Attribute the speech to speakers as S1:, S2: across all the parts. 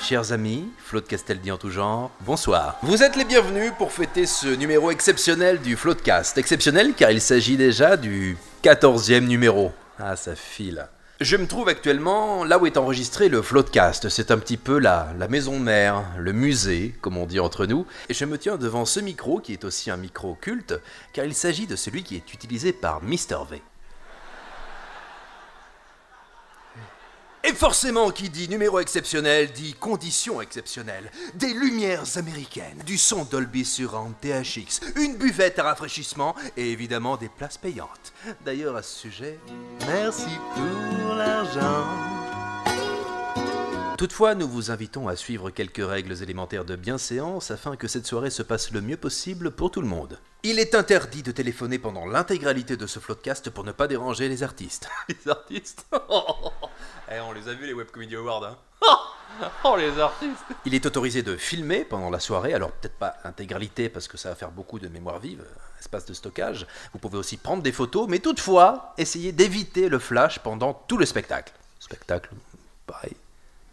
S1: Chers amis, Flotte Castaldi en tout genre, bonsoir.
S2: Vous êtes les bienvenus pour fêter ce numéro exceptionnel du Floatcast. Exceptionnel car il s'agit déjà du 14e numéro. Ah, ça file. Je me trouve actuellement là où est enregistré le Floatcast. C'est un petit peu la, la maison mère, le musée, comme on dit entre nous. Et je me tiens devant ce micro qui est aussi un micro culte car il s'agit de celui qui est utilisé par Mr. V. Et forcément, qui dit numéro exceptionnel dit conditions exceptionnelles, des lumières américaines, du son Dolby Surround THX, une buvette à rafraîchissement et évidemment des places payantes. D'ailleurs, à ce sujet, merci pour l'argent. Toutefois, nous vous invitons à suivre quelques règles élémentaires de bienséance afin que cette soirée se passe le mieux possible pour tout le monde. Il est interdit de téléphoner pendant l'intégralité de ce floodcast pour ne pas déranger les artistes.
S1: Les artistes Eh, on les a vus les Web Comedy Awards, hein Oh, Oh, les artistes
S2: Il est autorisé de filmer pendant la soirée, alors peut-être pas l'intégralité parce que ça va faire beaucoup de mémoire vive, euh, espace de stockage. Vous pouvez aussi prendre des photos, mais toutefois, essayez d'éviter le flash pendant tout le spectacle. Spectacle, pareil.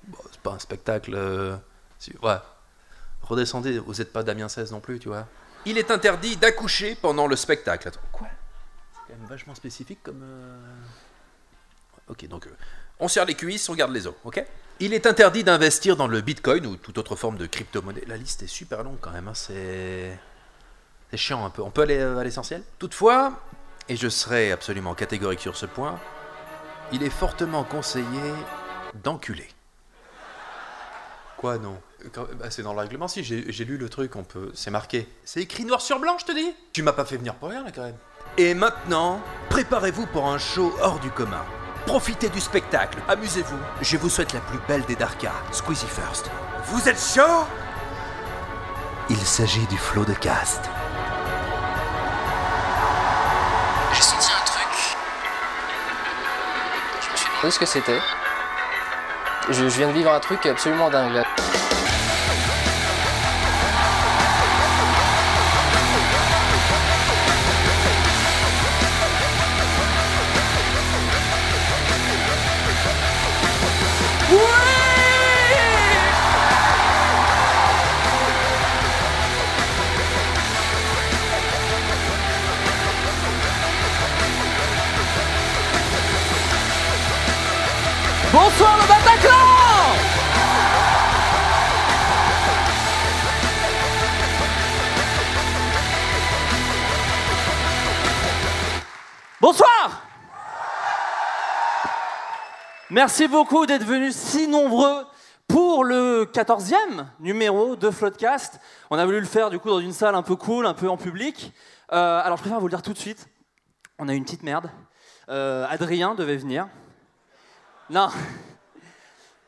S2: Bon, c'est pas un spectacle. euh, si- ouais. Redescendez, vous n'êtes pas Damien XVI non plus, tu vois. Il est interdit d'accoucher pendant le spectacle. Attends, quoi C'est quand même vachement spécifique comme. euh, Ok, donc euh, on serre les cuisses, on garde les os, ok Il est interdit d'investir dans le bitcoin ou toute autre forme de crypto-monnaie. La liste est super longue quand même, hein, c'est. C'est chiant un peu. On peut aller euh, à l'essentiel Toutefois, et je serai absolument catégorique sur ce point, il est fortement conseillé d'enculer.
S1: Quoi, non Quand- bah, C'est dans le règlement, si, j'ai j'ai lu le truc, on peut... C'est marqué.
S2: C'est écrit noir sur blanc, je te dis
S1: Tu m'as pas fait venir pour rien, là, quand même.
S2: Et maintenant, préparez-vous pour un show hors du commun. Profitez du spectacle, amusez-vous. Je vous souhaite la plus belle des Darkas, Squeezie First. Vous êtes chaud Il s'agit du flot de cast.
S3: J'ai senti un truc. Je me suis demandé ce que c'était. Je, je viens de vivre un truc absolument dingue là. Bonsoir le Bataclan
S4: Bonsoir Merci beaucoup d'être venus si nombreux pour le 14e numéro de Floodcast. On a voulu le faire du coup dans une salle un peu cool, un peu en public. Euh, alors je préfère vous le dire tout de suite, on a eu une petite merde. Euh, Adrien devait venir. Non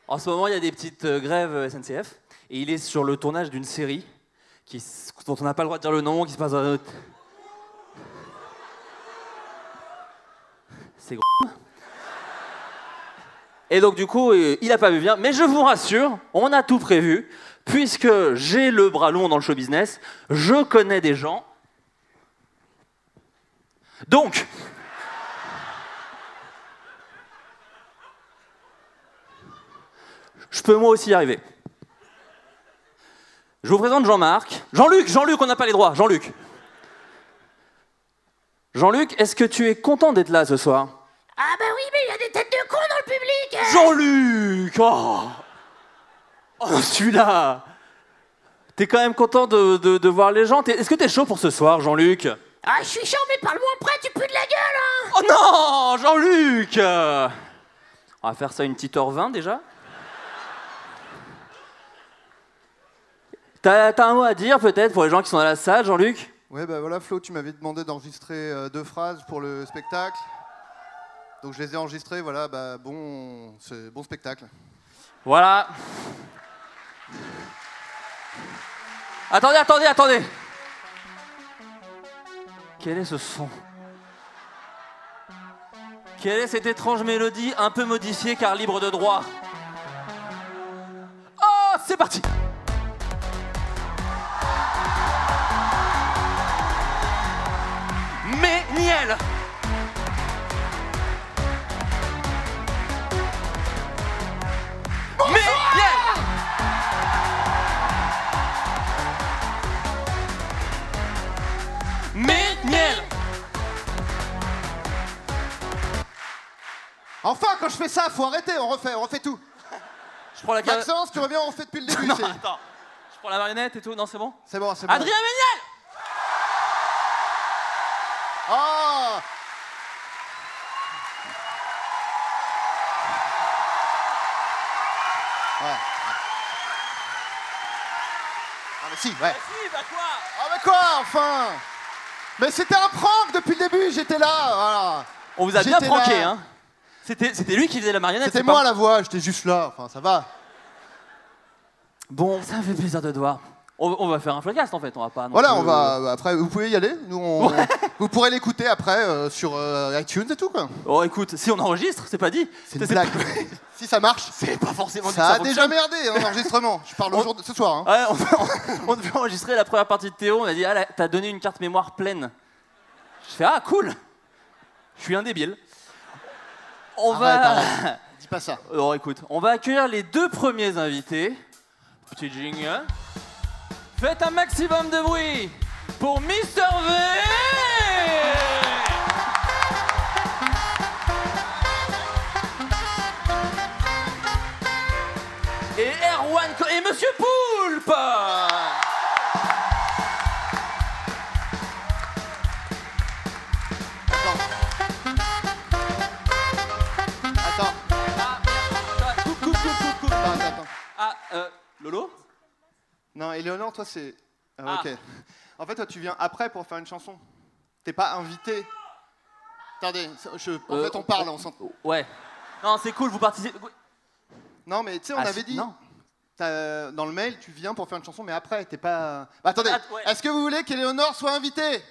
S4: En ce moment, il y a des petites euh, grèves euh, SNCF et il est sur le tournage d'une série qui, s- dont on n'a pas le droit de dire le nom, qui se passe dans un autre- C'est gros. Et donc du coup, euh, il n'a pas vu bien. Mais je vous rassure, on a tout prévu, puisque j'ai le bras long dans le show business, je connais des gens. Donc, je peux moi aussi y arriver. Je vous présente Jean-Marc. Jean-Luc, Jean-Luc, on n'a pas les droits. Jean-Luc. Jean-Luc, est-ce que tu es content d'être là ce soir
S5: Ah bah oui, mais il y a des têtes de con dans le public hein.
S4: Jean-Luc Oh, Oh, celui-là T'es quand même content de, de- de voir les gens. T'es- Est-ce que t'es chaud pour ce soir, Jean-Luc
S5: Ah, je suis chaud, mais parle-moi près, tu pues de la gueule, hein
S4: Oh non, Jean-Luc Euh, On va faire ça une petite heure 20 déjà. T'as t'as un mot à dire peut-être pour les gens qui sont dans la salle, Jean-Luc
S6: Ouais, bah voilà, Flo, tu m'avais demandé d'enregistrer euh, deux phrases pour le spectacle. Donc je les ai enregistrées, voilà, bah bon, c'est- bon spectacle.
S4: Voilà. Attendez, attendez, attendez. Quel est ce son Quelle est cette étrange mélodie un peu modifiée car libre de droit Oh, c'est parti Mais Niel Mais Niel
S6: Enfin, quand je fais ça, faut arrêter, on refait, on refait tout.
S4: Je prends la carte.
S6: Maxence, tu reviens, on refait depuis le début.
S4: Non,
S6: c'est-
S4: attends. Je prends la marionnette et tout. Non, c'est bon
S6: C'est bon, c'est bon.
S4: Adrien Méniel
S6: Ah Ouais. Ah mais si, ouais.
S4: si, bah quoi
S6: Ah mais quoi, enfin Mais c'était un prank depuis le début, j'étais là, voilà.
S4: On vous a bien
S6: J'étais là.
S4: pranké, hein C'était c'était lui qui faisait la marionnette.
S6: C'était
S4: c'est pas
S6: moi la voix, j'étais juste là, enfin ça va.
S4: Bon, ça me fait plaisir de te voir. On, on va faire un podcast en fait, on va pas. non
S6: Voilà,
S4: plus- euh,
S6: on va... bah, Après, vous pouvez y aller, nous on... Vous pourrez l'écouter après euh, sur euh, iTunes et tout, quoi.
S4: Oh écoute, si on enregistre, c'est pas dit.
S6: C'est une blague. si ça marche,
S4: C'est pas forcément dit que
S6: ça a
S4: fonctionne.
S6: déjà merdé, hein, l'enregistrement. Je parle
S4: On-
S6: au jour de ce soir, hein.
S4: Ouais, on, on devait enregistrer la première partie de Théo, on a dit Ah, là, t'as donné une carte mémoire pleine. Je fais Ah, cool Je suis un débile. On
S6: Arrête,
S4: va.
S6: Dis pas ça.
S4: Alors écoute, on va accueillir les deux premiers invités. Petit jingle. Faites un maximum de bruit pour Mister V Et Erwan Co- et Monsieur Poulpe
S6: Attends,
S4: Coupe, coupe, coupe, coupe, coupe.
S6: attends, attends, attends.
S4: Ah, euh, Lolo
S6: Non, Éléonore, toi, c'est.
S4: Ah.
S6: Ah, ok. En fait, toi, tu viens après pour faire une chanson. T'es pas invité. Attendez, ça- je- en
S4: Euh,
S6: fait, on parle, on s'en.
S4: Ouais. Non, c'est cool, vous participez.
S6: Non, mais tu sais, on
S4: Ah,
S6: avait
S4: si-
S6: dit.
S4: non.
S6: t'as- Dans le mail, tu viens pour faire une chanson, mais après, t'es pas. Bah, attendez,
S4: Att- ouais.
S6: est-ce que vous voulez qu'Éléonore soit invitée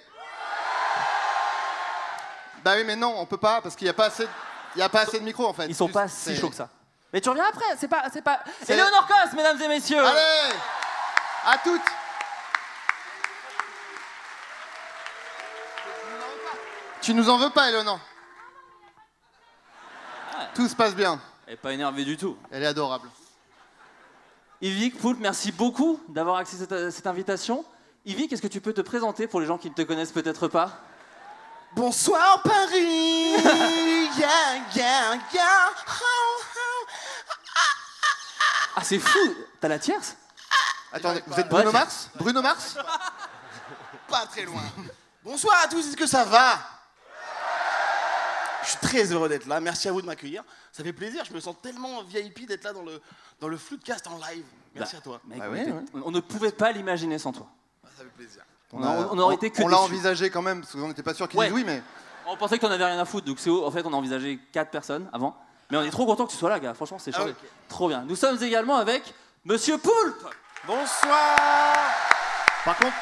S6: Bah oui, mais non, on peut pas parce qu'il n'y a pas assez. de- Il y a pas assez de micros en fait.
S4: Ils sont
S6: Tu-
S4: pas si
S6: c'est-
S4: chauds que ça. Mais tu reviens après, c'est pas. C'est pas... Eleonore Cos, mesdames et messieurs
S6: Allez À toutes Tu nous en veux pas, Eleonore Tout se passe bien.
S4: Elle est pas énervée du tout.
S6: Elle est adorable.
S4: Yvick, Poulpe, merci beaucoup d'avoir accepté cette, cette invitation. Yvick, est-ce que tu peux te présenter pour les gens qui ne te connaissent peut-être pas
S7: Bonsoir Paris Yeah, yeah, yeah How, how
S4: Ah, c'est fou T'as la tierce
S6: Attendez, vous êtes Bruno
S4: Ouais.
S6: Mars Bruno Mars
S7: Pas très loin. Bonsoir à tous, est-ce que ça va Je suis très heureux d'être là, merci à vous de m'accueillir. Ça fait plaisir, je me sens tellement VIP d'être là dans le, dans le flux de cast en live. Merci
S4: Bah,
S7: à toi.
S4: Mec,
S6: Bah
S4: on,
S6: ouais,
S4: était-
S6: ouais.
S4: on ne pouvait pas l'imaginer sans toi.
S7: Ça fait plaisir.
S4: On, a- on aurait été que
S6: On l'a
S4: déçus.
S6: envisagé quand même, parce qu'on n'était pas sûr qu'il
S4: Ouais.
S6: dise oui, mais.
S4: On pensait que t'en avais rien à foutre, donc c'est haut. En fait, on a envisagé 4 personnes avant. Mais on est trop content que tu sois là, gars. Franchement,
S6: Ah
S4: c'est chouette. Trop bien. Nous sommes également avec Monsieur Poulpe
S7: Bonsoir
S6: Par contre,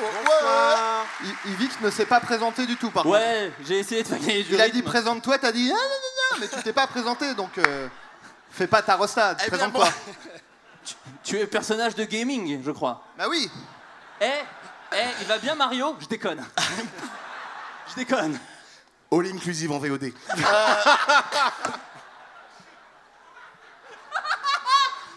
S7: Bonsoir
S6: I- Yvick ne s'est pas présenté du tout, par contre.
S4: Ouais, j'ai essayé de faire gagner du
S6: Il a
S4: rythme.
S6: dit présente-toi, t'as dit ah, non, non, non, mais tu t'es pas présenté, donc euh, fais pas ta rostade,
S7: Eh bien,
S6: présente-toi.
S7: moi-
S4: Tu es personnage de gaming, je crois.
S6: Bah oui,
S4: Eh, eh, il va bien Mario Je déconne. je déconne.
S7: All inclusive en VOD.
S6: Euh.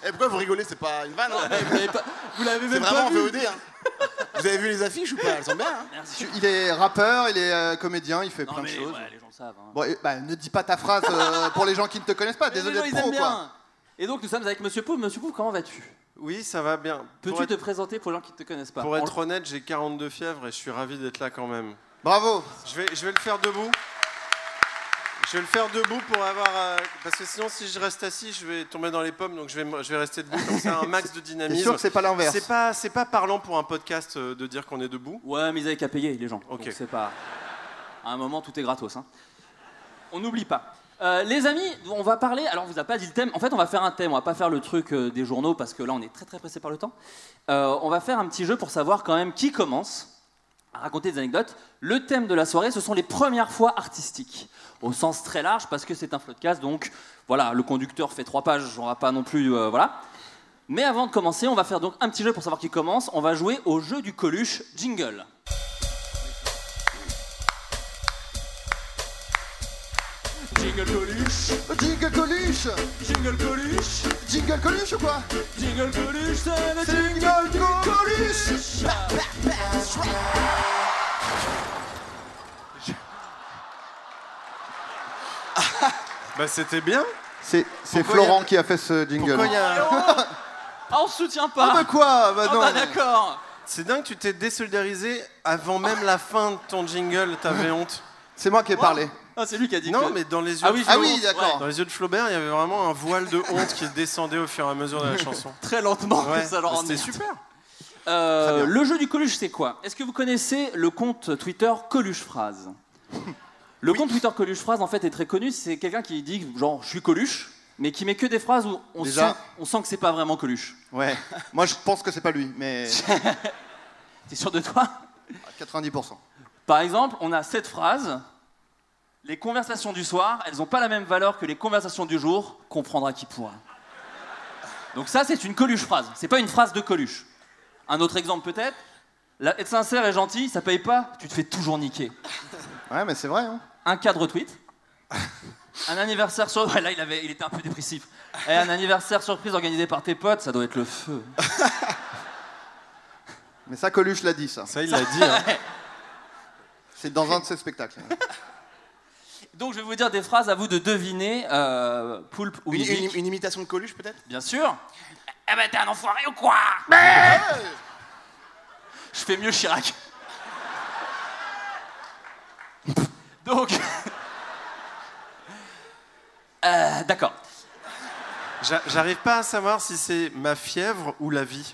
S7: Et Eh, pourquoi vous rigolez C'est pas une vanne, hein
S4: Vous l'avez pas- vous l'avez
S7: C'est
S4: même
S7: vraiment
S4: pas
S7: en
S4: vu.
S7: VOD. Hein. Vous avez vu les affiches ou pas Elles sont bien. Hein
S6: Tu- il est rappeur, il est euh, comédien, il fait
S4: Non
S6: plein
S4: mais
S6: de choses.
S4: ouais, les gens savent. hein.
S6: Bon, et- bah, ne dis pas ta phrase euh, pour les gens qui ne te connaissent pas,
S4: Mais
S6: désolé
S4: les gens,
S6: de
S4: ils
S6: pro,
S4: aiment
S6: quoi.
S4: bien. Et donc nous sommes avec Monsieur Pou. Monsieur Pou, comment vas-tu
S8: Oui, ça va bien.
S4: Peux-tu
S8: pour être,
S4: te présenter pour les gens qui ne te connaissent pas
S8: pour
S4: On-
S8: être honnête, j'ai 42 fièvres et je suis ravi d'être là quand même.
S6: Bravo.
S8: Je vais, je vais le faire debout. Je vais le faire debout pour avoir. euh, parce que sinon, si je reste assis, je vais tomber dans les pommes. Donc, je vais, me- je vais rester debout. Comme ça, un max de
S6: T'es sûr
S8: dynamisme.
S6: que c'est pas l'inverse
S8: C'est pas, c'est pas parlant pour un podcast euh, de dire qu'on est debout.
S4: Ouais, mais ils avaient qu'à payer les gens.
S8: Ok.
S4: Donc c'est pas. À un moment, tout est gratos. hein. On n'oublie pas. Euh, les amis, on va parler. Alors, on vous a pas dit le thème. En fait, on va faire un thème. On va pas faire le truc euh, des journaux parce que là, on est très très pressé par le temps. Euh, on va faire un petit jeu pour savoir quand même qui commence à raconter des anecdotes. Le thème de la soirée, ce sont les premières fois artistiques, au sens très large parce que c'est un podcast. Donc, voilà, le conducteur fait trois pages. On va pas non plus, euh, voilà. Mais avant de commencer, on va faire donc un petit jeu pour savoir qui commence. On va jouer au jeu du Coluche Jingle. Jingle Coluche,
S6: Jingle Coluche
S4: Jingle Coluche,
S6: Jingle Coluche ou quoi
S4: Jingle Coluche, c'est le
S6: Jingle Coluche
S8: Bah c'était bien.
S6: C'est c'est
S8: Pourquoi
S6: Florent
S8: y a-
S6: qui a fait ce jingle.
S8: Pourquoi il y a...
S4: Ah, on se soutient
S6: Ah
S4: pas
S6: bah quoi Bah
S4: Ah
S6: non.
S4: bah
S6: mais-
S4: d'accord
S8: C'est dingue, tu t'es désolidarisé avant même la fin de ton jingle, t'avais honte.
S6: C'est moi qui ai parlé.
S4: Ah, C'est lui qui a dit
S8: Non,
S4: que-
S8: mais dans les yeux,
S4: Ah oui,
S8: de
S6: Ah
S8: Flo-
S6: oui, d'accord.
S8: dans les yeux de Flaubert, il y avait vraiment un voile de honte qui descendait au fur et à mesure de la chanson.
S4: très lentement
S8: Ouais, Bah,
S4: que ça
S6: Bah,
S4: leur
S8: c'était
S4: emmerde.
S8: super.
S4: Euh,
S6: Très bien.
S4: le jeu du Coluche, c'est quoi Est-ce que vous connaissez le compte Twitter Coluche Phrase Le compte Twitter Coluche Phrase, en fait, est très connu. C'est quelqu'un qui dit, genre, je suis Coluche, mais qui met que des phrases où on,
S6: Déjà.
S4: sent, on sent que c'est pas vraiment Coluche.
S6: Ouais. Moi, je pense que c'est pas lui, mais
S4: T'es sûr de toi
S6: à 90%.
S4: Par exemple, on a cette phrase Les conversations du soir, elles n'ont pas la même valeur que les conversations du jour, comprendra qui pourra. Donc, ça, c'est une Coluche phrase, c'est pas une phrase de Coluche. Un autre exemple, peut-être La- Être sincère et gentil, ça paye pas, tu te fais toujours niquer.
S6: Ouais, mais c'est vrai. Hein.
S4: un cadre tweet, un anniversaire sur... Ouais, là, il, avait, il était un peu dépressif. Et un anniversaire surprise organisé par tes potes, ça doit être le feu.
S6: Mais ça, Coluche l'a dit, ça.
S8: Ça, il l'a dit. hein.
S6: C'est dans un de ses spectacles.
S4: Donc, je vais vous dire des phrases à vous de deviner, euh, Poulpe ou
S7: Une,
S4: Musique,
S7: une- une imitation de Coluche, peut-être
S4: bien sûr.
S5: Eh ben t'es un enfoiré ou quoi
S4: Je fais mieux Chirac. Donc... Euh, D'accord.
S8: J'a- J'arrive pas à savoir si c'est ma fièvre ou la vie.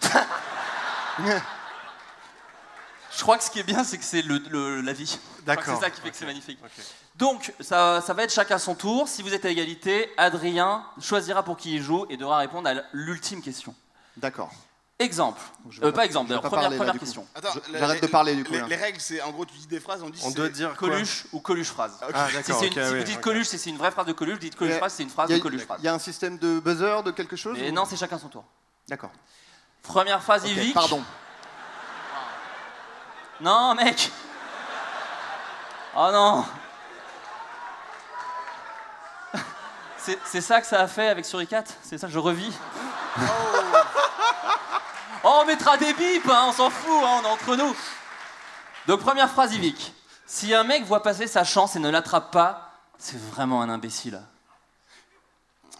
S4: Je crois que ce qui est bien, c'est que c'est le, le- la vie. Je crois que
S8: D'accord.
S4: C'est ça qui fait que c'est magnifique.
S8: Ok.
S4: Donc, ça, ça va être chacun son tour. Si vous êtes à égalité, Adrien choisira pour qui il joue et devra répondre à l'ultime question.
S6: D'accord.
S4: Exemple.
S6: Je vais
S4: Euh, pas exemple,
S6: je vais
S4: d'ailleurs,
S6: pas
S4: première,
S6: parler, là,
S4: première
S6: du coup.
S4: question.
S7: Attends,
S6: Je-
S7: la-
S6: j'arrête
S7: la-
S6: de parler, du
S7: les-
S6: coup, là.
S7: Les règles, c'est en gros, tu dis des phrases, on dit.
S8: On
S7: c'est-
S8: doit dire quoi
S4: Coluche ou Coluche phrase.
S7: Ok.
S8: Ah
S4: Si,
S8: d'accord.
S4: c'est
S8: ok,
S4: une- si
S8: oui,
S4: vous dites
S8: ok.
S4: Coluche, c'est c'est une vraie phrase de Coluche. Dites Coluche
S6: Mais-
S4: phrase, c'est une phrase
S6: Il y,
S4: de
S6: a-
S4: Coluche phrase.
S6: il y a un système de buzzer, de quelque chose
S4: Mais
S6: ou-
S4: non, c'est chacun son tour.
S6: D'accord.
S4: Première phrase
S6: Ok,
S4: Yvick.
S6: Pardon.
S4: Non, mec. Oh non. C'est c'est ça que ça a fait avec Suricat C'est ça, je revis Oh, on mettra des bips, hein, on s'en fout, hein, on est entre nous. Donc, première phrase Yvick. Si un mec voit passer sa chance et ne l'attrape pas, c'est vraiment un imbécile.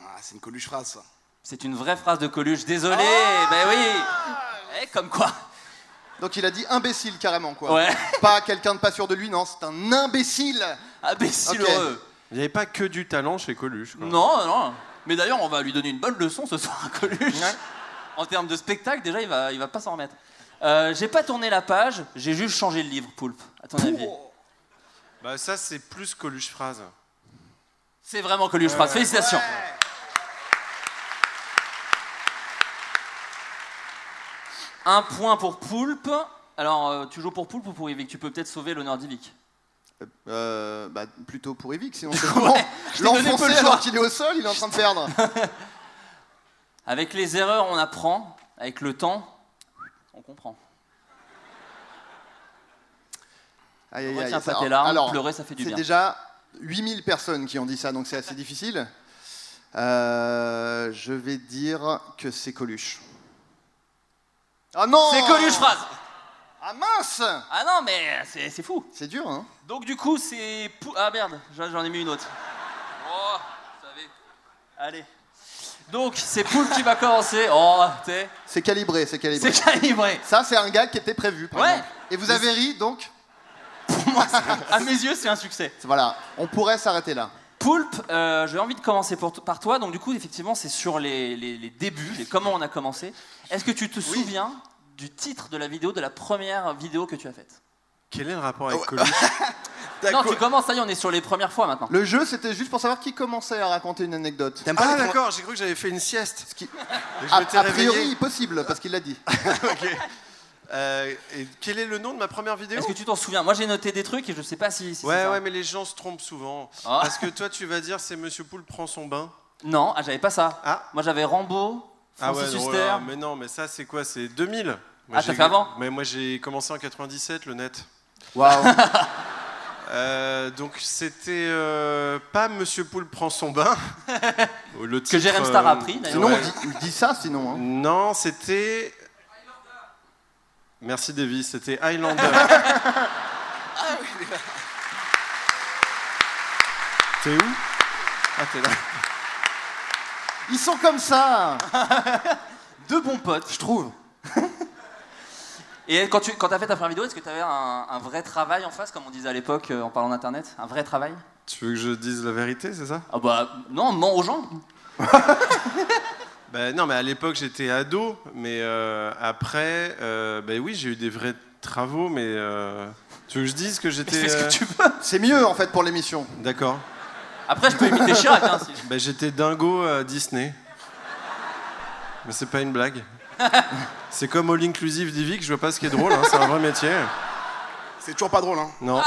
S7: Ah, c'est une Coluche phrase, ça.
S4: C'est une vraie phrase de Coluche, désolé,
S6: Oh.
S4: ben oui. Eh, comme quoi.
S6: Donc il a dit imbécile carrément quoi.
S4: Ouais,
S6: Pas quelqu'un de pas sûr de lui, non, c'est un imbécile.
S4: imbécile
S6: Ok.
S4: heureux.
S8: Il n'y avait pas que du talent chez Coluche. quoi.
S4: Non, non. Mais d'ailleurs, on va lui donner une bonne leçon ce soir à Coluche. En termes de spectacle, déjà, il va, il va pas s'en remettre. Euh, j'ai pas tourné la page, j'ai juste changé le livre, Poulpe, à ton avis.
S8: Bah ça c'est plus Coluche phrase.
S4: C'est vraiment Coluche phrase. Félicitations. Un point pour Poulpe. Alors, euh, tu joues pour Poulpe ou pour Yvick Tu peux peut-être sauver l'honneur d'Yvick.
S6: Euh, bah, plutôt pour Evic, sinon c'est vraiment
S4: je t'ai donné peu
S6: l'enfoncer
S4: le choix.
S6: alors qu'il est au sol, il est en train de perdre.
S4: Avec les erreurs, on apprend. Avec le temps, on comprend.
S6: Aïe, aïe, aïe,
S4: Retiens
S6: ça-
S4: pas tes larmes,
S6: alors,
S4: pleurer, ça fait du
S6: c'est
S4: bien.
S6: déjà 8000 personnes qui ont dit ça, donc c'est assez difficile. Euh, je vais dire que c'est Coluche. Ah non
S4: C'est Coluche phrase.
S6: Ah mince
S4: Ah non, mais c'est c'est fou.
S6: C'est dur, hein
S4: Donc du coup, c'est... pou- Ah merde, j'en j'en ai mis une autre. Oh, vous savez. Allez. Donc, c'est Poulpe qui va commencer. Oh, t'es...
S6: C'est calibré, c'est calibré.
S4: C'est calibré.
S6: Ça, c'est un gars qui était prévu. par
S4: Ouais.
S6: exemple. Et vous avez ri, donc
S4: À mes yeux, c'est un succès.
S6: Voilà, on pourrait s'arrêter là.
S4: Poulpe, euh, j'ai envie de commencer pour t- par toi. Donc du coup, effectivement, c'est sur les, les- les débuts, les comment on a commencé. Est-ce que tu te souviens du titre de la vidéo, de la première vidéo que tu as faite
S8: Quel est le rapport
S4: Oh.
S8: avec Coluche
S4: Non,
S7: D'accord.
S4: tu commences, ça y est, on est sur les premières fois maintenant.
S6: Le jeu, c'était juste pour savoir qui commençait à raconter une anecdote.
S7: T'aimes pas
S8: Ah
S7: les trois-
S8: d'accord, j'ai cru que j'avais fait une sieste.
S6: Ce qui-
S8: Et que je
S6: a,
S8: m'étais
S6: a priori,
S8: réveillé.
S6: possible, parce qu'il l'a dit.
S8: Ok. Euh, et quel est le nom de ma première vidéo
S4: Est-ce que tu t'en souviens Moi, j'ai noté des trucs et je sais pas si... si c'est
S8: Ouais
S4: ça.
S8: ouais mais les gens se trompent souvent.
S4: Ah.
S8: Parce que toi tu vas dire c'est Monsieur Poule prend son bain.
S4: Non, ah, j'avais pas ça.
S8: Ah.
S4: Moi, j'avais Rambo, Francis
S8: non,
S4: Huster.
S8: là, hein, mais non mais ça c'est quoi c'est 2000. Moi,
S4: Ah, t'as
S8: j'ai-
S4: fait avant
S8: Mais moi j'ai commencé en 97 le net.
S6: Waouh
S8: Euh, donc c'était euh, pas Monsieur Poule prend son bain. le titre,
S4: Jérém Star a
S8: euh,
S4: pris, d'ailleurs.
S6: Sinon,
S8: ouais.
S6: on dit- il dit ça, sinon. hein.
S8: Non, c'était. Merci Davy, c'était Highlander. T'es où Ah, t'es là.
S6: Ils sont comme ça
S4: Deux bons potes.
S6: Je trouve.
S4: Et quand tu quand as fait ta première vidéo, est-ce que tu avais un, un vrai travail en face, comme on disait à l'époque euh, en parlant d'Internet Un vrai travail
S8: Tu veux que je dise la vérité, c'est ça
S4: Ah bah non, mens aux gens.
S8: Ben non, mais à l'époque j'étais ado, mais euh, après, euh, ben oui, j'ai eu des vrais travaux, mais euh, tu veux que je dise que j'étais.
S4: Fais ce
S8: euh,
S4: que tu veux.
S6: C'est mieux en fait pour l'émission.
S8: D'accord.
S4: Après, je peux imiter Chirac. hein, si-
S8: Ben j'étais dingo à Disney. Mais c'est pas une blague. c'est comme All Inclusive Divic, je vois pas ce qui est drôle, hein, c'est un vrai métier.
S6: Ah.
S7: C'est toujours pas drôle, hein.
S8: Non.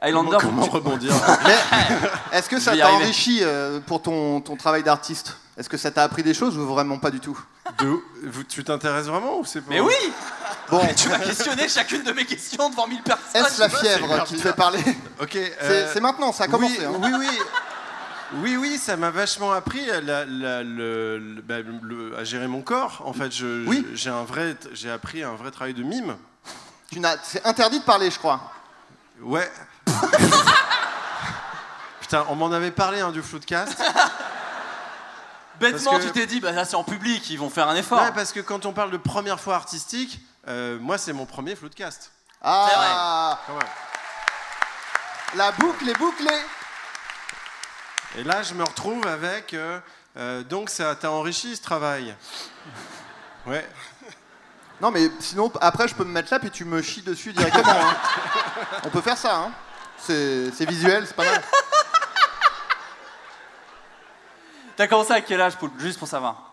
S4: Highlander.
S8: Comment rebondir
S6: Mais est-ce que ça
S4: vais y
S6: t'a
S4: arriver.
S6: enrichi euh, pour ton, ton travail d'artiste Est-ce que ça t'a appris des choses ou vraiment pas du tout
S8: De- vous- Tu t'intéresses vraiment ou c'est pas
S4: Mais oui
S6: Bon,
S4: Tu as questionné chacune de mes questions devant 1000 personnes.
S6: est-ce la fièvre qui te fait parler
S8: Ok.
S6: C'est
S8: euh,
S6: c'est maintenant, ça a commencé.
S8: oui,
S6: hein.
S8: oui, oui. Oui, oui, ça m'a vachement appris euh, la- la- le- le- bah, le- à gérer mon corps. En fait, je- je-
S6: Oui.
S8: j'ai un vrai, j'ai appris un vrai travail de mime.
S6: Tu n'as- C'est interdit de parler, je crois.
S8: Ouais. Putain, on m'en avait parlé hein, du floodcast.
S4: Bêtement,
S8: Parce que-
S4: tu t'es dit, bah là c'est en public, ils vont faire un effort.
S8: Ouais, parce que quand on parle de première fois artistique, euh, moi c'est mon premier floodcast.
S6: Ah
S8: Quand même.
S6: La boucle est bouclée
S8: Et là, je me retrouve avec. euh, euh, donc, ça t'a enrichi ce travail. Ouais.
S6: Non, mais sinon, après, je peux me mettre là, puis tu me chies dessus directement. hein. On peut faire ça, hein. C'est c'est visuel, c'est pas mal.
S4: T'as commencé à quel âge, Poul Juste pour savoir.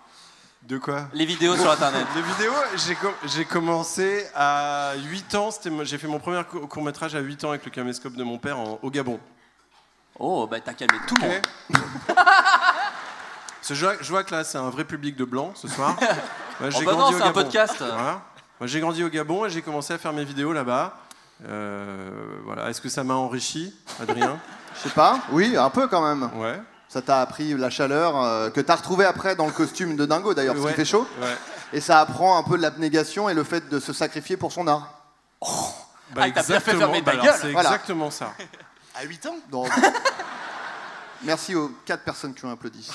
S8: De quoi
S4: Les vidéos sur internet.
S8: Les vidéos, j'ai com- j'ai commencé à 8 ans. c'était mon- J'ai fait mon premier court métrage à 8 ans avec le caméscope de mon père en- au Gabon.
S4: Oh, bah t'as calmé tout le monde.
S8: Parce que je, vois, je vois que là, c'est un vrai public de blancs ce soir. Moi,
S4: Oh
S8: j'ai
S4: bah
S8: grandi
S4: non,
S8: au
S4: c'est un
S8: Gabon.
S4: podcast.
S8: Voilà. Moi, j'ai grandi au Gabon et j'ai commencé à faire mes vidéos là-bas. Euh, voilà. Est-ce que ça m'a enrichi, Adrien
S6: Je sais pas. Oui, un peu quand même.
S8: Ouais.
S6: Ça t'a appris la chaleur euh, que t'as retrouvé après dans le costume de dingo d'ailleurs, parce
S8: Ouais.
S6: qu'il fait chaud.
S8: Ouais.
S6: Et ça apprend un peu de l'abnégation et le fait de se sacrifier pour son art.
S8: Bah,
S4: Ah, t'as bien fait
S8: exactement. Bah,
S4: fermer ta
S8: alors,
S4: gueule.
S8: C'est
S6: Voilà.
S8: exactement ça.
S7: À 8 ans
S6: Donc, Merci aux quatre personnes qui ont applaudi.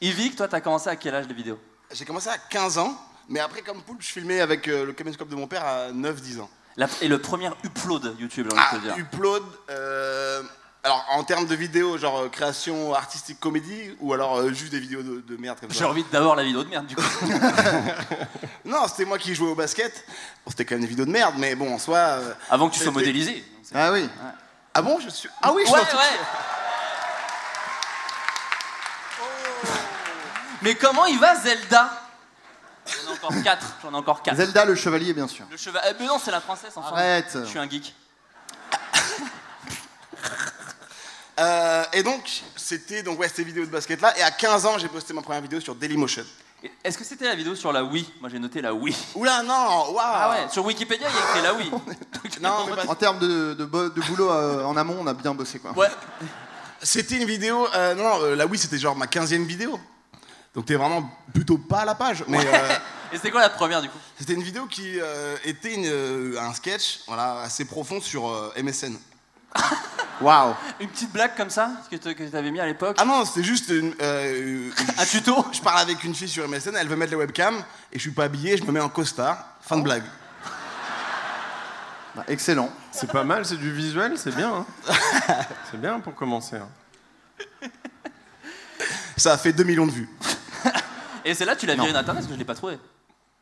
S4: Yvick, toi t'as commencé à quel âge les vidéos
S7: J'ai commencé à 15 ans, mais après, comme poule, je filmais avec euh, le caméscope de mon père à 9-10 ans.
S4: La- Et le premier upload YouTube, j'ai envie
S7: Ah,
S4: de te dire.
S7: upload. euh, alors, en termes de vidéos, genre euh, création artistique comédie, ou alors euh, juste des vidéos de, de merde comme
S4: J'ai
S7: ça.
S4: envie de- d'abord la vidéo de merde du coup.
S7: Non, c'était moi qui jouais au basket. Bon, c'était quand même des vidéos de merde, mais bon, en soi. euh,
S4: Avant que tu sois
S7: C'était-
S4: modélisé.
S6: Ah oui.
S7: Ah bon, je suis. Ah oui, je
S4: ouais, ouais.
S7: pensais- Oh.
S4: Mais comment il va Zelda J'en ai encore 4. J'en ai encore 4.
S6: Zelda le chevalier, bien sûr.
S4: Le cheval. eh, mais non, c'est la princesse enfin.
S6: Arrête.
S4: Je suis un geek.
S7: Euh, et donc, c'était donc, ouais, ces vidéos de basket là. Et à 15 ans, j'ai posté ma première vidéo sur Dailymotion.
S4: Et Est-ce que c'était la vidéo sur la Wii Moi j'ai noté la Wii.
S7: Oula, non, waouh
S4: Ah ouais, sur Wikipédia il y a écrit la Wii. Donc,
S7: Non, mais pas-
S6: En termes de, de bo- de boulot euh, en amont, on a bien bossé quoi.
S4: Ouais.
S7: C'était une vidéo. euh, non, non, euh, là, oui, c'était genre ma 15e vidéo. Donc, t'es vraiment plutôt pas à la page. Mais euh,
S4: Et c'était quoi la première du coup
S7: c'était une vidéo qui euh, était une, euh, un sketch voilà, assez profond sur euh, MSN.
S6: Waouh.
S4: Une petite blague comme ça que tu que t'avais mis à l'époque
S7: Ah non, c'était juste une, euh,
S4: Un tuto
S7: Je parle avec une fille sur MSN, elle veut mettre la webcam, et je suis pas habillé, je me mets en costard. Fin de blague.
S6: Bah, excellent.
S8: C'est pas mal, c'est du visuel, c'est bien. hein. C'est bien pour commencer. hein.
S7: Ça a fait 2 millions de vues. Ah.
S4: Et c'est là tu l'as viré d'internet parce que je l'ai pas trouvé.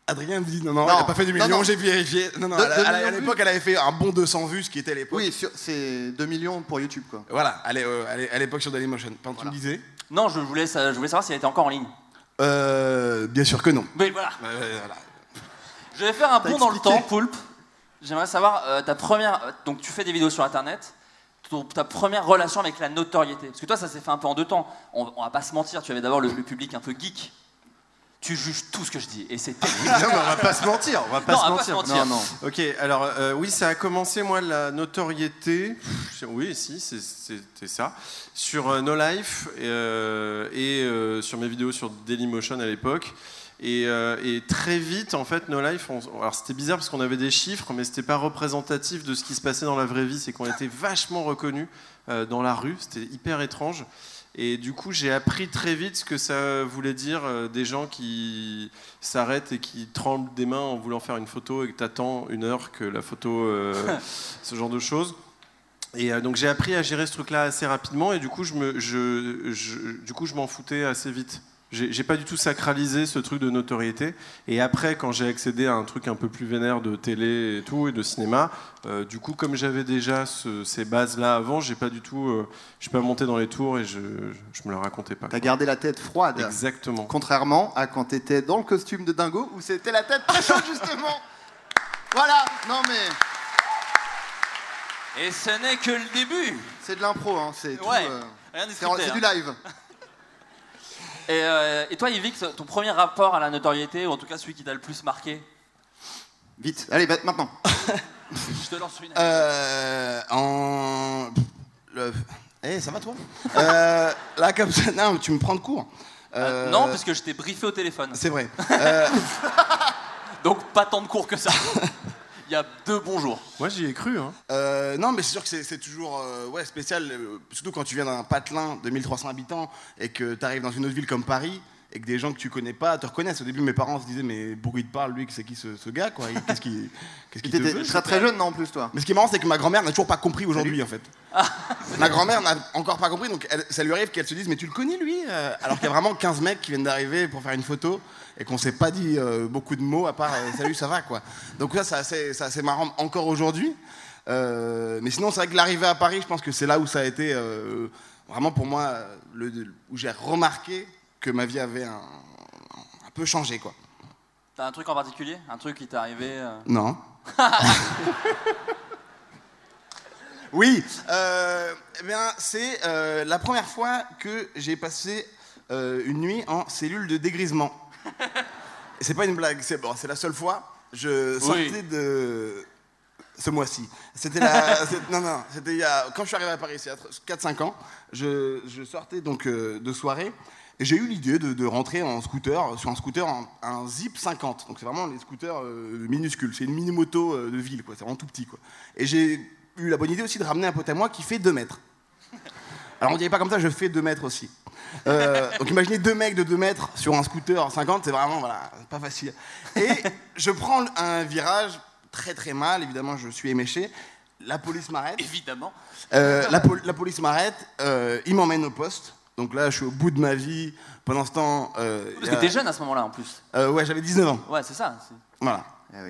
S7: Adrien me dit non, non,
S6: Non.
S7: elle a pas fait 2
S6: Non,
S7: millions,
S6: non.
S7: j'ai vérifié. Non, non,
S6: Deux-
S7: elle a-
S6: deux
S7: elle a- à
S6: millions de
S7: l'époque, elle avait fait un bon 200 vues, ce qui était à l'époque.
S6: Oui, sur- c'est 2 millions pour YouTube quoi.
S7: Voilà, elle est, euh, elle est- à l'époque sur Dailymotion. Pardon, tu me disais
S4: Non, je voulais, sa- je voulais savoir si elle était encore en ligne.
S7: Euh. Bien sûr que non.
S4: Mais voilà.
S7: Euh, voilà.
S4: Je vais faire un bond dans le
S6: expliqué.
S4: temps, Poulpe. J'aimerais savoir euh, ta première. euh, donc, tu fais des vidéos sur Internet. ton- ta première relation avec la notoriété. Parce que toi, ça s'est fait un peu en deux temps. On, on va pas se mentir. Tu avais d'abord le, le public un peu geek. Tu juges tout ce que je dis. Et c'est terrible.
S8: Non, mais on va pas se mentir, on va pas
S4: Non,
S8: se
S4: on va pas
S8: mentir.
S4: se mentir.
S6: Non, non.
S8: Ok, alors euh, oui, ça a commencé moi la notoriété. Pff, Oui, si, c'est- c'était ça. Sur euh, No Life euh, et euh, sur mes vidéos sur Dailymotion à l'époque. Et, euh, et très vite, en fait, nos lives, on- alors c'était bizarre parce qu'on avait des chiffres, mais c'était pas représentatif de ce qui se passait dans la vraie vie. C'est qu'on était vachement reconnus euh, dans la rue. C'était hyper étrange. Et du coup, j'ai appris très vite ce que ça voulait dire euh, des gens qui s'arrêtent et qui tremblent des mains en voulant faire une photo et que t'attends une heure que la photo, euh, ce genre de choses. Et euh, donc j'ai appris à gérer ce truc-là assez rapidement et du coup je me, je, je- du coup je m'en foutais assez vite. J'ai j'ai pas du tout sacralisé ce truc de notoriété. Et après, quand j'ai accédé à un truc un peu plus vénère de télé et tout et de cinéma, euh, du coup, comme j'avais déjà ce- ces bases-là avant, j'ai pas du tout, euh, je suis pas monté dans les tours et je, je, je me le racontais pas.
S6: T'as gardé la tête froide.
S8: Exactement.
S6: Contrairement à quand t'étais dans le costume de dingo où c'était la tête très chaude justement. Voilà, non mais
S5: Et ce n'est que le début.
S6: c'est de l'impro, hein, c'est tout,
S5: Ouais,
S6: euh,
S5: rien de
S6: c'est en-
S5: scripté,
S6: c'est
S5: hein.
S6: du live.
S4: Et, euh, et toi, Yvick, ton premier rapport à la notoriété, ou en tout cas celui qui t'a le plus marqué,
S6: Vite, allez bah, maintenant.
S5: Je te lance une.
S7: Euh, en. le- Eh, ça va toi Euh, Là, comme ça, non, tu me prends de court.
S4: Euh,
S7: Euh,
S4: Non, parce que je t'ai briefé au téléphone.
S7: C'est vrai. Euh,
S4: Donc pas tant de cours que ça. Il y a deux bons jours.
S8: Moi j'y ai cru. Hein.
S7: Euh, non, mais c'est sûr que c'est c'est toujours euh, ouais, spécial, euh, surtout quand tu viens d'un patelin de 1300 habitants et que tu arrives dans une autre ville comme Paris et que des gens que tu connais pas te reconnaissent. Au début, mes parents se disaient Mais pourquoi il te parle, lui C'est qui ce, ce gars quoi Il- Qu'est-ce qu'il qu'est-ce qu'il te
S6: T'étais
S7: veut
S6: très très jeune non en plus toi.
S7: Mais ce qui est marrant, c'est que ma grand-mère n'a toujours pas compris aujourd'hui, en fait. ma grand-mère n'a encore pas compris, donc elle- ça lui arrive qu'elle se dise Mais tu le connais, lui Euh, Alors qu'il y a vraiment 15 mecs qui viennent d'arriver pour faire une photo et qu'on s'est pas dit euh, beaucoup de mots à part euh, Salut, ça va, quoi. Donc, ça, c'est assez, c'est assez marrant encore aujourd'hui. Euh, mais sinon, c'est vrai que l'arrivée à Paris, je pense que c'est là où ça a été euh, vraiment pour moi, euh, le- où j'ai remarqué que ma vie avait un, un peu changé, quoi.
S4: T'as un truc en particulier Un truc qui t'est arrivé euh,
S7: Non. oui, euh, eh bien, c'est euh, la première fois que j'ai passé euh, une nuit en cellule de dégrisement. Et C'est pas une blague, c'est bon, c'est la seule fois. Je sortais de ce mois-ci. C'était la, c'est- non non, c'était il y a- quand je suis arrivé à Paris, c'est il y a 4-5 ans. Je, je sortais donc euh, de soirée et j'ai eu l'idée de, de rentrer en scooter sur un scooter en- un Zip 50. Donc c'est vraiment les scooters euh, minuscules. C'est une mini moto euh, de ville quoi. C'est vraiment tout petit quoi. Et j'ai eu la bonne idée aussi de ramener un pote à moi qui fait 2 mètres. Alors on dirait pas comme ça, je fais 2 mètres aussi. Euh, donc imaginez deux mecs de 2 mètres sur un scooter 50, c'est vraiment voilà, pas facile. Et je prends un virage très très mal, évidemment je suis éméché. La police m'arrête.
S4: Évidemment.
S7: Euh, la, pol- la police m'arrête, euh, il m'emmène au poste. Donc là, je suis au bout de ma vie. Pendant ce temps. euh,
S4: Parce
S7: il
S4: que
S7: y a-
S4: t'es jeune à ce moment-là en plus.
S7: Euh, Ouais, j'avais 19 ans.
S4: Ouais, c'est ça. c'est-
S7: Voilà.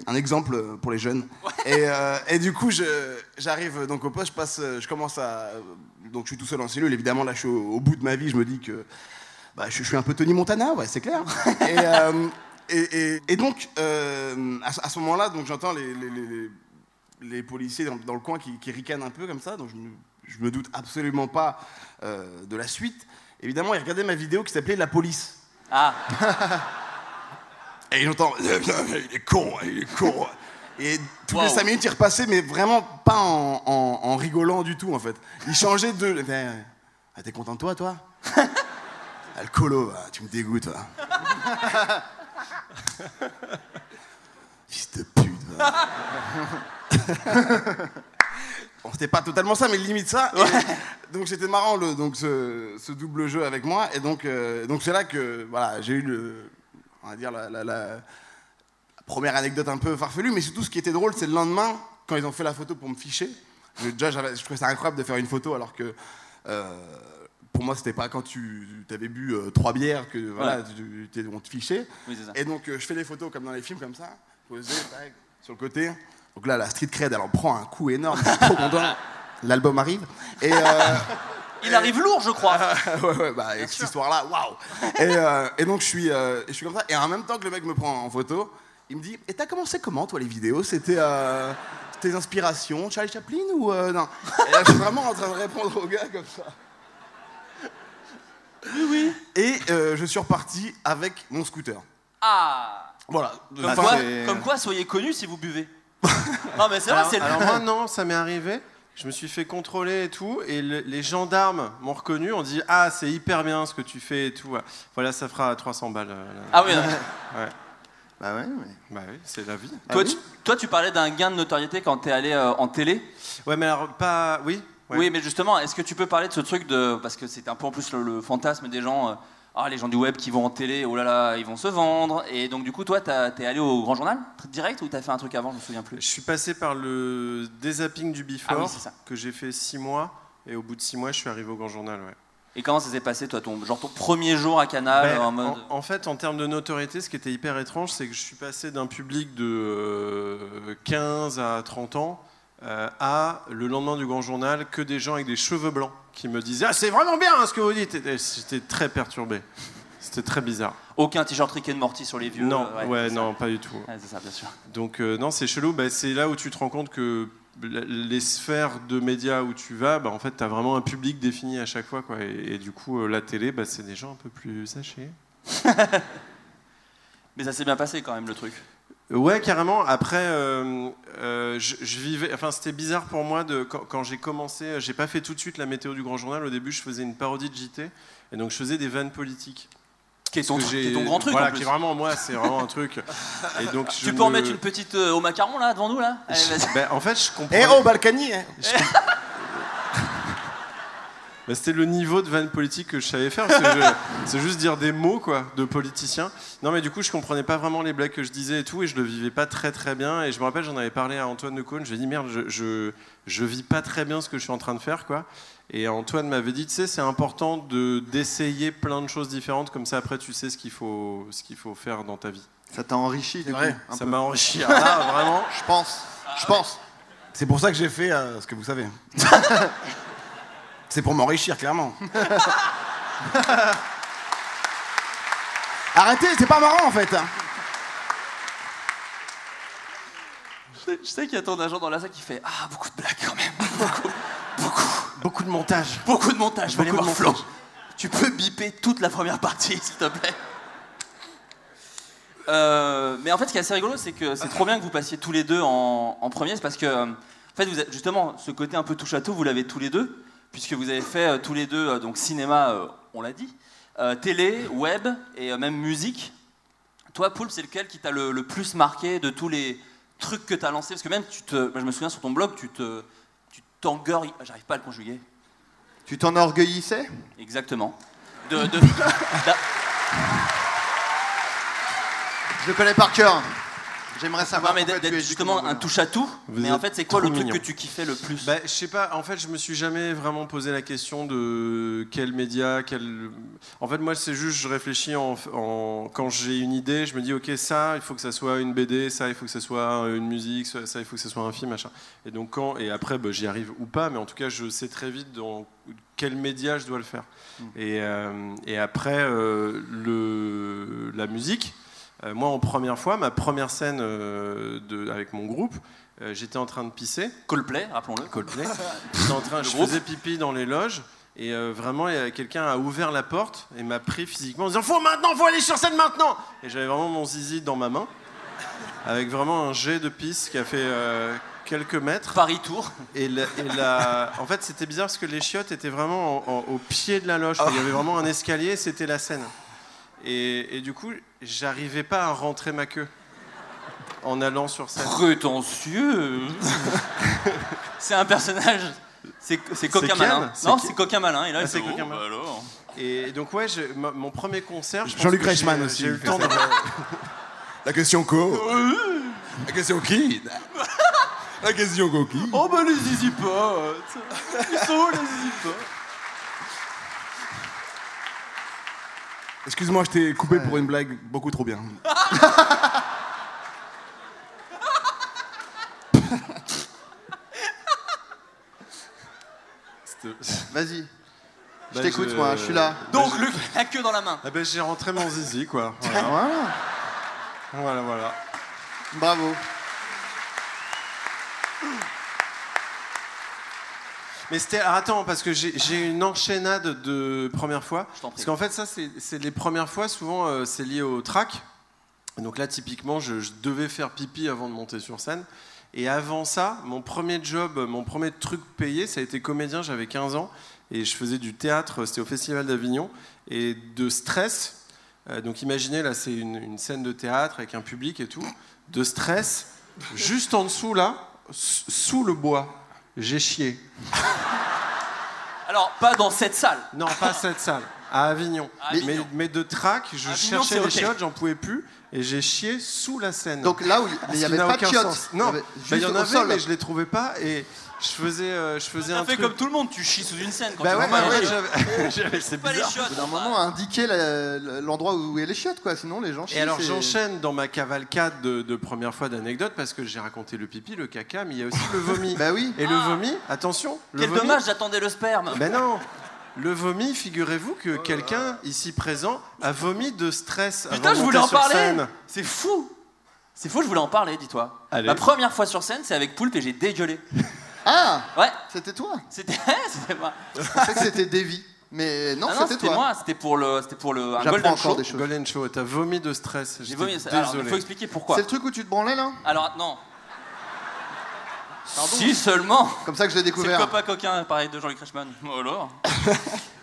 S7: Un exemple euh, pour les jeunes. Et, euh, et du coup, je- j'arrive donc au poste, je passe, euh, je commence à, euh, donc je suis tout seul en cellule. Évidemment, là, je suis au, au bout de ma vie. Je me dis que, bah, je, je suis un peu Tony Montana, ouais, c'est clair. et, euh, et- et- et donc, euh, à, ce- à ce moment-là, donc j'entends les, les- les- les policiers dans, dans le coin qui, qui ricanent un peu comme ça. Donc je me, je me doute absolument pas euh, de la suite. Évidemment, ils regardaient ma vidéo qui s'appelait La police.
S4: Ah,
S7: Et j'entends, il est con, hein, il est con. Et toutes les
S4: Wow.
S7: 5 minutes, il repassait, mais vraiment pas en, en- en rigolant du tout, en fait. Il changeait de. Ben, ah, T'es content de toi, toi Ah, Le colo, va, tu me dégoûtes, va. Fils de pute, va. Bon, c'était pas totalement ça, mais limite ça. Et donc c'était marrant, le, donc, ce, ce double jeu avec moi. Et donc euh, donc c'est là que voilà, j'ai eu le, on va dire la, la- la- la première anecdote un peu farfelue, mais surtout ce qui était drôle, c'est le lendemain, quand ils ont fait la photo pour me ficher. Je, déjà, j'avais- je trouvais ça incroyable de faire une photo alors que. euh, pour moi, c'était pas quand tu avais bu euh, trois bières que voilà, tu- tu- on te fichait.
S4: oui, c'est ça.
S7: Et donc, euh, je fais des photos comme dans les films, comme ça, posé, tac, sur le côté. Donc là, la street cred, elle en prend un coup énorme. je suis trop content. L'album arrive. Et. euh,
S4: Il arrive lourd, je crois.
S7: ouais, ouais, bah, avec cette histoire-là, waouh et, euh, et donc, je suis, euh, je suis comme ça. Et en même temps que le mec me prend en photo, il me dit Et t'as commencé comment, toi, les vidéos C'était euh, tes inspirations Charlie Chaplin ou. euh, non Et là, je suis vraiment en train de répondre au gars comme ça. Oui, oui. Et euh, je suis reparti avec mon scooter.
S4: Ah
S7: Voilà.
S4: comme,
S8: Enfin,
S4: quoi,
S8: c'est-
S4: comme quoi, soyez connus si vous buvez. non, mais c'est vrai,
S8: Alors,
S4: c'est le.
S8: alors moi non, ça m'est arrivé. Je me suis fait contrôler et tout, et le- les gendarmes m'ont reconnu, ont dit Ah, c'est hyper bien ce que tu fais et tout. Voilà, ça fera 300 balles. euh, là.
S4: Ah oui, non.
S7: Bah ouais, mais.
S8: Bah oui, c'est la vie.
S4: toi,
S7: oui
S4: tu, toi, tu parlais d'un gain de notoriété quand t'es allé euh, en télé.
S8: Ouais, mais alors, pas. Oui ouais.
S4: Oui, mais justement, est-ce que tu peux parler de ce truc de. Parce que c'est un peu en plus le, le fantasme des gens. euh, ah, les gens du web qui vont en télé, oh là là, ils vont se vendre. Et donc, du coup, toi, t'as- t'es allé au grand journal t- direct ou t'as fait un truc avant Je me souviens
S8: Je
S4: plus.
S8: suis passé par le dézapping du Before,
S4: Ah oui, c'est ça.
S8: que j'ai fait 6 mois, et au bout de 6 mois, je suis arrivé au Grand Journal. ouais.
S4: Et comment ça s'est passé, toi, ton, genre ton premier jour à Canal
S8: Ben,
S4: Ah en mode.
S8: en- en fait, en termes de notoriété, ce qui était hyper étrange, c'est que je suis passé d'un public de euh, 15 à 30 ans euh, à, le lendemain du Grand Journal, que des gens avec des cheveux blancs qui me disaient « Ah, c'est vraiment bien hein, ce que vous dites !» Et J'étais très perturbé. C'était très bizarre.
S4: Aucun t-shirt Rick and Morty sur les vieux.
S8: non,
S4: euh,
S8: ouais,
S4: c'est
S8: non, pas du tout.
S4: ça. Ouais, c'est ça, bien sûr.
S8: Donc euh, non, c'est chelou. Bah, c'est là où tu te rends compte que la- les sphères de médias où tu vas, bah, en fait, tu as vraiment un public défini à chaque fois. Quoi. Et, et du coup, euh, la télé, bah, c'est des gens un peu plus sachés.
S4: Mais ça s'est bien passé quand même, le truc.
S8: Ouais, carrément. Après, euh, euh, je, je vivais. Enfin, c'était bizarre pour moi de quand, quand j'ai commencé. euh, J'ai pas fait tout de suite la météo du Grand Journal. Au début, je faisais une parodie de JT, et donc je faisais des vannes politiques.
S4: Qui est ton,
S8: Que
S4: truc-
S8: j'ai-
S4: qui est ton grand truc
S8: Voilà,
S4: en plus.
S8: qui est vraiment moi, c'est vraiment un truc. Et donc, je
S4: Tu peux en
S8: ne-
S4: mettre une petite euh, au macaron là devant nous là Allez, vas-y.
S8: Ben, en fait, je comprends.
S7: Eh oh, Balkany hein.
S8: Bah, c'était le niveau de vanne politique que je savais faire. parce que je- C'est juste dire des mots, quoi, de politicien. Non, mais du coup, je comprenais pas vraiment les blagues que je disais et tout, et je le vivais pas très très bien. Et je me rappelle, j'en avais parlé à Antoine de Caunes. Je lui ai dit, merde, je, je, je vis pas très bien ce que je suis en train de faire, quoi. Et Antoine m'avait dit, tu sais, c'est important de d'essayer plein de choses différentes, comme ça après, tu sais ce qu'il faut, ce qu'il faut faire dans ta vie.
S6: Ça t'a enrichi, du
S7: vrai,
S6: coup, un
S8: ça
S6: peu.
S8: m'a enrichi. Ah, là, vraiment.
S6: Je pense.
S4: Ah
S6: Je pense.
S7: C'est pour ça que j'ai fait euh, ce que vous savez. c'est pour m'enrichir, clairement. Arrêtez, c'est pas marrant en fait. hein.
S4: Je sais qu'il y a ton agent dans la salle qui fait Ah, beaucoup de blagues quand même.
S8: Beaucoup de montage.
S4: Beaucoup de montage, je vais aller
S8: Beaucoup
S4: voir
S8: de montage.
S4: Flo. Tu peux biper toute la première partie, s'il te plaît. Euh, mais en fait, ce qui est assez rigolo, c'est que c'est trop bien que vous passiez tous les deux en, en premier, c'est parce que, euh, en fait, vous êtes- justement, ce côté un peu touche à tout, vous l'avez tous les deux, puisque vous avez fait euh, tous les deux euh, donc cinéma, euh, on l'a dit, euh, télé, web et euh, même musique. Toi, Poulpe, c'est lequel qui t'a le, le plus marqué de tous les trucs que t'as lancés Parce que même, tu te, moi, je me souviens sur ton blog, tu te, tu t'engueules, j'arrive pas à le conjuguer.
S6: Tu t'enorgueillissais
S4: Exactement. De, de- d'a-
S6: Je le connais par cœur. J'aimerais
S4: non,
S6: savoir.
S4: mais
S6: pourquoi
S4: d'être
S6: tu es
S4: justement
S6: Giacomo
S8: hein.
S4: un
S6: Bonheur.
S4: touche à tout.
S8: Vous
S4: mais en
S8: êtes
S4: fait, c'est quoi
S8: trop
S4: le truc
S8: mignon.
S4: que tu kiffais le plus
S8: Bah, je sais pas, en fait, je me suis jamais vraiment posé la question de quel média, quel. En fait, moi, c'est juste, je réfléchis en, en- quand j'ai une idée, je me dis, ok, ça, il faut que ça soit une BD, ça, il faut que ça soit une musique, ça, ça, il faut que ça soit un film, machin. Et donc, quand. Et après, bah, j'y arrive ou pas, mais en tout cas, je sais très vite dans quel média je dois le faire. Et, euh, et après, euh, le, la musique. euh, moi, en première fois, ma première scène euh, de, avec mon groupe, euh, j'étais en train de pisser.
S4: Coldplay, rappelons-le.
S8: Bah, Coldplay. J'étais en train, je
S4: groupe.
S8: faisais pipi dans les loges. Et euh, vraiment, il y a- quelqu'un a ouvert la porte et m'a pris physiquement en disant Faut maintenant, faut aller sur scène maintenant Et j'avais vraiment mon zizi dans ma main, avec vraiment un jet de pisse qui a fait euh, quelques mètres.
S4: Paris Tour.
S8: Et, la- et la- en fait, c'était bizarre parce que les chiottes étaient vraiment en- en- au pied de la loge. Il y avait vraiment un escalier, c'était la scène. Et, et du coup, j'arrivais pas à rentrer ma queue en allant sur scène.
S4: Prétentieux. c'est un personnage. C'est c'est coquin
S8: Ken,
S4: malin.
S8: c'est
S4: Non,
S8: Ken.
S4: c'est coquin malin. Et là,
S8: Ah,
S4: il
S8: c'est
S4: fait,
S8: Coquin
S4: oh,
S8: Malin.
S4: bah alors.
S8: Et donc ouais, j'ai- ma- mon premier concert, je pense
S7: Jean-Luc
S8: que j'ai-
S7: Reichmann aussi,
S8: J'ai eu le
S7: il fait
S8: temps de...
S7: La question co. La question qui La question coquille.
S4: Oh bah les zizi potes Ils sont où les zizi potes
S7: Excuse-moi, je t'ai coupé pour une blague beaucoup trop bien.
S6: Vas-y. Je
S8: Bah,
S6: t'écoute, moi, je suis là.
S4: Donc, le, la queue dans la main.
S8: Ah ben j'ai rentré mon zizi quoi. Voilà,
S6: Ah, Voilà.
S8: voilà. voilà.
S6: Bravo.
S8: Mais c'était alors, attends parce que j'ai j'ai une enchaînade de premières fois.
S4: Je t'en prie.
S8: Parce qu'en fait ça c'est c'est les premières fois souvent euh, c'est lié au track. Donc là typiquement je, je devais faire pipi avant de monter sur scène. Et avant ça, mon premier job, mon premier truc payé, ça a été comédien, j'avais 15 ans. Et je faisais du théâtre, c'était au Festival d'Avignon. Et de stress, euh, donc imaginez, là, c'est une, une scène de théâtre avec un public et tout. De stress, juste en dessous, là, s- sous le bois, j'ai chié.
S4: Alors, pas dans cette salle.
S8: Non, pas cette salle, à Avignon.
S5: À
S8: Mais-
S5: Avignon.
S8: Mais, mais de trac, je
S5: Avignon,
S8: cherchais
S5: c'est
S8: les
S5: ok.
S8: chiottes, j'en pouvais plus, et j'ai chié sous la scène.
S6: Donc là où il
S8: Ce
S6: n'y
S8: qui
S6: avait
S8: n'a
S6: pas de
S8: aucun
S6: chiottes.
S8: sens. Non,
S6: avait
S8: bah,
S6: juste
S8: il y en
S6: au
S8: avait,
S6: sol.
S8: mais je les trouvais pas, et je faisais, euh, je faisais un
S5: T'as fait
S8: truc.
S5: comme tout le monde, tu chies sous une scène quand
S8: Bah
S5: tu
S8: ouais,
S5: vas
S8: bah
S5: pas
S8: ouais,
S5: les-
S8: j'avais- j'avais- c'est
S5: pas les
S8: bizarre.
S5: chiottes.
S6: D'un
S8: hein.
S6: moment, indiquer la- l'endroit où est les chiottes, quoi. Sinon, les gens.
S8: Et alors j'enchaîne dans ma cavalcade de, de première fois d'anecdotes parce que j'ai raconté le pipi, le caca, mais il y a aussi le vomi.
S6: Bah oui.
S8: Et le
S5: Ah.
S8: vomi, attention, le
S4: Quel
S8: vomi-
S4: dommage, j'attendais le sperme.
S8: Ben non Le vomi, figurez-vous que quelqu'un ici présent a vomi de stress. avant
S4: Putain,
S8: de
S4: je voulais en
S8: monter sur
S4: parler
S8: scène.
S4: C'est fou C'est fou, je voulais en parler, dis-toi.
S8: Allez.
S4: Ma première fois sur scène, c'est avec Poulpe et j'ai dégueulé.
S6: Ah,
S4: Ouais,
S6: c'était toi.
S4: c'était c'était moi.
S6: Je pensais que c'était Davy, mais non,
S4: Ah
S6: c'était toi.
S4: moi, c'était pour le, c'était pour le un
S6: J'apprends
S4: Golden
S6: encore
S4: Show.
S6: des choses.
S8: Golden Show, t'as vomi de stress.
S4: J'ai
S8: j'étais
S4: vomi.
S8: Désolé.
S4: Alors, il faut expliquer pourquoi.
S6: C'est le truc où tu te branlais là
S4: Alors, non. Si seulement.
S6: Comme ça que je l'ai
S4: C'est le
S6: découvert.
S4: copain coquin, pareil, de Jean-Luc Reichmann. Oh alors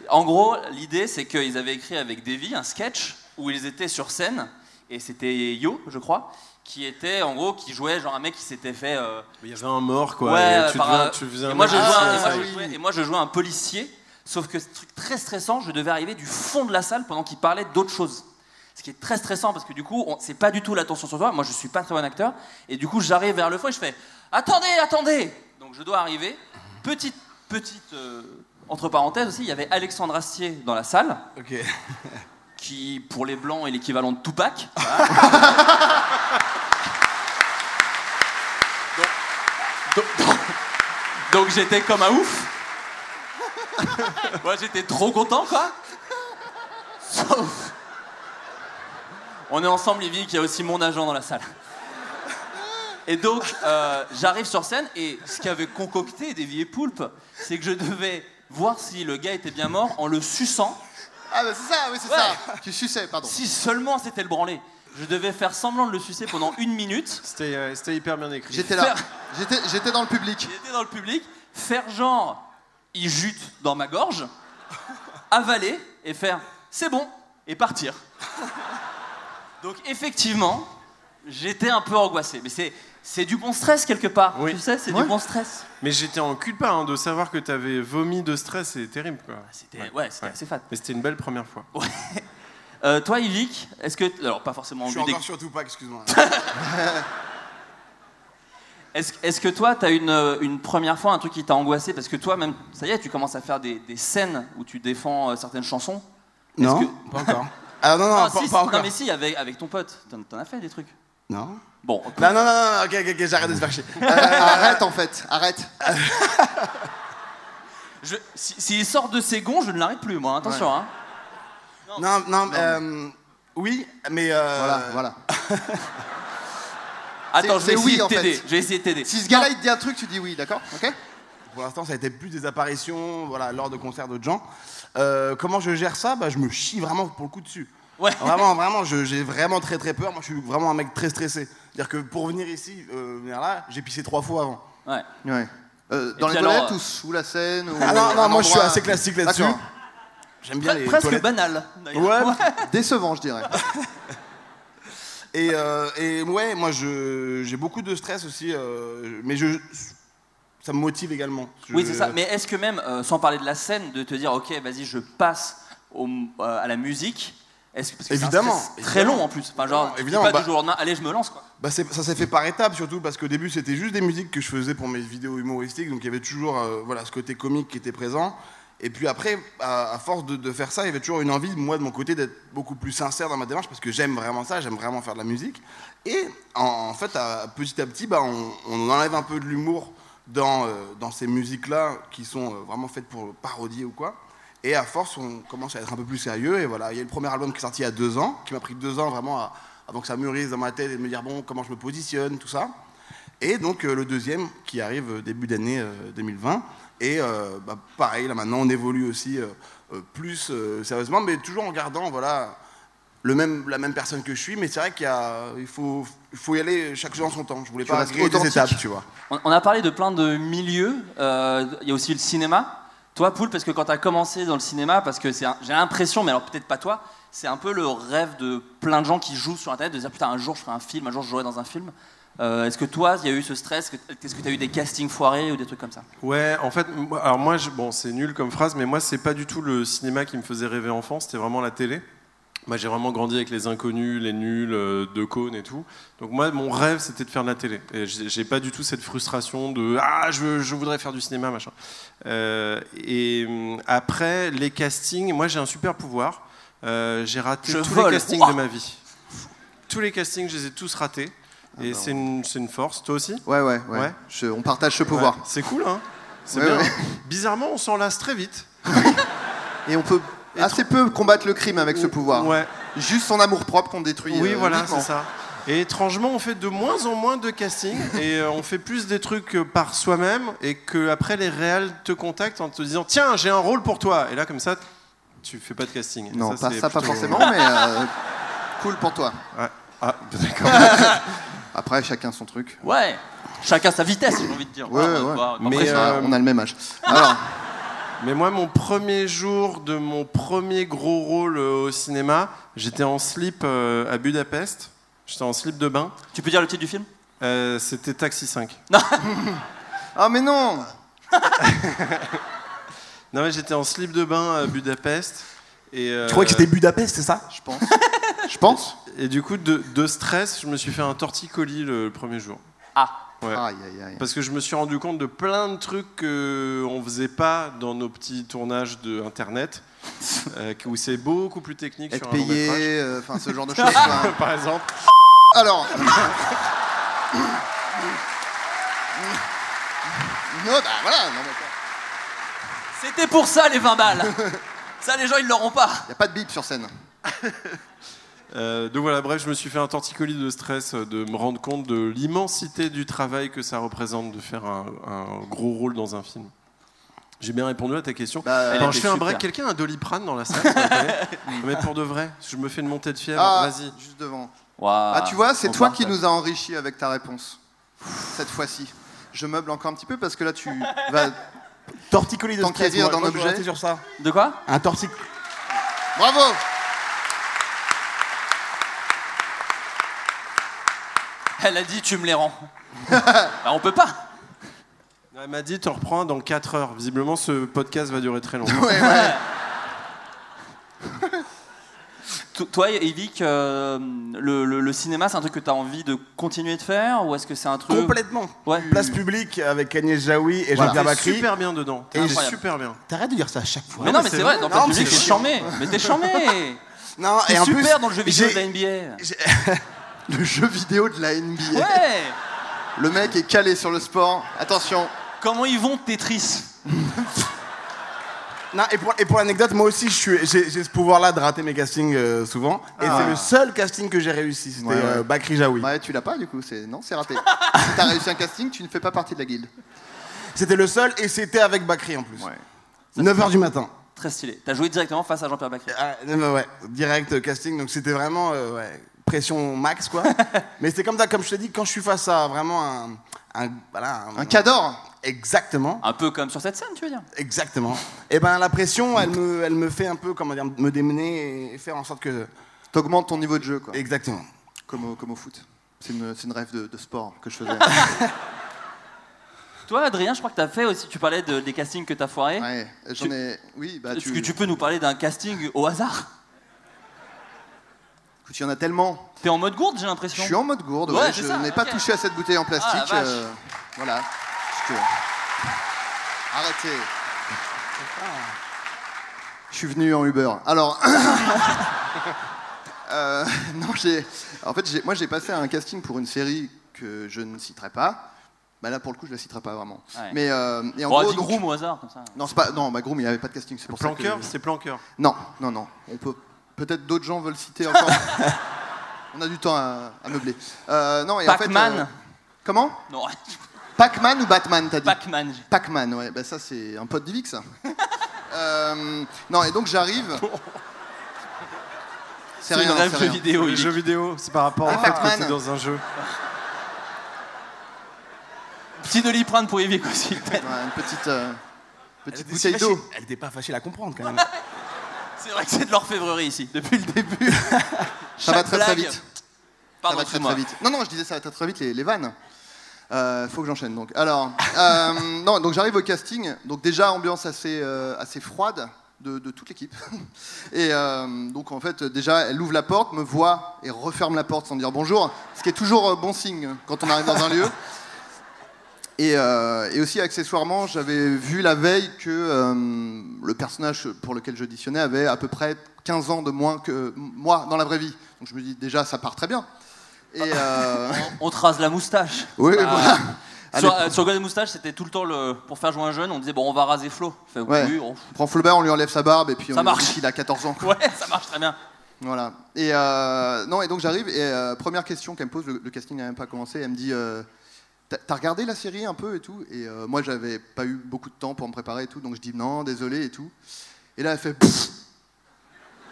S4: En gros, l'idée, c'est qu'ils avaient écrit avec Davy un sketch où ils étaient sur scène, et c'était Yo, je crois, qui était, en gros, qui jouait genre un mec qui s'était fait... euh,
S8: Mais Il y avait un mort, quoi.
S4: ouais,
S8: et tu,
S4: par
S8: deviens-
S4: un-
S8: tu faisais
S4: et
S8: un
S4: moi, je
S8: mort.
S4: jouais,
S6: Ah,
S4: un- et moi,
S6: oui.
S4: je jouais- et moi, je jouais un policier, sauf que ce truc très stressant, je devais arriver du fond de la salle pendant qu'il parlait d'autres choses. Ce qui est très stressant parce que du coup, on- c'est pas du tout l'attention sur toi. Moi, je suis pas très bon acteur. Et du coup, j'arrive vers le fond et je fais Attendez, attendez Donc, je dois arriver. Petite, petite, euh, entre parenthèses aussi, il y avait Alexandre Astier dans la salle
S7: Ok.
S4: qui, pour les blancs, est l'équivalent de Tupac. donc, donc- donc j'étais comme un ouf. Moi, j'étais trop content, quoi. Sauf. On est ensemble, Livy, qu'il y a aussi mon agent dans la salle. Et donc, euh, j'arrive sur scène et ce qu'avait concocté Dévier Poulpe, c'est que je devais voir si le gars était bien mort en le suçant
S6: Ah, bah c'est ça, oui, c'est
S4: Ouais.
S6: ça. Tu suçais, pardon.
S4: si seulement c'était le branlé, je devais faire semblant de le sucer pendant une minute.
S8: C'était euh, c'était hyper bien écrit.
S6: J'étais là. J'étais, j'étais dans le public.
S4: J'étais dans le public, faire genre, il jute dans ma gorge, avaler et faire, c'est bon, et partir. Donc effectivement, j'étais un peu angoissé. Mais c'est, c'est du bon stress quelque part.
S8: Oui.
S4: Tu sais, c'est
S6: Ouais.
S4: du bon stress.
S8: Mais j'étais en culpa hein, de savoir que t'avais vomi de stress, c'est terrible, quoi.
S4: Ah, C'était, ouais, c'était
S8: Ouais.
S4: assez fat.
S8: Mais c'était une belle première fois.
S4: Euh, toi, Yvick, est-ce que. Alors, pas forcément en
S7: Je suis
S4: vue des-
S7: encore sur Tupac, excuse-moi.
S4: Est-ce est-ce que toi, tu as une, euh, une première fois un truc qui t'a angoissé Parce que toi, même, ça y est, tu commences à faire des, des scènes où tu défends euh, certaines chansons.
S7: Non,
S4: que-
S7: pas encore. Ah non, non,
S4: Ah,
S7: pas,
S4: si,
S7: pas
S4: si,
S7: encore.
S4: non, mais si, avec, avec ton pote, t'en t'en as fait des trucs.
S7: Non.
S4: Bon,
S7: non, non, non, non, ok, ok, ok, j'arrête de se faire chier.
S6: Euh, arrête en fait, arrête.
S4: Ah, je- si- s'il sort de ses gonds, je ne l'arrête plus, moi, attention. hein.
S7: Non, non, euh, oui, mais. euh,
S6: Voilà, voilà.
S4: Attends, je
S6: c'est
S4: vais
S6: oui,
S4: essayer de
S6: en fait.
S4: t'aider. Je vais essayer de t'aider.
S6: Si ce gars-là il te dit un truc, tu dis oui, d'accord Ok
S7: Pour l'instant, ça a été plus des apparitions, voilà, lors de concerts d'autres gens. Euh, comment je gère ça bah, Je me chie vraiment pour le coup dessus.
S4: Ouais.
S7: Vraiment, vraiment, je- j'ai vraiment très très peur. Moi, je suis vraiment un mec très stressé. C'est-à-dire que pour venir ici, euh, venir là, j'ai pissé trois fois avant.
S4: Ouais.
S6: Ouais. Euh, dans
S4: puis
S6: les
S4: alors,
S6: toilettes
S4: euh,
S6: ou sous la scène ou
S7: Ah non,
S6: un
S7: non, moi je suis
S6: endroit-
S7: assez classique là-dessus.
S6: D'accord.
S7: J'aime bien les
S4: Presque
S7: toilettes.
S4: banal. d'ailleurs.
S7: Ouais,
S6: Décevant, je dirais.
S7: Et, euh, et ouais, moi je- j'ai beaucoup de stress aussi, euh, mais je, ça me motive également. Je-
S4: Oui, c'est ça. Mais est-ce que même, euh, sans parler de la scène, de te dire, ok, vas-y, je passe au- euh, à la musique est-ce que, parce que c'est un
S7: Évidemment,
S4: stress Très
S7: évidemment.
S4: long en plus. Enfin, genre, tu dis
S7: Évidemment,
S4: pas
S7: bah-
S4: du jour au lendemain, allez, je me lance, quoi.
S7: Bah, c'est- ça s'est fait par étapes surtout parce qu'au début c'était juste des musiques que je faisais pour mes vidéos humoristiques, donc il y avait toujours euh, voilà, ce côté comique qui était présent. Et puis après, à, à force de, de faire ça, il y avait toujours une envie, moi de mon côté, d'être beaucoup plus sincère dans ma démarche parce que j'aime vraiment ça, j'aime vraiment faire de la musique. Et en, en fait, à- petit à petit, bah, on, on enlève un peu de l'humour dans, euh, dans ces musiques-là qui sont euh, vraiment faites pour parodier ou quoi. Et à force, on commence à être un peu plus sérieux. Et voilà, il y a le premier album qui est sorti il y a deux ans, qui m'a pris deux ans vraiment à- avant que ça mûrisse dans ma tête et de me dire bon, comment je me positionne, tout ça. Et donc euh, le deuxième qui arrive euh, début d'année euh, 2020. Et euh, bah, pareil, là maintenant on évolue aussi euh, euh, plus euh, sérieusement, mais toujours en gardant voilà, le même, la même personne que je suis, mais c'est vrai qu'il y a- il faut, il faut y aller chaque jour en son temps. Je voulais
S6: Tu
S7: pas
S6: restes
S7: griller des
S6: authentique.
S7: étapes, tu vois.
S4: On, on a parlé de plein de milieux. euh, Il y a aussi le cinéma. Toi, Poul, parce que quand tu as commencé dans le cinéma, parce que c'est un- j'ai l'impression, mais alors peut-être pas toi, c'est un peu le rêve de plein de gens qui jouent sur Internet, de dire putain, un jour je ferai un film, un jour je jouerai dans un film. Euh, Est-ce que toi, il y a eu ce stress Est-ce que tu as eu des castings foirés ou des trucs comme ça
S8: Ouais, en fait, moi- alors moi, je- bon, c'est nul comme phrase, mais moi, c'est pas du tout le cinéma qui me faisait rêver enfant, c'était vraiment la télé. Moi, j'ai vraiment grandi avec les inconnus, les nuls, euh, De Cônes et tout. Donc, moi, mon rêve, c'était de faire de la télé. Et j'ai j'ai pas du tout cette frustration de Ah, je, veux- je voudrais faire du cinéma, machin. Euh, et hum, après, les castings, moi, j'ai un super pouvoir. Euh, j'ai raté
S4: Je
S8: tous
S4: vole.
S8: les castings
S4: Ouah.
S8: de ma vie. Tous les castings, je les ai tous ratés.
S4: Ah bah
S8: Et c'est une, c'est une force. Toi aussi
S6: Ouais, ouais, ouais.
S8: Ouais.
S6: Je- on partage ce
S8: Ouais,
S6: pouvoir.
S8: C'est cool, hein C'est
S6: Ouais,
S8: bien.
S6: ouais.
S8: hein Bizarrement, on s'en lasse très vite.
S6: Et on peut
S8: Et
S6: assez peu combattre le crime avec ce pouvoir.
S8: Ouais.
S6: Juste son amour propre qu'on détruit.
S8: Oui,
S6: euh,
S8: voilà,
S6: uniquement.
S8: c'est ça. Et étrangement, on fait de moins en moins de casting et euh, on fait plus des trucs euh, par soi-même et que après les réals te contactent en te disant tiens j'ai un rôle pour toi et là comme ça tu fais pas de casting. Et
S6: Non, pas
S8: c'est
S6: ça, pas
S8: plutôt-
S6: forcément, mais euh, cool pour toi.
S8: Ah, d'accord.
S6: Après, chacun son truc.
S4: Ouais Chacun sa vitesse, j'ai envie de dire.
S6: Ouais,
S4: Ah,
S6: ouais.
S4: bah, bah,
S8: Mais,
S4: après,
S8: euh,
S6: Ah, on a le même âge. Alors,
S8: Mais moi, mon premier jour de mon premier gros rôle euh, au cinéma, j'étais en slip euh, à Budapest. J'étais en slip de bain.
S4: Tu peux dire le titre du film
S8: Euh, C'était Taxi 5.
S6: ah mais non
S8: Non, mais j'étais en slip de bain à Budapest. Et, euh,
S7: Tu crois que c'était Budapest, c'est ça
S6: Je pense. Je pense.
S8: Et du coup, de, de stress, je me suis fait un torticolis le, le premier jour. Ouais.
S6: Aïe, aïe, aïe.
S8: Parce que je me suis rendu compte de plein de trucs qu'on ne faisait pas dans nos petits tournages de Internet, euh, où c'est beaucoup plus technique
S6: Être
S8: sur un long métrage,
S6: payé, euh, enfin ce genre de choses. quoi.
S8: par exemple.
S6: Alors. non, bah voilà, non, mais
S4: C'était pour ça les 20 balles Ça, les gens, ils l'auront pas
S6: y a pas de bip sur scène.
S8: Euh, donc voilà, bref, je me suis fait un torticolis de stress euh, de me rendre compte de l'immensité du travail que ça représente de faire un, un gros rôle dans un film. J'ai bien répondu à ta question.
S6: Bah,
S8: Attends,
S4: elle
S8: je
S4: était
S8: fais un break.
S4: super.
S8: Quelqu'un a Doliprane dans la salle s'il vous plaît Mais pour de vrai, je me fais une montée de fièvre.
S6: ah,
S8: Vas-y.
S6: juste devant.
S4: Waouh.
S6: Ah, tu vois, c'est
S4: On
S6: toi
S4: part,
S6: qui
S4: ça.
S6: nous a enrichi avec ta réponse. Cette fois-ci. Je meuble encore un petit peu parce que là, tu vas.
S7: Torticolis de stress.
S6: T'enquérir
S7: moi,
S6: d'un
S7: moi, je vais
S6: objet.
S7: rester sur ça.
S4: De quoi
S7: Un torticolis.
S6: Bravo
S4: Elle a dit tu me les rends. bah, on peut pas.
S8: Elle m'a dit, t'en reprends dans 4 heures. Visiblement, ce podcast va durer très longtemps.
S6: Ouais, ouais.
S4: To- Toi, Evic, euh, le, le- le cinéma, c'est un truc que tu as envie de continuer de faire ou est-ce que c'est un truc
S7: Complètement.
S4: Ouais.
S7: Place publique avec Agnès Jaoui et
S8: Voilà.
S7: Jean-Pierre
S8: T'es
S7: Bacri.
S8: super bien dedans. T'es
S4: Incroyable.
S8: super bien.
S7: T'arrêtes de dire ça à chaque fois.
S4: Mais non, mais c'est vrai, dans le
S7: Non, mais
S4: public,
S7: c'est
S4: t'es chambé. Mais t'es chambé.
S7: Non, et
S4: T'es
S7: en plus,
S4: super dans le jeu vidéo de la
S7: j'ai-
S4: NBA.
S6: Le jeu vidéo de la NBA.
S4: Ouais.
S6: Le mec est calé sur le sport. Attention.
S4: Comment ils vont Tetris
S7: Non, et pour, et pour l'anecdote, moi aussi, je suis- j'ai j'ai ce pouvoir-là de rater mes castings euh, souvent. Et
S6: Ah.
S7: c'est le seul casting que j'ai réussi. C'était
S6: Ouais, ouais.
S7: euh, Bakri Jaoui.
S6: Ouais, tu l'as pas du coup, c'est non, c'est raté. si t'as réussi un casting, tu ne fais pas partie de la guilde.
S7: C'était le seul et c'était avec Bakri en plus. 9h du matin.
S4: Très stylé. T'as joué directement face à Jean-Pierre Bacry.
S7: Ah, non, mais ouais, direct euh, casting. Donc c'était vraiment euh, ouais, pression max quoi. Mais c'est comme ça, comme je te dis, quand je suis face à vraiment un. Un, voilà,
S6: Un cador
S7: Exactement.
S4: Un peu comme sur cette scène, tu veux dire
S7: Exactement. Et ben la pression, elle me, elle me fait un peu comment dire, me démener et faire en sorte que.
S6: T'augmentes ton niveau de jeu, quoi.
S7: Exactement.
S6: Comme, au, comme au foot. C'est une, c'est une rêve de, de sport que je faisais.
S4: Toi, Adrien, je crois que t'as fait aussi. Tu parlais de- des castings que t'as foirés.
S6: ouais, j'en
S4: Tu-
S6: ai. Oui, bah
S4: Est-ce
S6: tu.
S4: que tu peux nous parler d'un casting au hasard
S6: Écoute, il y en a tellement.
S4: T'es en mode gourde, j'ai
S6: Je
S4: l'impression.
S6: suis en mode gourde,
S4: Ouais,
S6: ouais,
S4: c'est
S6: je
S4: ça,
S6: n'ai
S4: ok.
S6: pas touché à cette bouteille en plastique. euh,
S4: Ah, la vache.
S6: voilà. Je te- Arrêtez. Je suis venu en Uber. Alors. Euh, non, j'ai. En fait, j'ai- moi, j'ai passé un casting pour une série que je ne citerai pas. Bah là, pour le coup, je la citerai pas vraiment.
S4: Ouais.
S6: Mais euh, et en
S4: Bon,
S6: gros,
S4: Oh, dis
S6: donc-
S4: Groom au hasard, comme ça.
S6: Non, c'est pas. Non, bah, Groom, il n'y avait pas de casting. C'est pour
S8: Planqueur,
S6: ça
S8: c'est planqueur.
S6: que. Non, non, non. On peut. Peut-être d'autres gens veulent citer encore. On a du temps à, à meubler. Euh, non, et en fait,
S4: Pac-Man.
S6: euh, Comment
S4: Non,
S6: Pac-Man ou Batman, t'as dit
S4: Pac-Man. j'ai-
S6: Pac-Man, ouais, bah ça c'est un pote d'Ivix. ça. Euh, non, et donc j'arrive. c'est rien,
S8: rêve
S6: c'est
S8: jeu
S6: rien.
S8: vidéo. Les jeux vidéo, c'est par rapport
S6: Ah,
S8: au fait
S6: Pac-Man.
S8: que t'es dans un jeu.
S4: Petit doliprane pour Yvick aussi.
S6: Ouais, une petite, euh, petite
S7: Elle
S6: bouteille
S7: était
S6: d'eau.
S7: facile- Elle n'était pas facile à comprendre quand même.
S4: C'est vrai que c'est de l'orfèvrerie ici, depuis le début.
S6: Ça va
S4: Chaque
S6: très très
S4: blague-
S6: vite. Ça
S4: Pardon,
S6: va très
S4: excuse-moi.
S6: très vite. Non, non, je disais ça va très très vite, les, les vannes. Euh, faut que j'enchaîne donc. Alors, euh, non, donc j'arrive au casting. Donc déjà ambiance assez euh, assez froide de, de toute l'équipe. Et euh, donc en fait déjà elle ouvre la porte, me voit et referme la porte sans dire bonjour, ce qui est toujours euh, bon signe quand on arrive dans un lieu. Et, euh, et aussi accessoirement, j'avais vu la veille que euh, le personnage pour lequel j'auditionnais avait à peu près 15 ans de moins que moi dans la vraie vie. Donc je me dis déjà ça part très bien. Et euh,
S4: On te rase la moustache.
S6: oui,
S4: Ah.
S6: voilà. À
S4: Sur,
S6: l'époque.
S4: euh, sur God and Moustache, c'était tout le temps le, pour faire jouer un jeune, on disait bon, on va raser Flo. Fait,
S6: Ouais.
S4: oui, on-
S6: On prend Flaubert, on lui enlève sa barbe et puis
S4: Ça
S6: on
S4: marche.
S6: dit qu'il a 14 ans.
S4: ouais, ça marche très bien.
S6: Voilà. Et euh, non, et donc j'arrive et euh, première question qu'elle me pose, le, le casting n'a même pas commencé, elle me dit euh, T'as- T'as regardé la série un peu et tout Et euh, moi j'avais pas eu beaucoup de temps pour me préparer et tout, donc je dis non, désolé et tout. Et là elle fait Pfff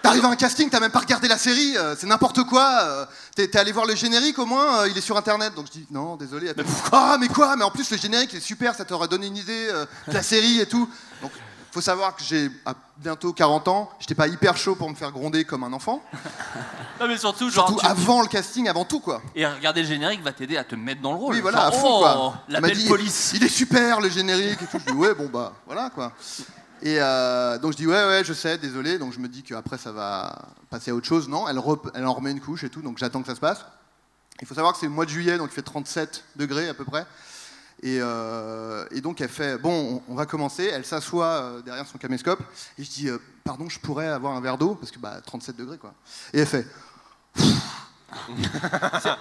S6: T'arrives à un casting, t'as même pas regardé la série, euh, c'est n'importe quoi. euh, T'es t'es allé voir le générique au moins, euh, il est sur internet. Donc je dis non, désolé. Elle fait, Ah, mais quoi Mais en plus, le générique il est super, ça t'aurait donné une idée euh, de la série et tout. Donc faut savoir que j'ai à bientôt 40 ans, j'étais pas hyper chaud pour me faire gronder comme un enfant.
S4: Non, mais surtout, genre,
S6: Tout
S4: tu-
S6: avant le casting, avant tout quoi.
S4: et regarder le générique va t'aider à te mettre dans le rôle.
S6: Oui, voilà, à
S4: Genre,
S6: fond
S4: oh,
S6: quoi.
S4: La
S6: Elle m'a
S4: belle
S6: dit,
S4: police.
S6: Il est super le générique et tout. Je dis ouais, bon bah voilà quoi. Et euh, donc je dis ouais, ouais, je sais, désolé. Donc je me dis qu'après ça va passer à autre chose. Non, elle, rep- elle en remet une couche et tout. Donc j'attends que ça se passe. Il faut savoir que c'est le mois de juillet, donc il fait 37 degrés à peu près. Et, euh, et donc elle fait bon, on, on va commencer. Elle s'assoit euh, derrière son caméscope et je dis euh, pardon, je pourrais avoir un verre d'eau parce que bah 37 degrés quoi. Et elle fait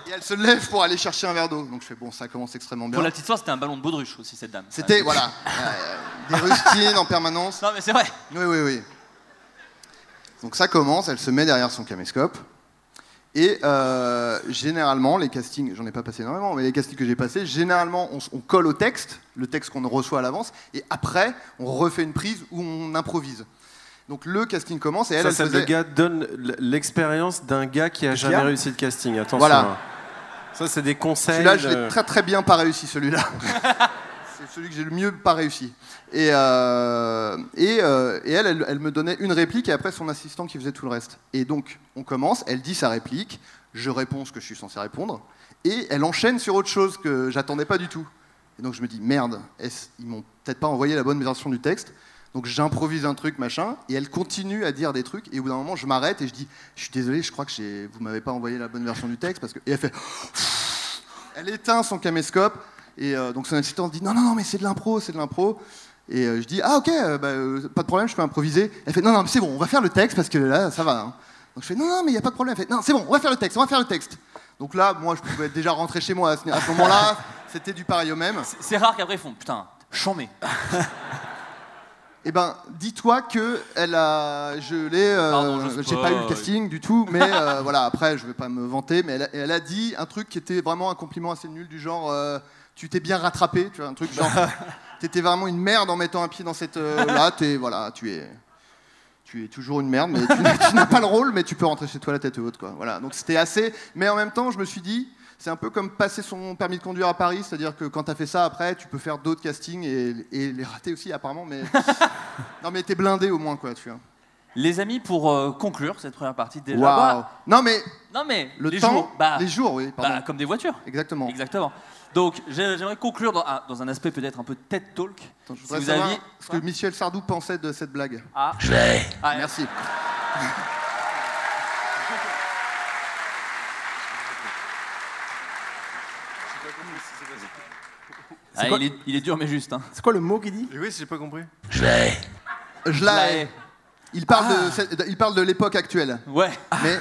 S6: et elle se lève pour aller chercher un verre d'eau. Donc je fais bon, ça commence extrêmement bien.
S4: Pour la petite histoire, c'était un ballon de baudruche aussi, cette dame.
S6: C'était, voilà, euh, des rustines en permanence.
S4: Non, mais c'est vrai.
S6: Oui, oui, oui. Donc ça commence, elle se met derrière son caméscope. Et euh, généralement, les castings, j'en ai pas passé énormément, mais les castings que j'ai passés, généralement, on, s- on colle au texte, le texte qu'on reçoit à l'avance, et après, on refait une prise où on improvise. Donc le casting commence et elle,
S8: ça,
S6: elle
S8: ça,
S6: faisait-
S8: le gars donne l- l'expérience d'un gars qui a jamais
S6: gars
S8: réussi de casting. Attention.
S6: Voilà.
S8: hein. Ça, c'est des conseils. euh,
S6: Celui-là, je
S8: de-
S6: l'ai très très bien pas réussi, celui-là. c'est celui que j'ai le mieux pas réussi. Et, euh, et, euh, et elle, elle, elle me donnait une réplique et après son assistant qui faisait tout le reste. Et donc, on commence, elle dit sa réplique, je réponds ce que je suis censé répondre, et elle enchaîne sur autre chose que j'attendais pas du tout. Et donc je me dis, merde, est-ce- ils m'ont peut-être pas envoyé la bonne version du texte. Donc j'improvise un truc, machin, et elle continue à dire des trucs, et au bout d'un moment, je m'arrête et je dis, je suis désolé, je crois que j'ai- vous m'avez pas envoyé la bonne version du texte, parce que... Et elle fait... Elle éteint son caméscope, et euh, donc son assistant dit, non, non, non, mais c'est de l'impro, c'est de l'impro. Et euh, je dis, ah ok, euh, bah, euh, pas de problème, je peux improviser. Elle fait, non, non, mais c'est bon, on va faire le texte, parce que là, ça va. hein. Donc je fais, non, non, mais il n'y a pas de problème. Elle fait, non, c'est bon, on va faire le texte, on va faire le texte. Donc là, moi, je pouvais déjà rentrer chez moi à ce, à ce moment-là, c'était du pareil au même.
S4: C'est- C'est rare qu'après, ils font putain, chambé.
S6: Eh ben, dis-toi que elle a, je l'ai, euh,
S4: Pardon, j'ose
S6: j'ai
S4: pas,
S6: pas eu le
S4: euh,
S6: casting du tout, mais euh, voilà. Après, je vais pas me vanter, mais elle, a- elle a dit un truc qui était vraiment un compliment assez nul du genre, euh, tu t'es bien rattrapé, tu vois, un truc genre, t'étais vraiment une merde en mettant un pied dans cette, euh, là, t'es, voilà, tu es, tu es toujours une merde, mais tu, n'as- tu n'as pas le rôle, mais tu peux rentrer chez toi la tête haute, quoi. Voilà. Donc c'était assez, mais en même temps, je me suis dit. C'est un peu comme passer son permis de conduire à Paris, c'est-à-dire que quand t'as fait ça, après, tu peux faire d'autres castings et, et les rater aussi, apparemment, mais non mais t'es blindé au moins quoi, tu vois.
S4: Les amis, pour euh, conclure cette première partie déjà.
S6: Waouh.
S4: bah,
S6: Non mais
S4: non mais
S6: le
S4: les
S6: temps,
S4: jours, bah,
S6: les jours, oui,
S4: bah,
S6: pardon.
S4: comme des voitures.
S6: Exactement.
S4: Exactement. Donc j'ai- j'aimerais conclure dans, ah, dans un aspect peut-être un peu TED Talk.
S6: Attends, je
S4: Si
S6: voudrais
S4: vous
S6: savoir
S4: aviez-
S6: ce que Michel Sardou pensait de cette blague.
S4: Ah.
S6: je vais. Merci.
S4: Ah, il, est, il est dur mais juste. Hein.
S7: C'est quoi le mot qu'il dit
S8: Et Oui, j'ai pas compris.
S6: Je l'ai. Il parle
S4: Ah.
S6: de cette- il parle de l'époque actuelle,
S4: Ouais,
S6: mais
S8: Mais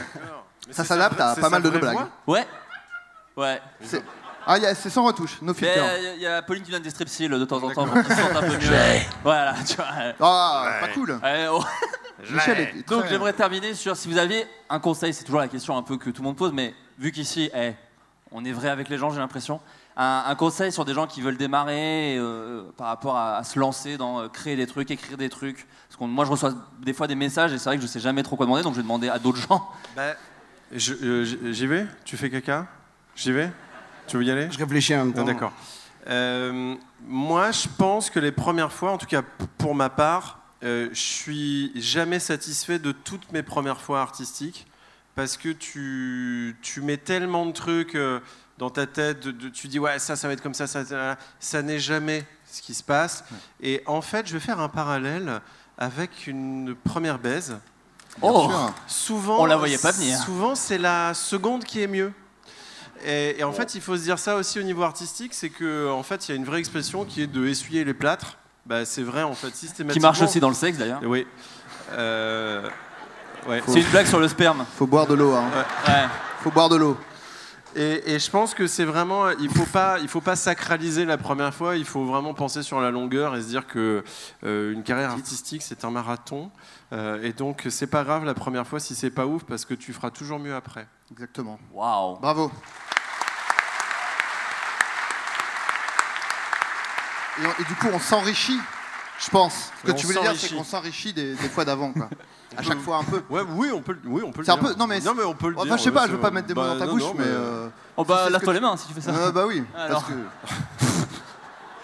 S6: ça
S8: c'est
S6: s'adapte
S8: sa vraie-
S6: à
S8: c'est
S6: pas
S8: sa
S6: mal de nos
S8: vraie
S6: blagues.
S8: voix
S4: ouais, ouais.
S6: C'est ah, il y a- c'est sans retouche,
S4: Mais
S6: no filter.
S4: euh, il y a Pauline qui vient de Strepsil de temps en temps pour qu'ils se sentent un peu mieux. Voilà, tu vois. euh,
S6: Ah, pas cool.
S4: euh, oh.
S6: Michel est
S4: Donc
S6: très-
S4: j'aimerais terminer sur si vous aviez un conseil, c'est toujours la question un peu que tout le monde pose, mais vu qu'ici, eh, on est vrai avec les gens, j'ai l'impression. un, un conseil sur des gens qui veulent démarrer euh, par rapport à, à se lancer dans euh, créer des trucs, écrire des trucs Parce que moi, je reçois des fois des messages et c'est vrai que je sais jamais trop quoi demander, donc je vais demander à d'autres gens.
S8: Bah, je- euh, j- J'y vais Tu fais caca J'y vais Tu veux y aller
S9: Je réfléchis en même
S8: Ah,
S9: temps.
S8: D'accord. Euh, moi, je pense que les premières fois, en tout cas p- pour ma part, euh, je suis jamais satisfait de toutes mes premières fois artistiques parce que tu, tu mets tellement de trucs euh, dans ta tête, de- de- tu dis ouais ça, ça va être comme ça, ça, ça, ça n'est jamais ce qui se passe. Et en fait, je vais faire un parallèle avec une première baise.
S4: Oh
S6: Sûr.
S8: Souvent,
S4: On la voyait pas venir.
S8: Souvent, c'est la seconde qui est mieux. Et, et en fait, il faut se dire ça aussi au niveau artistique, c'est que en fait, il y a une vraie expression qui est de essuyer les plâtres. Bah, c'est vrai en fait, systématiquement.
S4: Qui marche aussi dans le sexe d'ailleurs.
S8: Oui. Euh, ouais.
S4: C'est une blague sur le sperme.
S6: Faut boire de l'eau. Hein.
S4: Ouais.
S6: Faut boire de l'eau.
S8: Et, et je pense que c'est vraiment, il faut pas, il faut pas sacraliser la première fois. Il faut vraiment penser sur la longueur et se dire que euh, une carrière artistique, c'est un marathon. Euh, et donc, c'est pas grave la première fois si c'est pas ouf parce que tu feras toujours mieux après.
S6: Exactement.
S4: Waouh.
S6: Bravo. Et, on- et du coup, on s'enrichit, je pense. Ce que
S8: On
S6: tu voulais dire, c'est
S8: s'enrichit.
S6: qu'on s'enrichit des, des fois d'avant, quoi. à chaque fois un peu.
S8: Ouais, oui, on peut, le- oui, on peut le
S6: C'est un
S8: dire.
S6: peu- non, mais-
S8: on peut le
S6: Enfin,
S8: dire.
S6: je sais
S8: ouais,
S6: pas,
S8: c'est-
S6: je veux pas mettre des mots
S8: bah,
S6: dans ta
S8: non,
S6: bouche,
S8: non,
S6: mais. euh,
S4: Oh
S6: c'est
S4: bah
S6: ce
S4: lave-toi
S6: que-
S4: les mains si tu fais ça.
S6: euh, bah oui.
S4: Alors.
S6: Parce que...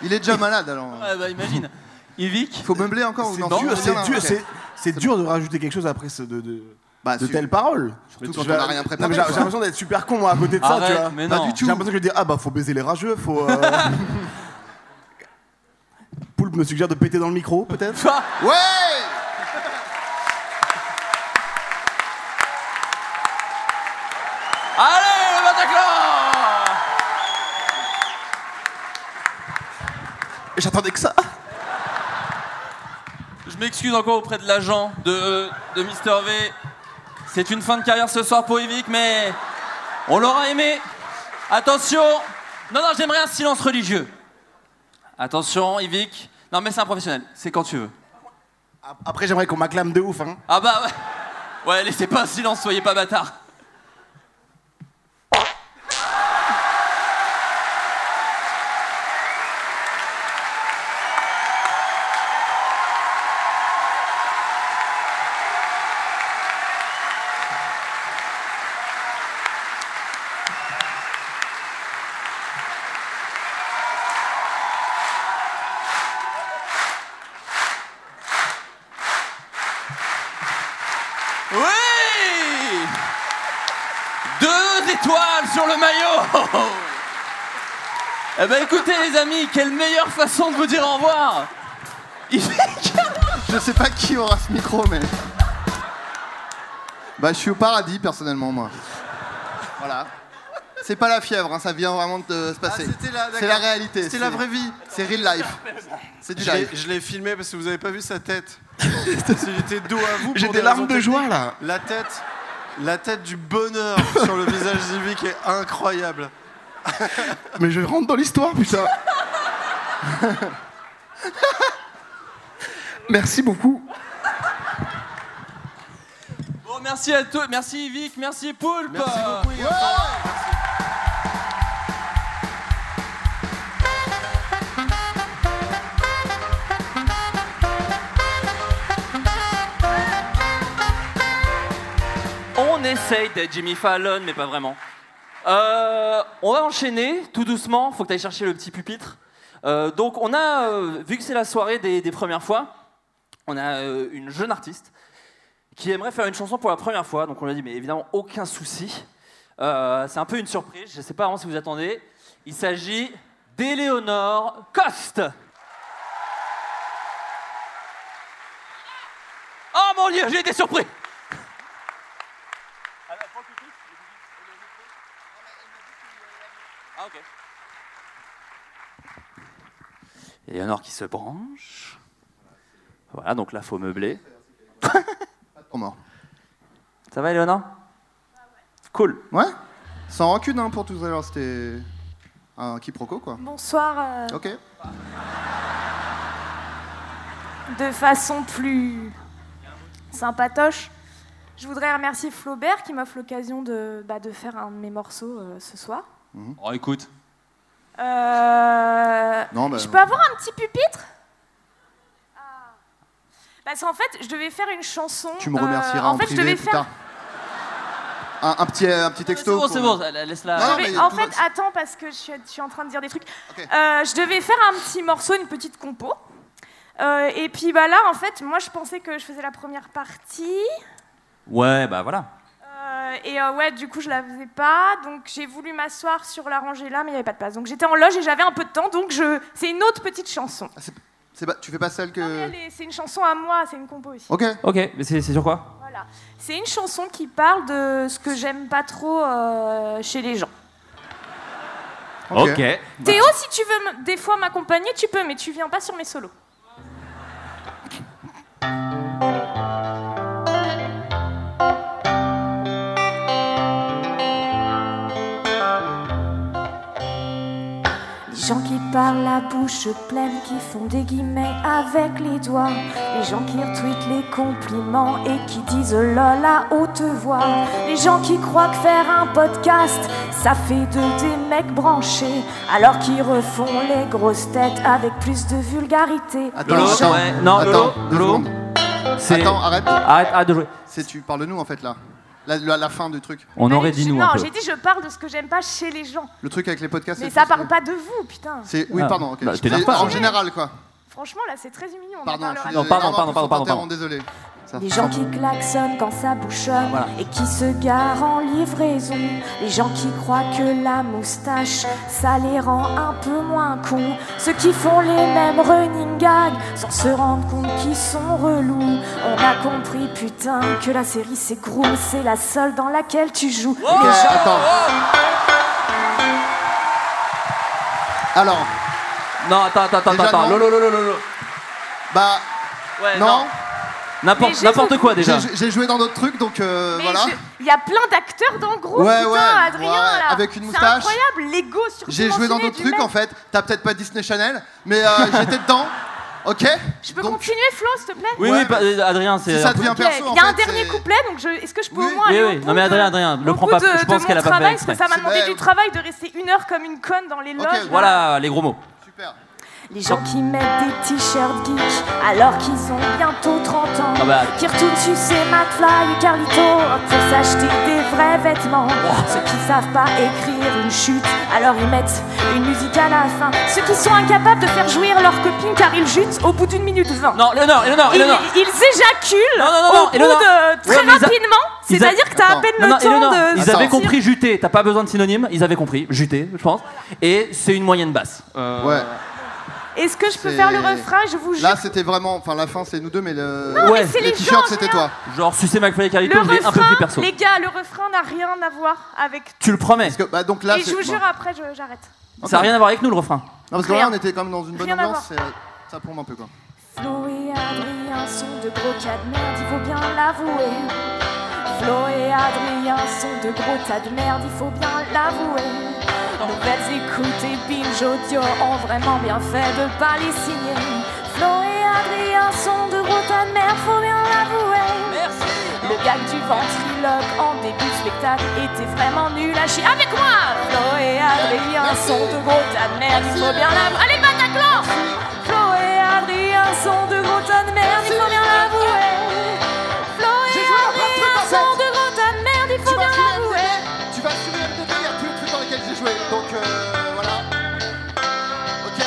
S6: Il est déjà malade, alors.
S4: Ouais, bah imagine. Yvick,
S6: Faut meubler encore ou
S7: C'est
S6: non
S7: dur,
S6: c'est
S7: c'est
S6: bien,
S7: dur, Ah,
S6: ok.
S7: c'est- c'est dur de rajouter quelque chose après ce de, de,
S6: Bah,
S7: de
S6: si-
S7: telles paroles.
S6: Surtout
S7: Je
S6: quand
S7: vais-
S6: on a rien préparé,
S7: Non, mais J'ai j'ai
S6: quoi.
S7: l'impression d'être super con moi à côté de ça, tu vois.
S4: arrête, mais
S6: Pas
S4: non.
S6: du
S7: J'ai l'impression que je dis ah bah faut baiser les rageux, faut. euh, Poulpe me suggère de péter dans le micro, peut-être.
S6: Ouais
S4: Allez, le Bataclan
S7: Et J'attendais que ça.
S4: Je m'excuse encore auprès de l'agent de, euh, de Mister V. C'est une fin de carrière ce soir pour Evic, mais on l'aura aimé. Attention Non, non, j'aimerais un silence religieux. Attention, Evic. Non, mais c'est un professionnel, c'est quand tu veux.
S7: Après j'aimerais qu'on m'acclame de ouf. Hein.
S4: Ah bah ouais Ouais, laissez pas un silence, soyez pas bâtard. Oui Deux étoiles sur le maillot Eh ben écoutez les amis, quelle meilleure façon de vous dire au revoir
S6: Je sais pas qui aura ce micro, mais. Bah, je suis au paradis, personnellement, moi. Voilà. C'est pas la fièvre, hein, ça vient vraiment de
S8: Ah,
S6: euh, se passer. c'est la réalité.
S8: C'était la vraie vie.
S6: C'est real life. C'est du
S8: Je l'ai-
S6: live.
S8: je l'ai filmé parce que vous avez pas vu sa tête. J'étais dos à vous. pour
S7: J'ai des larmes de
S8: raisons
S7: joie
S8: techniques.
S7: là.
S8: La tête, la tête du bonheur sur le visage civique est incroyable.
S7: Mais je rentre dans l'histoire, putain. Merci beaucoup.
S4: Bon merci à tous, merci Vic, merci Poulpe
S10: On essaye d'être Jimmy Fallon, mais pas vraiment. Euh, on va enchaîner tout doucement. Faut que tu ailles chercher le petit pupitre. Euh, donc, on a, euh, vu que c'est la soirée des, des premières fois, on a euh, une jeune artiste qui aimerait faire une chanson pour la première fois. Donc, on lui a dit, mais évidemment, aucun souci. Euh, c'est un peu une surprise. Je ne sais pas vraiment si vous attendez. Il s'agit d'Éléonore Coste. Oh mon dieu, j'ai été surpris! Ah, ok. Eleonore qui se branche. Voilà, donc là, faut meubler.
S6: Attends, mort.
S10: Ça va, Eleonore Cool.
S6: Ouais Sans rancune, hein, pour tout à l'heure, c'était. Un quiproquo, quoi.
S11: Bonsoir. euh,
S6: Ok.
S11: de façon plus sympatoche, je voudrais remercier Flaubert qui m'offre l'occasion de, bah, de faire un de mes morceaux euh, ce soir.
S4: Oh écoute,
S11: Euh,
S6: Non, bah,
S11: je
S6: non.
S11: peux avoir un petit pupitre Ah. Parce qu'en fait, je devais faire une chanson.
S6: Tu me
S11: euh,
S6: remercieras en,
S11: en fait, je
S6: privé
S11: devais
S6: plus
S11: faire.
S6: tard. Un, un petit, un petit texto.
S5: C'est bon,
S6: pour-
S5: c'est bon, laisse-la.
S6: Ah Non,
S11: Je
S6: mais
S11: vais- en
S6: tout
S11: fait,
S6: va-
S11: attends, parce que je suis, je suis en train de dire des trucs. Euh, je devais faire un petit morceau, une petite compo. Euh, et puis bah là, en fait, moi, je pensais que je faisais la première partie.
S5: Ouais, bah voilà.
S11: Euh, et euh, ouais, du coup, je la faisais pas. Donc, j'ai voulu m'asseoir sur la rangée là, mais il n'y avait pas de place. Donc, j'étais en loge et j'avais un peu de temps. Donc, je... c'est une autre petite chanson.
S6: C'est pas- tu fais pas celle que.
S11: Elle est- C'est une chanson à moi, c'est une compo aussi.
S6: Ok.
S4: Ok, mais c'est c'est sur quoi
S11: Voilà. C'est une chanson qui parle de ce que j'aime pas trop euh, chez les gens.
S6: Ok. Bah.
S11: Théo, si tu veux m- des fois m'accompagner, tu peux, mais tu viens pas sur mes solos. Les gens qui parlent la bouche pleine, qui font des guillemets avec les doigts. Les gens qui retweetent les compliments et qui disent lol à haute voix. Les gens qui croient que faire un podcast, ça fait de des mecs branchés. Alors qu'ils refont les grosses têtes avec plus de vulgarité.
S6: Attends,
S4: Lolo,
S6: attends,
S4: ouais, non,
S6: attends,
S4: Lolo,
S6: deux
S4: Lolo.
S6: secondes.
S4: C'est-
S6: Attends, arrête.
S4: Arrête, arrête de jouer.
S6: C'est tu parles de nous en fait là. La, la- la fin du truc.
S4: On aurait
S11: Allez,
S4: dit
S11: je-
S4: nous
S11: Non,
S4: un peu.
S11: j'ai dit je parle de ce que j'aime pas chez les gens.
S6: Le truc avec les podcasts.
S11: Mais
S6: c'est-
S11: ça parle pas de vous, putain.
S6: C'est oui,
S4: Ah.
S6: pardon. ok.
S4: Bah, t'énerves
S6: C'est-
S4: pas,
S6: en
S4: hein.
S6: général quoi.
S11: Franchement, là, c'est très humiliant. on en
S6: Pardon. je suis
S11: parlera
S6: désolé.
S4: pardon,
S6: Non, non,
S4: pardon,
S6: je
S4: pardon, pardon,
S6: t'interromps, Désolé. Ça-
S11: Les gens qui klaxonnent quand ça bouchonne
S4: Voilà.
S11: et qui se garent en livraison. Les gens qui croient que la moustache, ça les rend un peu moins cons. Ceux qui font les mêmes running gags sans se rendre compte qu'ils sont relous. On a compris, putain, que la série c'est Groom, c'est la seule dans laquelle tu joues.
S6: Oh, Ok, attends. Alors,
S4: Non, attends, attends, attends,
S6: Déjà,
S4: attends.
S6: non.
S4: Lolo, lolo, lolo.
S6: bah
S5: Ouais,
S6: non,
S11: Mais
S4: N'importe
S11: j'ai
S4: n'importe
S11: beaucoup-
S4: quoi Eh, déjà.
S6: j'ai- j'ai joué dans d'autres trucs donc euh,
S11: Mais
S6: voilà.
S11: je- il y a plein d'acteurs dans Groom,
S6: Ouais,
S11: putain,
S6: ouais,
S11: Adrien,
S6: ouais,
S11: là.
S6: avec une
S11: C'est
S6: moustache.
S11: incroyable, l'ego sur
S6: J'ai joué dans d'autres trucs en fait. T'as peut-être pas Disney Channel, mais euh, j'étais dedans. Ok.
S11: Je peux
S6: Donc,
S11: continuer, Flo, s'il te plaît
S4: Oui,
S6: Ouais,
S4: oui, pa- euh, Adrien,
S6: Si
S4: c'est.
S6: ça
S4: un peu-
S6: devient
S11: Ok,
S6: perso, en
S11: Il y a un
S6: fait,
S11: dernier
S6: c'est-
S11: couplet, donc je- est-ce que je peux
S6: Oui,
S11: au moins
S4: oui,
S11: aller
S4: oui.
S11: au bout
S4: Non, mais
S11: de-
S4: Adrien, Adrien, le
S11: au
S4: prends
S11: bout
S4: pas-
S11: de-
S4: je pense
S11: de
S4: qu'elle
S11: mon
S4: a pas fait
S11: travail,
S4: exprès.
S11: parce que ça m'a
S6: C'est
S11: demandé
S6: vrai,
S11: du
S6: oui.
S11: travail de rester une heure comme une conne dans les loges.
S6: voilà.
S5: Voilà les gros mots.
S6: Super.
S11: Les gens qui mettent des t-shirts geeks alors qu'ils ont bientôt 30 ans.
S5: Ah bah.
S11: Qui retournent sucer McFly et Carlito pour s'acheter des vrais vêtements. Ceux qui savent pas écrire une chute, alors ils mettent une musique à la fin. Ceux qui sont incapables de faire jouir leur copine car ils jutent au bout d'une minute vingt.
S5: Non, Léonore, Léonore,
S11: Ils,
S5: Léonore.
S11: ils éjaculent
S5: Non, non, non, non,
S11: au bout
S5: Eleonore.
S11: de très
S5: Ouais, mais ils a-
S11: rapidement,
S4: ils a-
S11: c'est-à-dire que t'as
S6: Attends.
S11: à peine
S4: Non,
S11: le
S4: non,
S11: temps
S4: Eleonore,
S11: de.
S4: ils
S11: sortir.
S4: avaient compris juté, t'as pas besoin de synonyme, ils avaient compris juté, je pense. Et c'est une moyenne basse. Euh,
S6: Ouais.
S11: Est-ce que je peux
S6: C'est-
S11: faire le refrain Je vous jure.
S6: Là, c'était vraiment. Enfin, la fin, c'est nous deux, mais le.
S4: mais Ouais.
S11: c'est les
S6: Les t-shirts,
S11: gens,
S6: c'était
S11: regarde.
S6: toi.
S4: Genre sucer McFly et
S11: Le
S4: Carlito, je l'ai un peu
S11: refrain,
S4: plus perso.
S11: les gars, le refrain n'a rien à voir avec.
S4: Tu le promets.
S6: Parce que, bah, donc là,
S11: Et je
S6: c'est-
S11: vous
S6: bon.
S11: jure, après, je- j'arrête.
S4: Ça n'a rien à voir avec nous le refrain.
S6: Non, parce que là,
S11: Rien.
S6: on était quand même dans une bonne
S11: Rien à
S6: ambiance. et Ça plombe un peu, quoi.
S11: Flo et Adrien sont de gros tas de merde, il faut bien l'avouer. Flo et Adrien sont de gros tas de merde, il faut bien l'avouer. Nouvelles écoutes et binge audio ont vraiment bien fait de pas les signer. Flo et Adrien sont de gros tas de merde, faut bien l'avouer. Le gag du ventriloque en début de spectacle était vraiment nul à chier. Avec moi Flo et Adrien sont de gros tas de merde, il faut bien l'avouer. Allez, Bataclan Flo et Adrien sont de gros tas de merde, il faut bien l'avouer. Flo et Adrien sont de gros tas de merde, il faut bien l'avouer.
S6: Tu vas assumer la MTV, il y a tous les trucs dans lesquels j'ai joué. Donc, euh, voilà. Ok.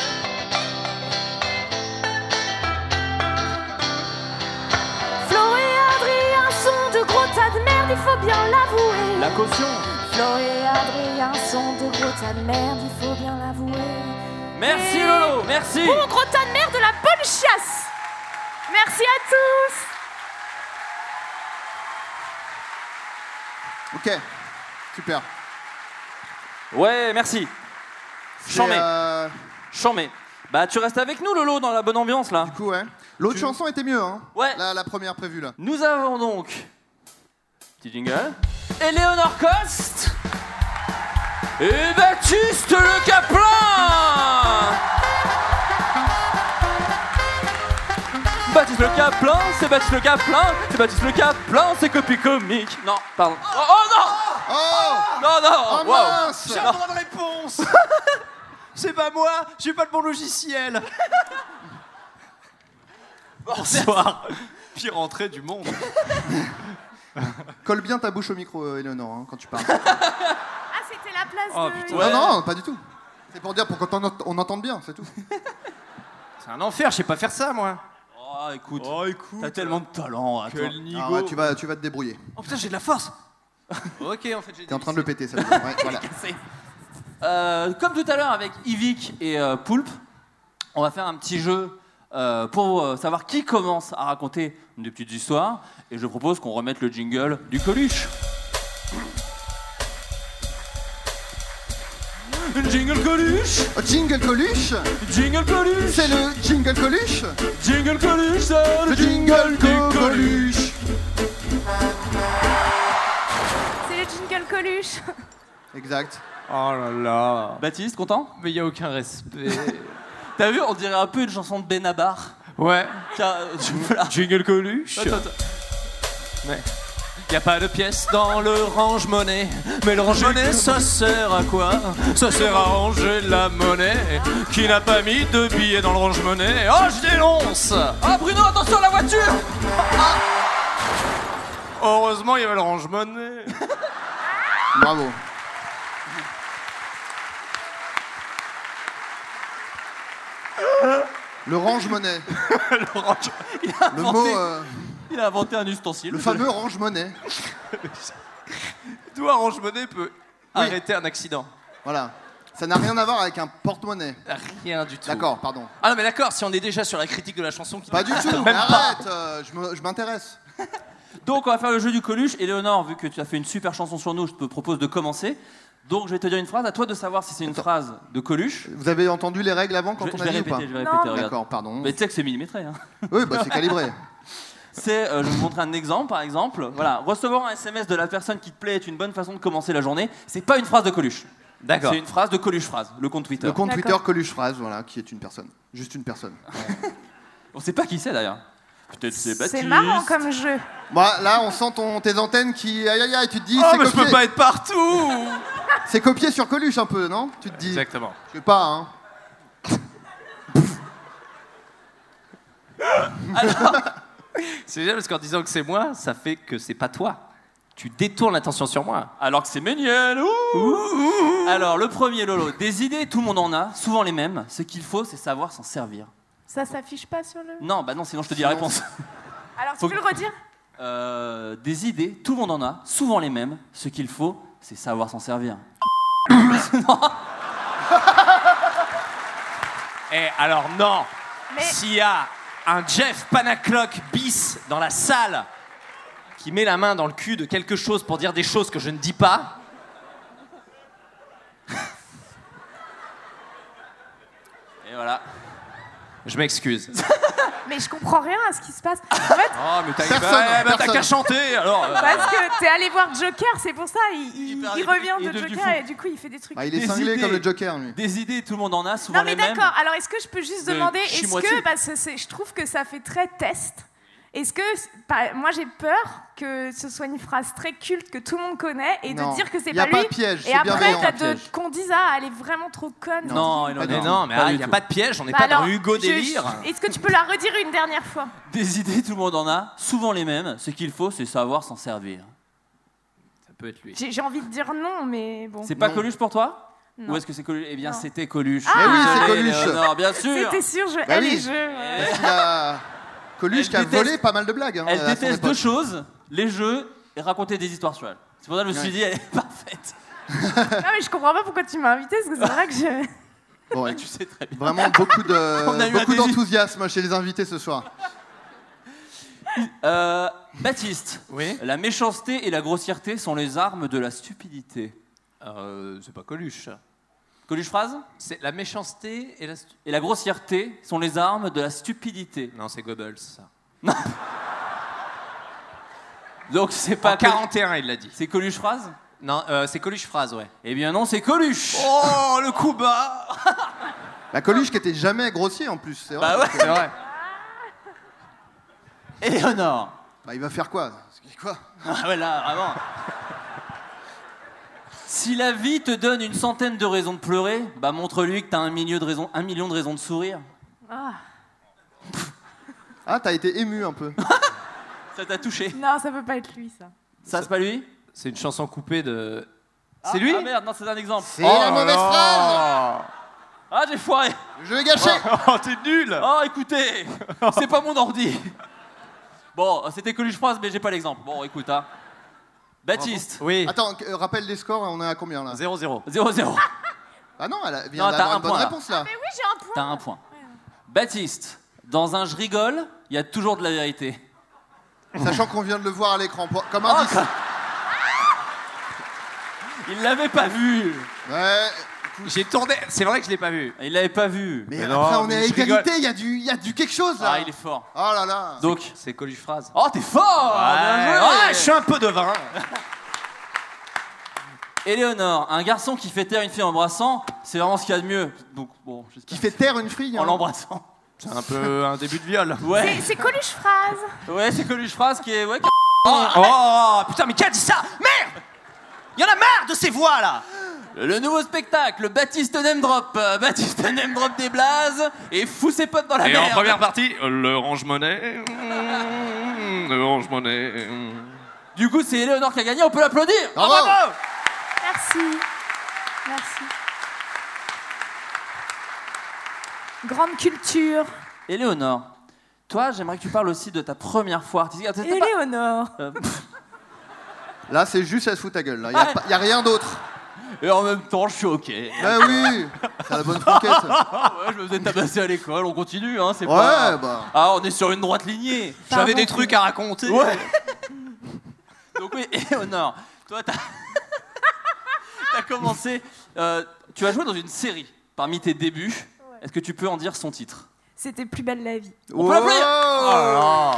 S11: Flo et Adrien sont de gros tas de merde, il faut bien l'avouer.
S4: La caution.
S11: Flo et Adrien sont de gros tas de merde, il faut bien l'avouer.
S5: Merci Lolo, merci.
S11: Bon gros tas de merde de la bonne chasse Merci à tous
S6: Ok, super.
S4: Ouais, merci. Chambé.
S6: Et, euh,
S4: Chambé. Bah tu restes avec nous Lolo dans la bonne ambiance là.
S6: du coup, ouais. L'autre chanson était mieux, hein.
S4: Ouais.
S6: La, la première prévue, là.
S4: Nous avons donc. Petit jingle. Éléonore Coste et Baptiste Le Caplin Baptiste Le Caplin, c'est Baptiste Le Caplin, c'est Baptiste Le Caplin, c'est copie comique. Non, pardon. Oh, oh,
S6: Oh
S4: non Non, non
S6: Oh
S4: wow.
S6: mince
S4: Non.
S7: Bonne réponse
S8: c'est pas moi, j'ai pas le bon logiciel.
S4: Bonsoir. Pire entrée du monde.
S6: Colle bien ta bouche au micro, euh, Eleonore, hein, quand tu parles.
S12: Ah, c'était la place
S4: Oh,
S12: de.
S4: putain. Ouais.
S6: Non, non, pas du tout. C'est pour dire pour qu'on t'en- on entende bien, c'est tout.
S8: C'est un enfer, je sais pas faire ça moi.
S4: Oh, écoute.
S8: Oh écoute.
S4: T'as tellement de talent, hein, toi.
S6: Ah ouais, tu, vas, tu vas te débrouiller.
S8: Oh putain, j'ai de la force. ok, en fait, j'ai
S6: T'es en train de le péter, ça veut dire. Ouais, voilà.
S4: Euh, comme tout à l'heure avec Ivic et euh, Poulpe, on va faire un petit jeu euh, pour euh, savoir qui commence à raconter des petites histoires. Et je propose qu'on remette le jingle du Coluche. Jingle Coluche
S6: Oh, Jingle Coluche
S4: Jingle Coluche
S6: C'est le Jingle Coluche
S4: Jingle Coluche, c'est le jingle des Coluche
S12: C'est le jingle Coluche.
S6: Exact.
S8: Oh là là.
S4: Baptiste, content
S8: Mais y a aucun respect.
S4: T'as vu, on dirait un peu une chanson de Benabar.
S8: ouais.
S4: Tiens, tu peux la...
S8: Jingle Coluche.
S4: Attends, attends.
S8: Y a pas de pièce dans le range-monnaie. Mais le range-monnaie, ça sert à quoi Ça sert à ranger la monnaie. Qui n'a pas mis de billets dans le range-monnaie Oh, je dénonce
S4: Ah Bruno, attention à la voiture
S8: Heureusement, il y avait le range-monnaie.
S6: Bravo. Le range-monnaie.
S4: Le range- Il a
S6: Le
S4: inventé-
S6: mot. euh,
S4: Il a inventé un ustensile.
S6: le fameux range-monnaie.
S8: D'où un range-monnaie peut arrêter un accident
S6: Voilà. Ça n'a rien à voir avec un porte-monnaie.
S8: Rien du tout.
S6: D'accord, pardon.
S8: Ah non, mais d'accord, si on est déjà sur la critique de la chanson qui
S6: Pas du tout. mais Arrête, euh, je me- je m'intéresse.
S4: Donc on va faire le jeu du Coluche. Et Léonore, vu que tu as fait une super chanson sur nous, je te propose de commencer. Donc je vais te dire une phrase, à toi de savoir si c'est une phrase de Coluche.
S6: Vous avez entendu les règles avant quand
S4: je,
S6: on
S4: je
S6: a
S4: vais
S6: dit ou
S4: répéter,
S6: pas
S4: je vais
S12: Non,
S4: répéter, regarde.
S6: D'accord, pardon.
S4: Mais tu sais que c'est millimétré. Hein.
S6: Oui, bah c'est calibré.
S4: C'est, euh, je vais vous montrer un exemple par exemple. Voilà, recevoir un SMS de la personne qui te plaît est une bonne façon de commencer la journée. C'est pas une phrase de Coluche.
S8: D'accord.
S4: C'est une phrase de Coluche phrase, le compte Twitter.
S6: Le compte
S12: D'accord.
S6: Twitter Coluche Phrase, voilà, qui est une personne. Juste une personne.
S4: On sait pas qui c'est d'ailleurs. Peut-être c'est Baptiste.
S12: C'est marrant comme jeu.
S6: Bah, là, on sent ton, tes antennes qui. Aïe aïe aïe, tu te dis,
S4: Ah,
S8: Oh,
S6: c'est
S8: mais je peux
S6: copié,
S8: pas être partout
S6: c'est copié sur Coluche un peu, non Tu te dis.
S8: Exactement.
S6: Je sais pas, hein.
S8: C'est bien parce qu'en disant que c'est moi, ça fait que c'est pas toi. Tu détournes l'attention sur moi.
S4: Alors que c'est Méniel. ouh. Alors le premier Lolo, des idées, tout le monde en a, souvent les mêmes. Ce qu'il faut, c'est savoir s'en servir.
S12: Ça s'affiche pas sur le.
S4: Non, bah non, sinon je te dis la réponse.
S12: Alors, tu
S4: Faut
S12: peux
S4: que-
S12: le redire
S4: Euh, des idées, tout le monde en a, souvent les mêmes. Ce qu'il faut, c'est savoir s'en servir.
S8: Eh, alors non
S12: Mais-
S8: S'il y a un Jeff Panaclock bis dans la salle qui met la main dans le cul de quelque chose pour dire des choses que je ne dis pas.
S4: Et voilà.
S8: Je m'excuse.
S12: Mais je comprends rien à ce qui se passe. En fait,
S8: Oh, mais t'as
S6: Personne,
S8: bah, bah, t'as
S6: personne.
S8: qu'à chanter alors. euh.
S12: parce que t'es allé voir Joker, c'est pour ça. Il, il-
S4: Il est
S12: il
S4: devenu-
S12: revient
S4: il est
S12: de
S4: devenu
S12: Joker
S4: fou.
S12: et du coup, il fait des trucs.
S6: Bah, il est
S4: Des
S6: cinglé
S4: idées.
S6: comme le Joker, lui.
S4: Des idées, tout le monde en a, souvent
S12: Non,
S4: les
S12: mais
S4: mêmes.
S12: d'accord. Alors, est-ce que je peux juste
S4: Le
S12: demander, est-ce
S4: chimois
S12: que,
S4: dessus.
S12: parce que c'est- je trouve que ça fait très test, est-ce que, par- moi j'ai peur que ce soit une phrase très culte que tout le monde connaît et
S6: Non.
S12: de dire que c'est
S6: Y a
S12: pas
S6: pas
S12: lui.
S6: de piège,
S12: et
S6: c'est
S12: après,
S6: bienveillant,
S12: t'as
S6: un
S12: de-
S6: piège.
S12: qu'on dise, ah, elle est vraiment trop conne.
S4: Non, il en
S6: Pas
S4: a
S6: du
S8: Mais
S4: pas.
S8: non, mais
S4: Pas
S8: ah,
S4: du
S8: il n'y a
S4: tout.
S8: pas de piège, on n'est
S12: Bah
S8: pas dans
S12: alors,
S8: Hugo
S12: je-
S8: Délire.
S12: je- Est-ce que tu peux la redire une dernière fois
S4: Des idées, tout le monde en a, souvent les mêmes. Ce qu'il faut, c'est savoir s'en servir.
S8: Ça peut être lui.
S12: J'ai j'ai envie de dire non, mais bon.
S4: C'est pas
S6: Non.
S4: Coluche pour toi
S12: Non.
S4: Ou est-ce que c'est Coluche Eh bien,
S12: Non.
S4: c'était Coluche.
S6: Mais oui, Ah, c'est
S4: Désolé,
S6: Coluche.
S4: Léonore, bien sûr.
S12: C'était sûr, je
S6: Bah
S12: elle
S6: oui.
S12: et je. ouais.
S6: Parce qu'il a- Ah, Coluche
S4: Elle
S6: qui a
S4: déteste-
S6: volé pas mal de blagues. hein,
S4: Elle
S6: à son
S4: déteste
S6: époque.
S4: deux choses les jeux et raconter des histoires sur elle. C'est pour ça que je me suis
S6: Ouais.
S4: dit, elle est parfaite.
S12: Non, mais Ah je comprends pas pourquoi tu m'as invité, parce que c'est vrai que je.
S6: Bon,
S4: Tu sais très bien.
S6: Vraiment beaucoup
S4: On a eu
S6: de
S4: un
S6: beaucoup
S4: défi.
S6: d'enthousiasme chez les invités ce soir.
S4: Euh, Baptiste,
S8: Oui.
S4: la méchanceté et la grossièreté sont les armes de la stupidité.
S8: Euh, c'est pas Coluche.
S4: Coluche phrase
S8: C'est la méchanceté et la. stu-
S4: Et la grossièreté sont les armes de la stupidité.
S8: Non, c'est Goebbels. ça.
S4: Donc c'est pas
S8: En
S4: Colu-
S8: 41, il l'a dit.
S4: C'est Coluche phrase
S8: Non, euh, c'est Coluche phrase, ouais.
S4: Eh bien non, c'est Coluche.
S8: Oh, le coup bas
S6: La Bah, Coluche qui était jamais grossier en plus, c'est vrai.
S4: Bah ouais.
S8: C'est vrai.
S4: Éléonore.
S6: Bah, il va faire quoi Quoi
S4: Ah ouais là, vraiment. Si la vie te donne une centaine de raisons de pleurer, bah montre-lui que t'as un, milieu de raisons- un million de raisons de sourire.
S12: Ah.
S6: Ah, t'as été ému un peu.
S4: Ça t'a touché
S12: Non, ça peut pas être lui, ça.
S4: Ça, c'est pas lui
S8: C'est une chanson coupée de.
S4: C'est lui Ah merde, non, c'est un exemple.
S8: C'est Oh la mauvaise là phrase
S4: Ah, j'ai foiré
S6: Je vais gâcher
S4: Oh, t'es nul Oh, écoutez C'est pas mon ordi Bon, c'était Coluche France, mais j'ai pas l'exemple. Bon, écoute, hein. Baptiste
S8: Oui.
S6: Attends, euh, rappel des scores, on est à combien là
S8: 0-0.
S4: 0-0.
S6: Ah non, elle a-
S4: Non,
S6: vient
S4: t'as
S6: d'avoir
S4: un
S6: une bonne
S4: point, là.
S6: réponse là.
S12: Mais oui, j'ai un point.
S4: T'as un point. Baptiste, dans un je rigole, il y a toujours de la vérité.
S6: Sachant qu'on vient de le voir à l'écran, pour-
S4: Oh,
S6: comme indice.
S4: Il l'avait pas vu
S6: Ouais.
S8: J'ai tourné. C'est vrai que je l'ai pas vu.
S4: Il l'avait pas vu
S6: Mais,
S8: Mais
S6: après,
S8: non,
S6: on
S8: mais
S6: est à
S8: je rigole.
S6: égalité, il y, a du- y a du quelque chose là.
S4: Ah, il est fort
S6: Oh là là.
S4: Donc,
S8: C'est Coluche Phrase.
S4: oh, t'es fort Bien joué
S8: Oh, je suis un peu devin.
S4: Éléonore, un garçon qui fait taire une fille en embrassant, c'est vraiment ce qu'il y a de mieux. Donc, bon,
S6: Qui
S4: j'espère.
S6: fait taire une fille.
S4: En
S6: hein.
S4: l'embrassant.
S8: C'est un peu un début de viol.
S4: Ouais,
S12: C'est- C'est Coluche phrase.
S4: ouais, c'est Coluche Phrase qui est. Ouais, qui-
S8: Oh, oh, putain, mais qui a dit ça Merde Il y en a marre de ces voix là
S4: Le nouveau spectacle, Baptiste Name Drop. Euh, Baptiste Name Drop des blazes et fous ses potes dans la
S8: Et en
S4: Ah, merde.
S8: première partie, euh, le range-monnaie. Mm, Le range-monnaie. mm.
S4: Du coup, c'est Éléonore qui a gagné, on peut l'applaudir.
S6: Bravo.
S4: Ah, bravo
S12: Merci. Merci. Grande culture.
S4: Éléonore, toi, j'aimerais que tu parles aussi de ta première fois artistique. Ah, t'étais pas-
S12: Éléonore.
S4: Euh,
S6: Là, c'est juste à se foutre ta gueule. Il n'y a,
S4: Ouais.
S6: pas- y a rien d'autre.
S4: Et en même temps, je suis ok.
S6: Bah oui, c'est la bonne franquette. ça.
S4: Ouais, je me faisais tabasser à l'école, on continue, hein, c'est pas.
S6: Ouais, bah.
S4: Ah, on est sur une droite lignée.
S8: J'avais des trucs à raconter.
S4: Ouais. Donc oui, Éléonore, toi, t'as t'as commencé. euh, tu as joué dans une série parmi tes débuts. Est-ce que tu peux en dire son titre Ah,
S12: C'était plus belle la vie.
S4: On peut l'appeler
S8: Oh.
S6: Oh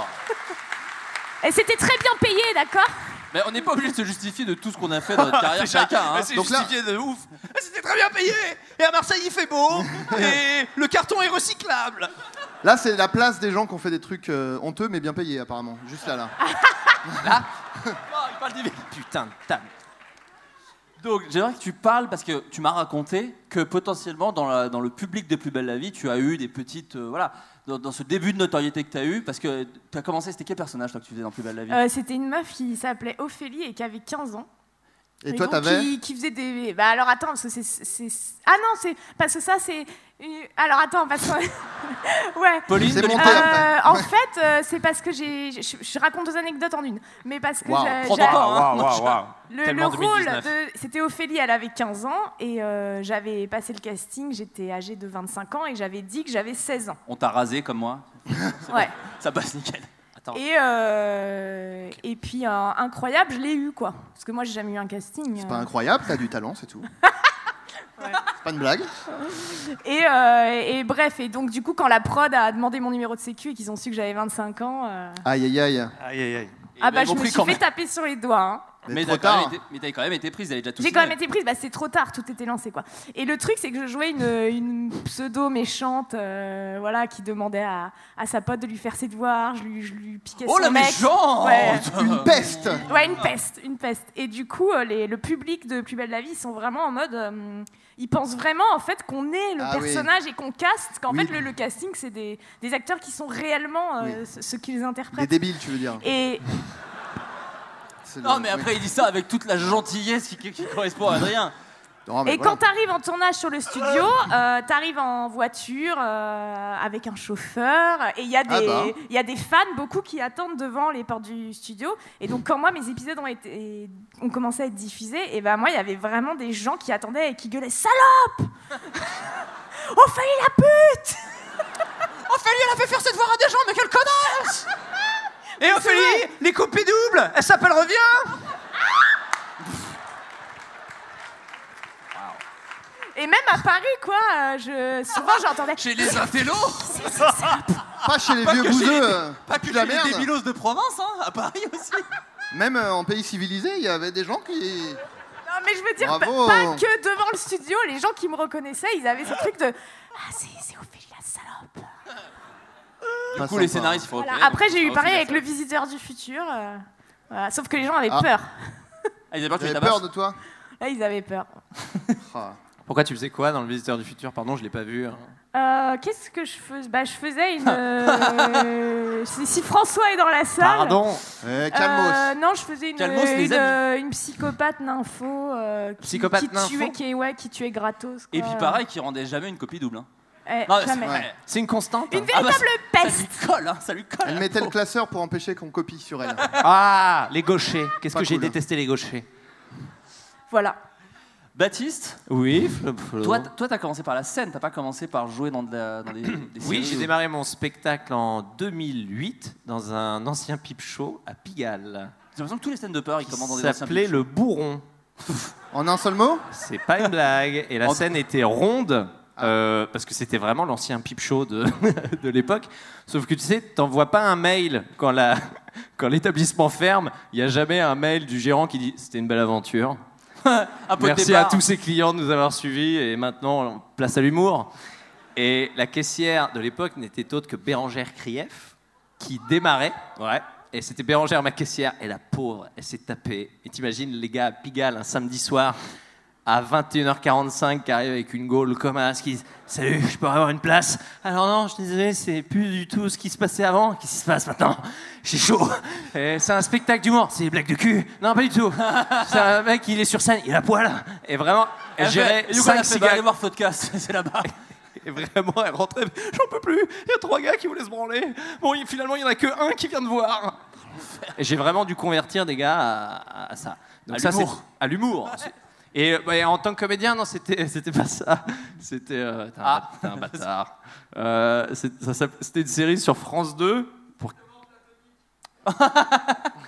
S12: Et c'était très bien payé, d'accord
S4: Mais on n'est pas obligé de se justifier de tout ce qu'on a fait dans notre carrière chacun. hein.
S8: C'est
S6: Donc là-
S8: justifié de ouf. Ah, C'était très bien payé. Et à Marseille, il fait beau. Et le carton est recyclable.
S6: Là, c'est la place des gens qui ont fait des trucs euh, honteux mais bien payés, apparemment. Juste là, là.
S4: Ah, il parle des-
S8: Putain de table.
S4: Donc j'aimerais que tu parles parce que tu m'as raconté que potentiellement dans, la- dans le public de Plus Belle la Vie, tu as eu des petites. euh, voilà, dans, dans ce début de notoriété que tu as eu, parce que tu as commencé, c'était quel personnage toi que tu faisais dans Plus Belle la Vie
S12: Euh, C'était une meuf qui s'appelait Ophélie et qui avait 15 ans.
S6: Et toi,
S12: Ah, donc,
S6: t'avais.
S12: qui, qui faisait des. Bah alors attends, parce que c'est. c'est- Ah non, c'est. Parce que ça, c'est. une- Alors attends, parce que. ouais.
S4: Pauline
S6: C'est
S4: de
S6: mon
S4: Lille-
S6: thème.
S12: Euh, en fait, euh, c'est parce que j'ai. Je, je raconte deux anecdotes en une. Mais parce que.
S6: Waouh,
S12: j'ai-
S4: prends ton
S12: j'ai-
S4: temps. hein.
S12: Le,
S8: Tellement
S12: le rôle
S8: 2019.
S12: de. C'était Ophélie, elle avait 15 ans et euh, j'avais passé le casting, j'étais âgée de 25 ans et j'avais dit que j'avais 16 ans.
S4: On t'a rasé comme moi,
S12: Ouais.
S4: ça passe nickel. Attends.
S12: Et, euh, et puis, euh, incroyable, je l'ai eu quoi. Parce que moi, j'ai jamais eu un casting.
S6: C'est
S12: euh.
S6: pas incroyable, t'as du talent, c'est tout. C'est pas une blague.
S12: Et, euh, et bref, et donc du coup, quand la prod a demandé mon numéro de sécu et qu'ils ont su que j'avais 25 ans, euh,
S6: Aïe, aïe, aïe.
S8: Aïe aïe aïe.
S4: Et
S12: ah
S4: ils
S12: bah je
S4: l'ont
S12: me
S4: pris
S12: suis
S4: quand
S12: fait
S4: même.
S12: taper sur les doigts. hein.
S4: Mais t'as
S6: trop
S4: quand,
S6: tard.
S4: même été- mais t'as quand même été prise, elle est déjà tout
S12: J'ai quand même
S4: signé.
S12: été prise, bah, c'est trop tard, tout était lancé quoi. Et le truc, c'est que je jouais une, une pseudo méchante, euh, voilà, qui demandait à, à sa pote de lui faire ses devoirs, je lui, je lui piquais
S4: Oh
S12: son
S4: la
S12: mec.
S4: méchante
S12: Ouais.
S6: Une peste
S12: Ouais, une peste, une peste. Et du coup, euh, les, le public de Plus belle la vie, ils sont vraiment en mode, euh, ils pensent vraiment en fait qu'on est le
S6: Ah oui.
S12: personnage et qu'on caste. Qu'en
S6: Oui.
S12: fait, le, le casting, c'est des, des acteurs qui sont réellement euh, ce, ce qu'ils
S6: Des
S12: interprètent.
S6: débiles, tu veux dire.
S12: Et
S6: C'est
S4: Non,
S6: le-
S4: mais
S6: oui.
S4: après, il dit ça avec toute la gentillesse qui, qui- qui correspond à Adrien.
S6: Non, mais
S12: Et
S6: voilà.
S12: quand t'arrives en tournage sur le studio, euh, t'arrives en voiture euh, avec un chauffeur, et il y, a
S6: Ah
S12: des-
S6: bah.
S12: il y a des fans, beaucoup, qui attendent devant les portes du studio. Et donc, quand moi, mes épisodes ont, été, ont commencé à être diffusés, et ben moi, il y avait vraiment des gens qui attendaient et qui gueulaient « Salope On faillit la pute
S8: Ophélie, elle a fait faire ses devoirs à des gens, mais quelle connasse Et Ophélie, les coupes doubles, elle s'appelle Reviens !»
S12: Et même à Paris, quoi, euh, je, souvent, j'entendais «
S4: Chez les intellos
S6: Pas chez les vieux
S4: que chez
S6: bouseux,
S4: les-
S6: euh,
S4: Pas
S6: tu
S4: que
S6: la
S4: chez les
S6: merde.
S4: débilos de province, hein, à Paris aussi
S6: Même euh, en pays civilisé, il y avait des gens qui.
S12: Non, mais je veux dire,
S6: Bravo.
S12: pas pas que devant le studio, les gens qui me reconnaissaient, ils avaient ce truc de « Ah, c'est c'est Ophélie, la salope !»
S4: Du
S6: Pas
S4: coup, les
S6: sympa.
S4: scénaristes, il faut.
S12: Voilà.
S4: ok,
S12: Après,
S4: donc,
S12: j'ai eu
S4: ça
S12: pareil
S4: aussi,
S12: avec
S4: ça.
S12: le visiteur du futur. euh, voilà. Sauf que les gens avaient
S6: Ah.
S12: peur.
S4: Ah, ils avaient peur que tu les
S6: J'avais peur
S4: tabasses.
S6: de toi.
S12: Là, ils avaient peur.
S4: Pourquoi tu faisais quoi dans le Visiteur du Futur Pardon, je l'ai pas vu. hein.
S12: Euh, Qu'est-ce que je faisais bah, Je faisais une. euh, si si François est dans la salle.
S4: Pardon.
S12: Euh,
S4: Eh, calmos.
S12: non, je faisais une,
S4: Calmos, les amis.
S12: une, euh, une psychopathe nympho euh, qui,
S4: Psychopathe
S12: qui
S4: nympho.
S12: tuait, qui, ouais, qui tuait gratos.
S4: Et
S12: quoi.
S4: puis pareil, qui rendait jamais une copie double. hein.
S12: Eh,
S4: Non, c'est-
S12: Euh. jamais.
S4: ouais. C'est une constante.
S12: Une
S4: Ah bah,
S12: véritable peste.
S4: Ça lui colle, hein, ça lui colle.
S6: Elle mettait le classeur pour empêcher qu'on copie sur elle.
S4: Ah, les gauchers. Qu'est-ce
S6: Pas
S4: que j'ai
S6: cool.
S4: détesté les gauchers
S12: Voilà.
S4: Baptiste
S8: Oui,
S4: Toi, t- toi, t'as commencé par la scène, t'as pas commencé par jouer dans, de la- dans des, des
S8: Oui,
S4: séries
S8: j'ai
S4: ou-
S8: démarré mon spectacle en 2008 dans un ancien pipe show à Pigalle.
S4: J'ai l'impression que tous les scènes de peur, ils commencent dans des
S8: Ça s'appelait Le Bourron.
S6: En un seul mot
S8: C'est pas une blague. Et la scène était ronde.
S4: Ah.
S8: euh, parce que c'était vraiment l'ancien pipe show de, de l'époque. Sauf que tu sais, t'envoies pas un mail quand la quand l'établissement ferme. Il y a jamais un mail du gérant qui dit c'était une belle aventure.
S4: peu de
S8: Merci à
S4: départ.
S8: tous ces clients de nous avoir suivis et maintenant place à l'humour. Et la caissière de l'époque n'était autre que Bérangère Krief qui démarrait. Ouais. Et c'était Bérangère, ma caissière, et la pauvre, elle s'est tapée. Et t'imagines les gars à Pigalle un samedi soir à 21h45 qui arrive avec une gaule comme as qui dit Salut, je peux avoir une place Alors non, je suis désolé, c'est plus du tout ce qui se passait avant. Qu'est-ce qui se passe maintenant J'ai chaud. Et C'est un spectacle d'humour, c'est des blagues de cul Non, pas du tout. C'est un mec, il est sur scène, il a poil. Et vraiment,
S4: Elle
S8: elle gérait
S4: fait- et du coup, elle a
S8: 5
S4: fait,
S8: 6
S4: bah,
S8: gars.
S4: allez voir Floodcast, c'est là-bas.
S8: Et vraiment, elle rentrait. J'en peux plus, il y a trois gars qui voulaient se branler. Bon, il- finalement, il y en a que un qui vient de voir. Et j'ai vraiment dû convertir des gars à, à- à ça.
S4: À
S8: ça, c'est-
S4: l'humour.
S8: À l'humour. Et euh, bah, et en tant que comédien, non, c'était c'était pas ça. C'était. euh, t'es un, bat- t'es un bâtard. Euh, c'est- ça s'appelle- c'était une série sur France 2. Pour...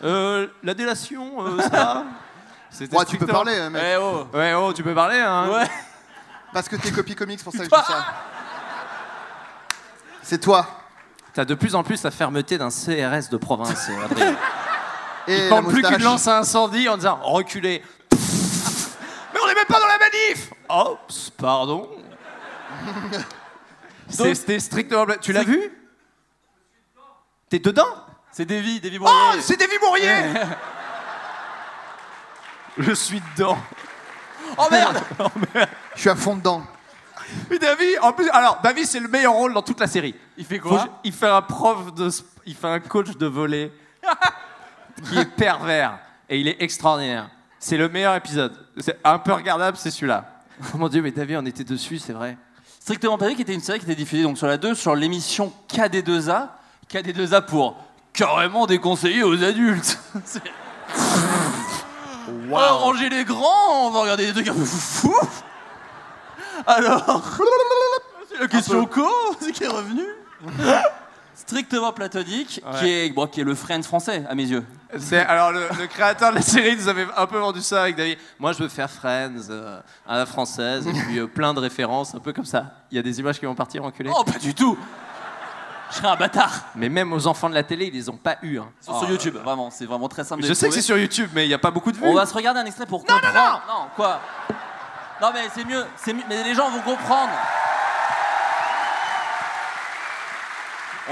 S8: Euh, la délation, euh, ça. C'était
S6: Ouais, tu peux
S8: strictement-
S6: parler, euh, mec.
S8: Ouais, oh. tu peux parler, hein.
S6: Parce que t'es copie comics, pour ça que je dis ça. C'est toi.
S8: T'as de plus en plus la fermeté d'un CRS de province, euh, Adrien.
S6: Et
S8: Il
S6: la
S8: prend plus
S6: moustache.
S8: qu'une lance à incendie en disant oh, reculez. Mais on n'est même pas dans la manif Oh, pardon. C'est- C'était strictement. bla- Tu l'as vu T'es dedans
S4: C'est Davy, Davy Bourrier.
S8: Oh, c'est Davy Mourier Je suis dedans.
S4: Oh merde
S6: Je suis à fond dedans.
S8: Mais Davy, en plus, alors Davy, c'est le meilleur rôle dans toute la série.
S4: Il fait
S8: Faut
S4: quoi
S8: que je- Il fait un prof de, sp- il fait un coach de volley qui est pervers et il est extraordinaire. C'est le meilleur épisode. C'est un peu regardable, c'est celui-là. Oh mon dieu, mais Davy, on était dessus, c'est vrai.
S4: Strictement Paris, qui était une série qui était diffusée donc sur la 2, sur l'émission KD2A. KD2A pour carrément déconseiller aux adultes. C'est- Alors, rangez les grands, on va regarder des trucs un peu fou. Alors, c'est la question co, c'est qui est revenu. Strictement platonique, qui, est, bon, qui est le friend français à mes yeux.
S8: C'est- alors le, le créateur de la série nous avait un peu vendu ça avec Davy. Moi, je veux faire Friends euh, à la française et puis euh, plein de références, un peu comme ça. Il y a des images qui vont partir enculé.
S4: Oh, pas du tout Je serais un bâtard
S8: Mais même aux enfants de la télé, ils les ont pas eu. hein.
S4: Sur, sur YouTube, vraiment, c'est vraiment très simple. de
S8: Je
S4: les
S8: sais que
S4: trouver.
S8: c'est sur YouTube, mais il y a pas beaucoup de vues.
S4: On va se regarder un extrait pour comprendre. Non, non, non quoi Non, mais c'est mieux, c'est mieux, mais les gens vont comprendre.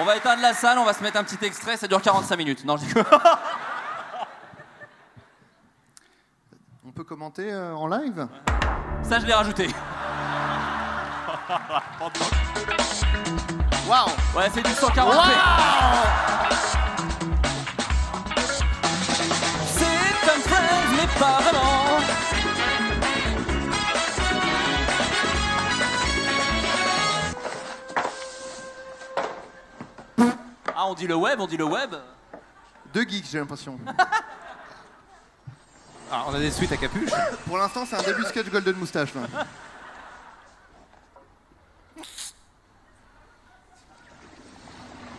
S4: On va éteindre la salle, on va se mettre un petit extrait, ça dure 45 minutes. Non, je dis
S6: On peut commenter euh, en live
S4: Ça, je l'ai rajouté.
S6: Waouh
S4: Ouais, c'est du 140p. C'est un friend, mais pas vraiment. Ah, on dit le web, on dit le web.
S6: Deux geeks, j'ai l'impression.
S8: Ah, on a des suites à capuche.
S6: Pour l'instant, c'est un début sketch Golden Moustache. Là.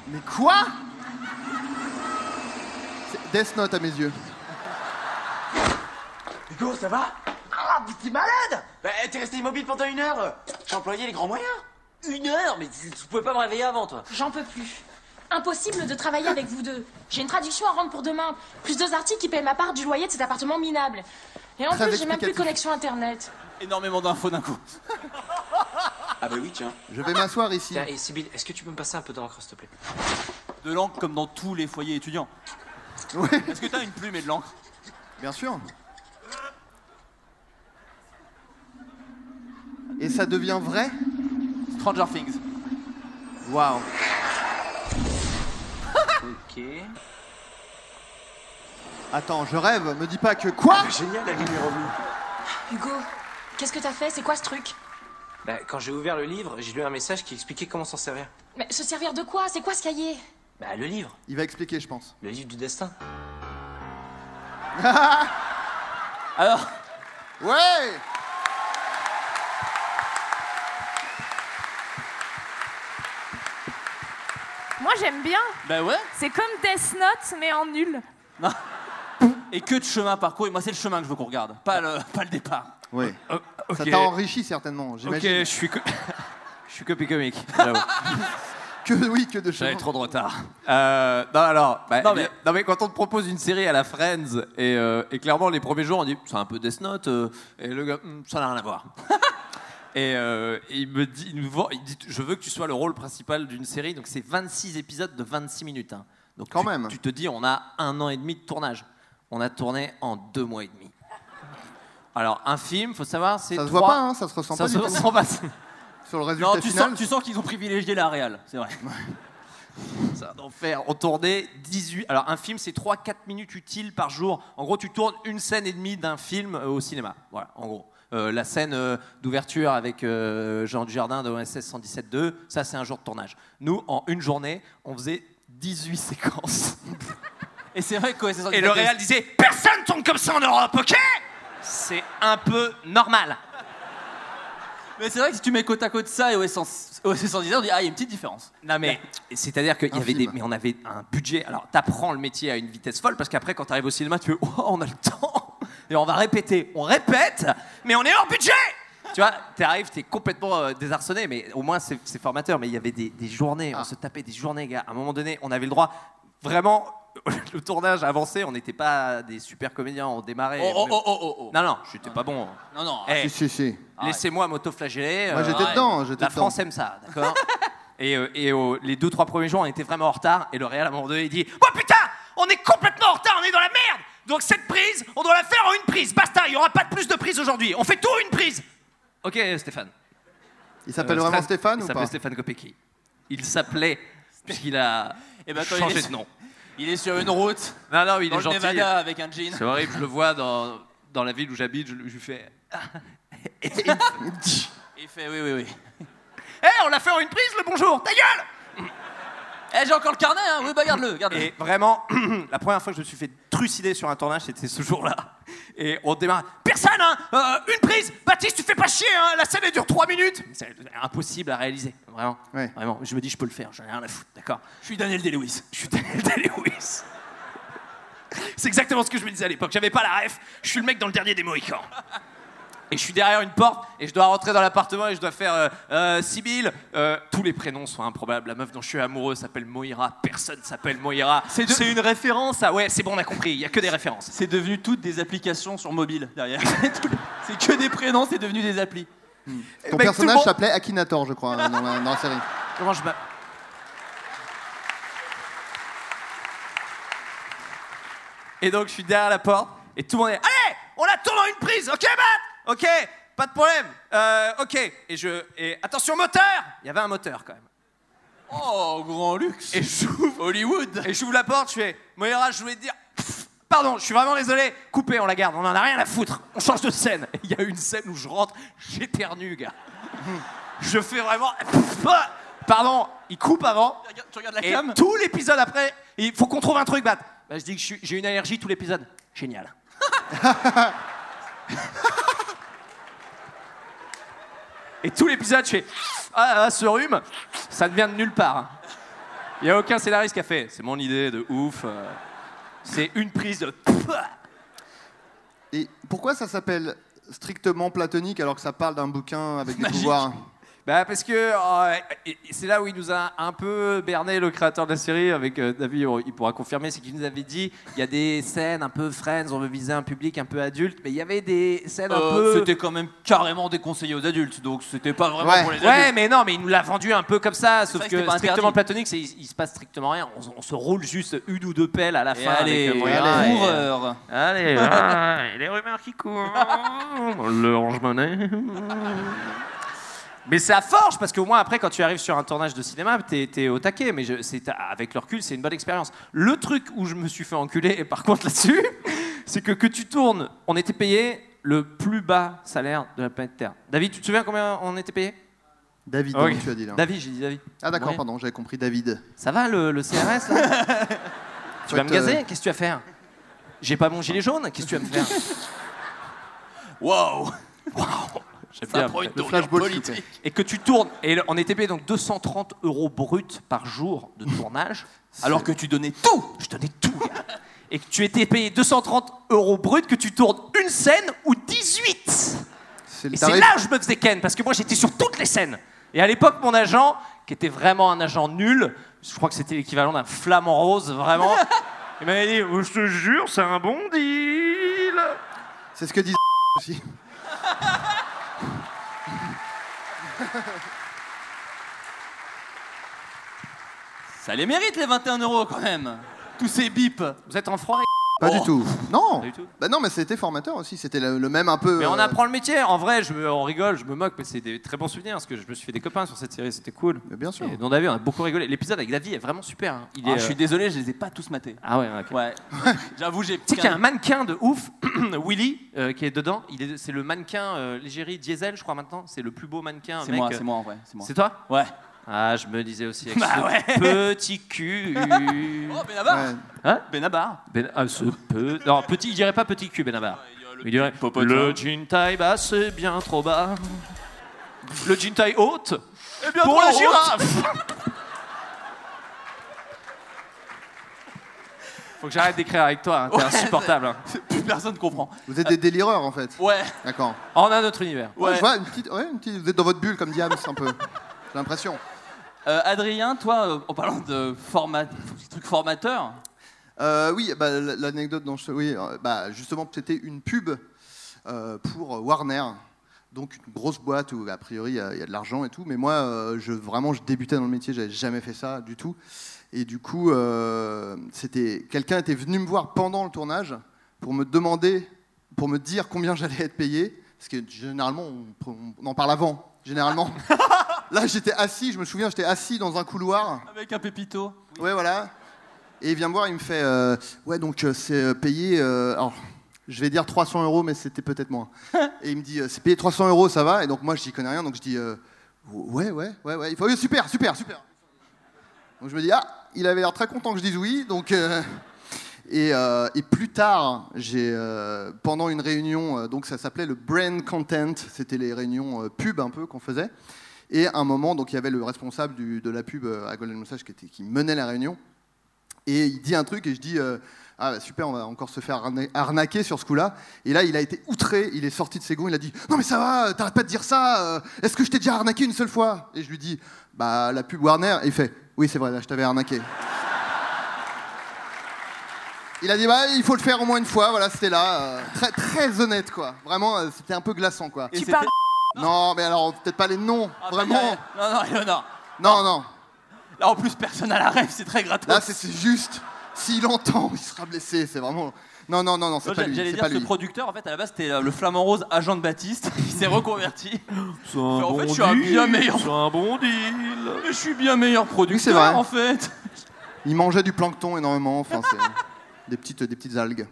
S6: Mais quoi C'est Death Note à mes yeux.
S13: Hugo, ça va Ah, mais t'es malade Bah, t'es resté immobile pendant une heure J'ai employé les grands moyens Une heure Mais tu, tu pouvais pas me réveiller avant, toi
S11: J'en peux plus. Impossible de travailler avec vous deux. J'ai une traduction à rendre pour demain, plus deux articles qui payent ma part du loyer de cet appartement minable. Et en
S6: Très
S11: plus, j'ai même plus de
S6: explicatif.
S11: connexion internet.
S4: Énormément d'infos d'un coup.
S13: Ah bah oui, tiens.
S6: Je vais m'asseoir ici.
S13: Tiens, et Sybille, est-ce que tu peux me passer un peu d'encre, s'il te plaît
S4: De l'encre comme dans tous les foyers étudiants.
S6: Oui,
S4: Est-ce que t'as une plume et de l'encre
S6: bien sûr. ça devient vrai
S4: Stranger Things.
S6: Waouh.
S4: Ok.
S6: Attends, je rêve, me dis pas que quoi
S2: Génial la lumière
S11: Hugo, qu'est-ce que t'as fait C'est quoi ce truc
S2: Bah, quand j'ai ouvert le livre, j'ai lu un message qui expliquait comment s'en servir.
S11: Mais se servir de quoi C'est quoi ce cahier
S2: Bah, le livre.
S6: Il va expliquer, je pense.
S2: Le livre du destin.
S4: Alors.
S6: Ouais
S12: Moi j'aime bien.
S4: Bah ouais.
S12: C'est comme Death Note mais en nul.
S4: Non. Et que de chemin parcouru. Moi, c'est le chemin que je veux qu'on regarde, pas le, pas le départ.
S6: Oui. Ça
S4: ok.
S6: t'a enrichi certainement,
S4: Ok,
S6: j'imagine.
S4: je suis, co- je suis copy comique. j'avoue.
S6: Que oui, que de
S8: J'avais
S6: chemin.
S8: trop de retard. Euh, non, alors, bah,
S4: Non,
S8: non,
S4: mais-
S8: mais... quand on te propose une série à la Friends, et, euh, et clairement, les premiers jours, on dit c'est un peu Death Note, euh, et le gars, Hmm, ça n'a rien à voir. et, euh, et il me dit, il nous vend- il dit je veux que tu sois le rôle principal d'une série, donc c'est 26 épisodes de 26 minutes. hein. Donc Quand tu, même. tu te dis, on a un an et demi de tournage. On a tourné en deux mois et demi. Alors, un film, faut savoir, c'est.
S6: Ça se
S8: trois-
S6: voit pas, hein, ça se ressent
S8: Ça
S6: pas
S8: se
S6: du tout.
S8: ressent pas.
S6: Sur le résultat
S4: Non, tu
S6: final.
S4: sens, tu sens qu'ils ont privilégié la réal, c'est vrai.
S8: C'est un enfer. On tournait 18. Alors, un film, c'est 3-4 minutes utiles par jour. En gros, tu tournes une scène et demie d'un film euh, au cinéma. Voilà, en gros. Euh, la scène euh, d'ouverture avec euh, Jean Dujardin de OSS 117.2, ça, c'est un jour de tournage. Nous, en une journée, on faisait 18 séquences.
S4: Et c'est vrai que ouais, c'est ça que
S8: et le
S4: je-
S8: Real disait Personne tourne comme ça en Europe, ok C'est un peu normal.
S4: Mais c'est vrai que si tu mets côte à côte ça et OS 110, on dit ah, il y a une petite différence.
S8: Non mais c'est-à-dire qu'il y avait des, mais on avait un budget. Alors t'apprends le métier à une vitesse folle parce qu'après quand t'arrives au cinéma tu fais oh on a le temps et on va répéter, on répète, mais on est hors budget. Tu vois, t'arrives, t'es complètement euh, désarçonné, mais au moins c'est c'est formateur. Mais il y avait des, des journées, on se tapait des journées, gars. À un moment donné, on avait le droit vraiment. Le tournage avançait, on n'était pas des super comédiens, on démarrait.
S4: Oh, oh, oh, Ah oh, oh, oh.
S8: Eh, Non, non, j'étais pas bon.
S4: Non, non.
S8: Eh,
S6: Si, si, si.
S8: Laissez-moi m'autoflageller. euh,
S6: Moi, j'étais
S8: ouais.
S6: dedans, j'étais
S8: La
S6: dedans.
S8: France aime ça, d'accord Et, euh, et, euh, les deux, trois premiers jours, on était vraiment en retard. Et le Real, à un moment donné, il dit Oh putain, on est complètement en retard, on est dans la merde Donc cette prise, on doit la faire en une prise. Basta, il n'y aura pas de plus de prise aujourd'hui. On fait tout en une prise. Ok, Stéphane.
S6: Il s'appelle vraiment Stéphane
S8: euh, Il
S6: ou
S8: s'appelait
S6: pas
S8: Stéphane Kopecky. Il s'appelait, puisqu'il a
S4: Eh ben, quand il
S8: changé
S4: est-
S8: de nom.
S4: Il est sur une route.
S8: Non, non, il
S4: dans
S8: est
S4: le
S8: gentil.
S4: Nevada avec un jean.
S8: C'est horrible, je le vois dans, dans la ville où j'habite, je, lui- je lui fais
S4: Il fait oui, oui, oui.
S8: Eh, on l'a fait en une prise le bonjour, ta gueule
S4: Eh, j'ai encore le carnet, hein Oui, bah garde-le, garde-le.
S8: Et vraiment, la première fois que je me suis fait trucider sur un tournage, c'était ce jour-là. Et on démarre. Personne, hein Euh, Une prise Baptiste, tu fais pas chier, hein La scène, elle dure 3 minutes C'est euh, impossible à réaliser, vraiment. Vraiment. Je me dis, je peux le faire, j'en ai rien à foutre, d'accord Je suis Daniel Day-Lewis. Je suis Daniel Day-Lewis. C'est exactement ce que je me disais à l'époque. J'avais pas la ref, je suis le mec dans le dernier des Mohicans. Et je suis derrière une porte et je dois rentrer dans l'appartement et je dois faire euh, euh, Sibyl. euh, tous les prénoms sont improbables. La meuf dont je suis amoureux s'appelle Moira. Personne s'appelle Moira. C'est une référence à. Ouais, c'est bon, on a compris. Il y a que des références.
S4: C'est devenu toutes des applications sur mobile derrière. C'est tout- c'est que des prénoms, c'est devenu des applis.
S6: Ton
S4: Mec, tout le
S6: personnage
S4: monde-
S6: s'appelait Akinator, je crois, dans la, dans la série.
S8: Comment je m'a- Et donc je suis derrière la porte et tout le monde est Allez, on la tourne en une prise, ok Matt Ok, pas de problème. Euh, ok, et je et attention moteur. Il y avait un moteur quand même. Oh grand luxe. Et j'ouvre Hollywood. Et j'ouvre la porte, je fais Moira, je voulais te dire. Pff, Pardon, je suis vraiment désolé. Coupez, on la garde, on en a rien à foutre. On change de scène. Et Il y a une scène où je rentre, j'éternue, gars. Je fais vraiment. Pff, ah Pardon, il coupe avant.
S4: Tu regardes la
S8: Et
S4: cam
S8: tout l'épisode après, il faut qu'on trouve un truc, Bat. Bah, je dis que je suis- j'ai une allergie tout l'épisode. Génial. Et tout l'épisode, je fais ah, ah, ce rhume, ça ne vient de nulle part. Il n'y a aucun scénariste qui a fait. C'est mon idée de ouf. euh, C'est une prise de.
S6: Et pourquoi ça s'appelle strictement platonique alors que ça parle d'un bouquin avec des pouvoirs
S8: Bah parce que euh, et- et c'est là où il nous a un peu berné le créateur de la série avec euh, David, on- il pourra confirmer, c'est qu'il nous avait dit il y a des scènes un peu friends, on veut viser un public un peu adulte, mais il y avait des scènes un
S4: Euh,
S8: peu
S4: C'était quand même carrément déconseillé aux adultes, donc c'était pas vraiment pour les adultes.
S8: Ouais, mais non, mais il nous l'a vendu un peu comme ça, sauf
S4: vrai que
S8: que,
S4: c'était pas
S8: strictement
S4: interdit.
S8: platonique, c'est- il, il se passe strictement rien. On, on se roule juste une ou deux pelles à la
S4: Et
S8: fin.
S4: allez,
S8: avec, euh,
S4: allez,
S8: et, euh,
S4: coureur.
S8: allez, ah, et les rumeurs qui courent. le range monnaie. Mais ça forge parce qu'au moins après, quand tu arrives sur un tournage de cinéma, t'es t'es au taquet. Mais je- c'est- avec le recul, c'est une bonne expérience. Le truc où je me suis fait enculer, et par contre là-dessus, c'est que que tu tournes, on était payé le plus bas salaire de la planète Terre. David, tu te souviens combien on était payé
S6: David,
S4: Ah
S8: Ok.
S6: hein, tu as dit là.
S8: David, j'ai dit David.
S6: Ah d'accord,
S8: Ouais.
S6: pardon, j'avais compris David.
S8: Ça va le, le CRS là Tu vas me
S7: euh,
S8: gazer Qu'est-ce que tu vas faire J'ai pas mon gilet jaune Qu'est-ce que tu vas me faire Waouh J'aime
S7: Ça
S8: bien.
S7: prend une Le tournure flashball, politique. s'il vous
S8: Et que tu tournes. Et le- on était payé donc 230 euros bruts par jour de tournage, alors que tu donnais tout. Je donnais tout. gars. Et que tu étais payé 230 euros bruts que tu tournes une scène ou 18.
S6: le
S8: Et c'est
S6: tarif.
S8: là où je me faisais ken, parce que moi j'étais sur toutes les scènes. Et à l'époque, mon agent, qui était vraiment un agent nul, je crois que c'était l'équivalent d'un flamant rose, vraiment, il m'avait dit Oh, Je te jure, c'est un bon deal
S6: C'est ce que disait aussi.
S4: Ça les mérite les 21 euros quand même. Tous ces bips.
S8: Vous êtes en froid
S6: Pas
S8: Oh.
S6: du tout. Non. Bah non, mais c'était formateur aussi. C'était le, le même un peu.
S8: Mais on
S6: euh,
S8: apprend le métier. En vrai, je, me- on rigole, je me moque, mais c'est des très bons souvenirs parce que je me suis fait des copains sur cette série, c'était cool.
S6: bien sûr.
S8: Et dont David, on a beaucoup rigolé. L'épisode avec David est vraiment super. hein. Il
S4: Ah,
S8: est,
S4: je suis désolé, je les ai pas tous matés.
S8: Ah ouais, ok.
S4: Ouais. J'avoue, j'ai.
S8: Tu sais qu'il y a un mannequin de ouf, Willy, euh, qui est dedans. Il est- c'est le mannequin euh, Légérie Diesel, je crois maintenant. C'est le plus beau mannequin.
S4: C'est
S8: mec. euh,
S4: moi, c'est moi en vrai. C'est moi.
S8: C'est toi
S4: Ouais.
S8: Ah, je me disais aussi avec
S4: Bah
S8: ce
S4: ouais.
S8: petit cul.
S4: Oh, Benabar
S8: Hein
S4: Benabar
S8: Ben- ah, ce peu- Non, petit, il dirait pas petit cul, Benabar. Il dirait
S4: popotin.
S8: le jean taille bas, c'est bien trop bas. Le jean taille haute
S4: Eh bien
S8: pour
S4: trop
S8: la
S4: haute.
S8: girafe. Faut que j'arrête d'écrire avec toi, hein, t'es
S4: Ouais,
S8: insupportable. hein.
S4: Plus personne comprend.
S6: Vous êtes des délireurs en fait.
S4: Ouais.
S6: D'accord.
S8: On a notre univers.
S6: Ouais. je vois une petite, ouais, une petite- Vous êtes dans votre bulle comme Diams un peu. J'ai l'impression.
S4: Euh, Adrien, toi, euh, en parlant de format, truc formateur,
S6: Euh, oui, bah, l- l'anecdote dont je... Oui, euh, bah, justement, c'était une pub euh, pour Warner. Donc une grosse boîte où a priori il y, a- il y a de l'argent et tout, mais moi euh, je vraiment je débutais dans le métier, j'avais jamais fait ça du tout, et du coup euh, c'était quelqu'un était venu me voir pendant le tournage pour me demander, pour me dire combien j'allais être payé, parce que généralement on, on en parle avant, généralement. Là j'étais assis, je me souviens j'étais assis dans un couloir,
S4: avec un pépito.
S6: Ouais, voilà. Et il vient me voir, il me fait euh, Ouais, donc euh, c'est euh, payé. euh, alors, je vais dire 300 euros, mais c'était peut-être moins. Et il me dit euh, C'est payé 300 euros, ça va Et donc, moi, je n'y connais rien, donc je dis euh, Ouais, ouais, ouais, ouais. Il fait Oui, super, super, super. Donc, je me dis Ah, il avait l'air très content que je dise oui, donc. euh, et, euh, et plus tard, j'ai euh, pendant une réunion, euh, donc ça s'appelait le brand content, c'était les réunions euh, pub un peu qu'on faisait. Et à un moment, donc il y avait le responsable du- de la pub euh, à Golden Moustache qui, était- qui menait la réunion, et il dit un truc et je dis euh, ah bah, super, on va encore se faire arna- arnaquer sur ce coup-là. Et là, il a été outré, il est sorti de ses gonds, il a dit non mais ça va, euh, t'arrêtes pas de dire ça. euh, Est-ce que je t'ai déjà arnaqué une seule fois Et je lui dis bah la pub Warner. Et il fait oui c'est vrai, là, je t'avais arnaqué. Il a dit bah il faut le faire au moins une fois, voilà c'était là, euh, très très honnête quoi, vraiment euh, c'était un peu glaçant quoi.
S4: Tu c'était- parles-
S6: Non mais alors peut-être pas les noms,
S4: Ah, bah,
S6: vraiment.
S4: Non, non, Eleonore.
S6: Non non,
S4: Là, en plus, personne à la rêve, c'est très gratos.
S6: là c'est c'est juste, s'il entend il sera blessé, c'est vraiment. Non non non non c'est
S4: Moi,
S6: pas
S4: J'allais
S6: lui,
S4: j'allais
S6: c'est
S4: dire
S6: pas
S4: ce
S6: lui.
S4: producteur, en fait, à la base, c'était euh, le flamant rose agent de Baptiste. Il s'est reconverti.
S7: C'est un
S4: en fait,
S7: bon
S4: je suis un bien
S7: deal,
S4: meilleur.
S7: C'est un bon deal.
S4: Mais je suis bien meilleur producteur,
S6: Oui, c'est vrai.
S4: en fait.
S6: Il mangeait du plancton énormément, enfin c'est des petites des petites algues.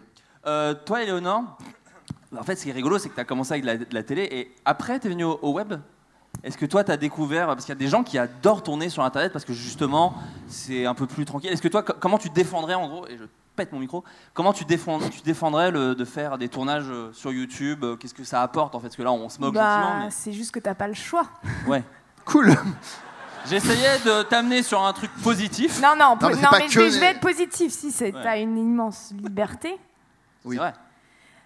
S4: Euh, toi, Eleonore, en fait, ce qui est rigolo, c'est que tu as commencé avec de la, de la télé et après, tu es venu au, au web. Est-ce que toi, tu as découvert, parce qu'il y a des gens qui adorent tourner sur Internet parce que justement, c'est un peu plus tranquille. Est-ce que toi, co- comment tu défendrais, en gros, et je pète mon micro, comment tu, défends, tu défendrais le- de faire des tournages euh, sur YouTube euh, Qu'est-ce que ça apporte, en fait Parce que là, on se moque gentiment,
S12: Bah,
S4: mais-
S12: c'est juste que t'as pas le choix.
S4: Ouais.
S6: Cool.
S4: J'essayais de t'amener sur un truc positif.
S12: Non, non, po-
S4: mais c'est
S12: non,
S4: pas
S12: mais je
S4: que
S12: vais,
S4: les-
S12: je vais être positif. Si, c'est-
S4: Ouais.
S12: t'as une immense liberté.
S6: Oui.
S4: vrai.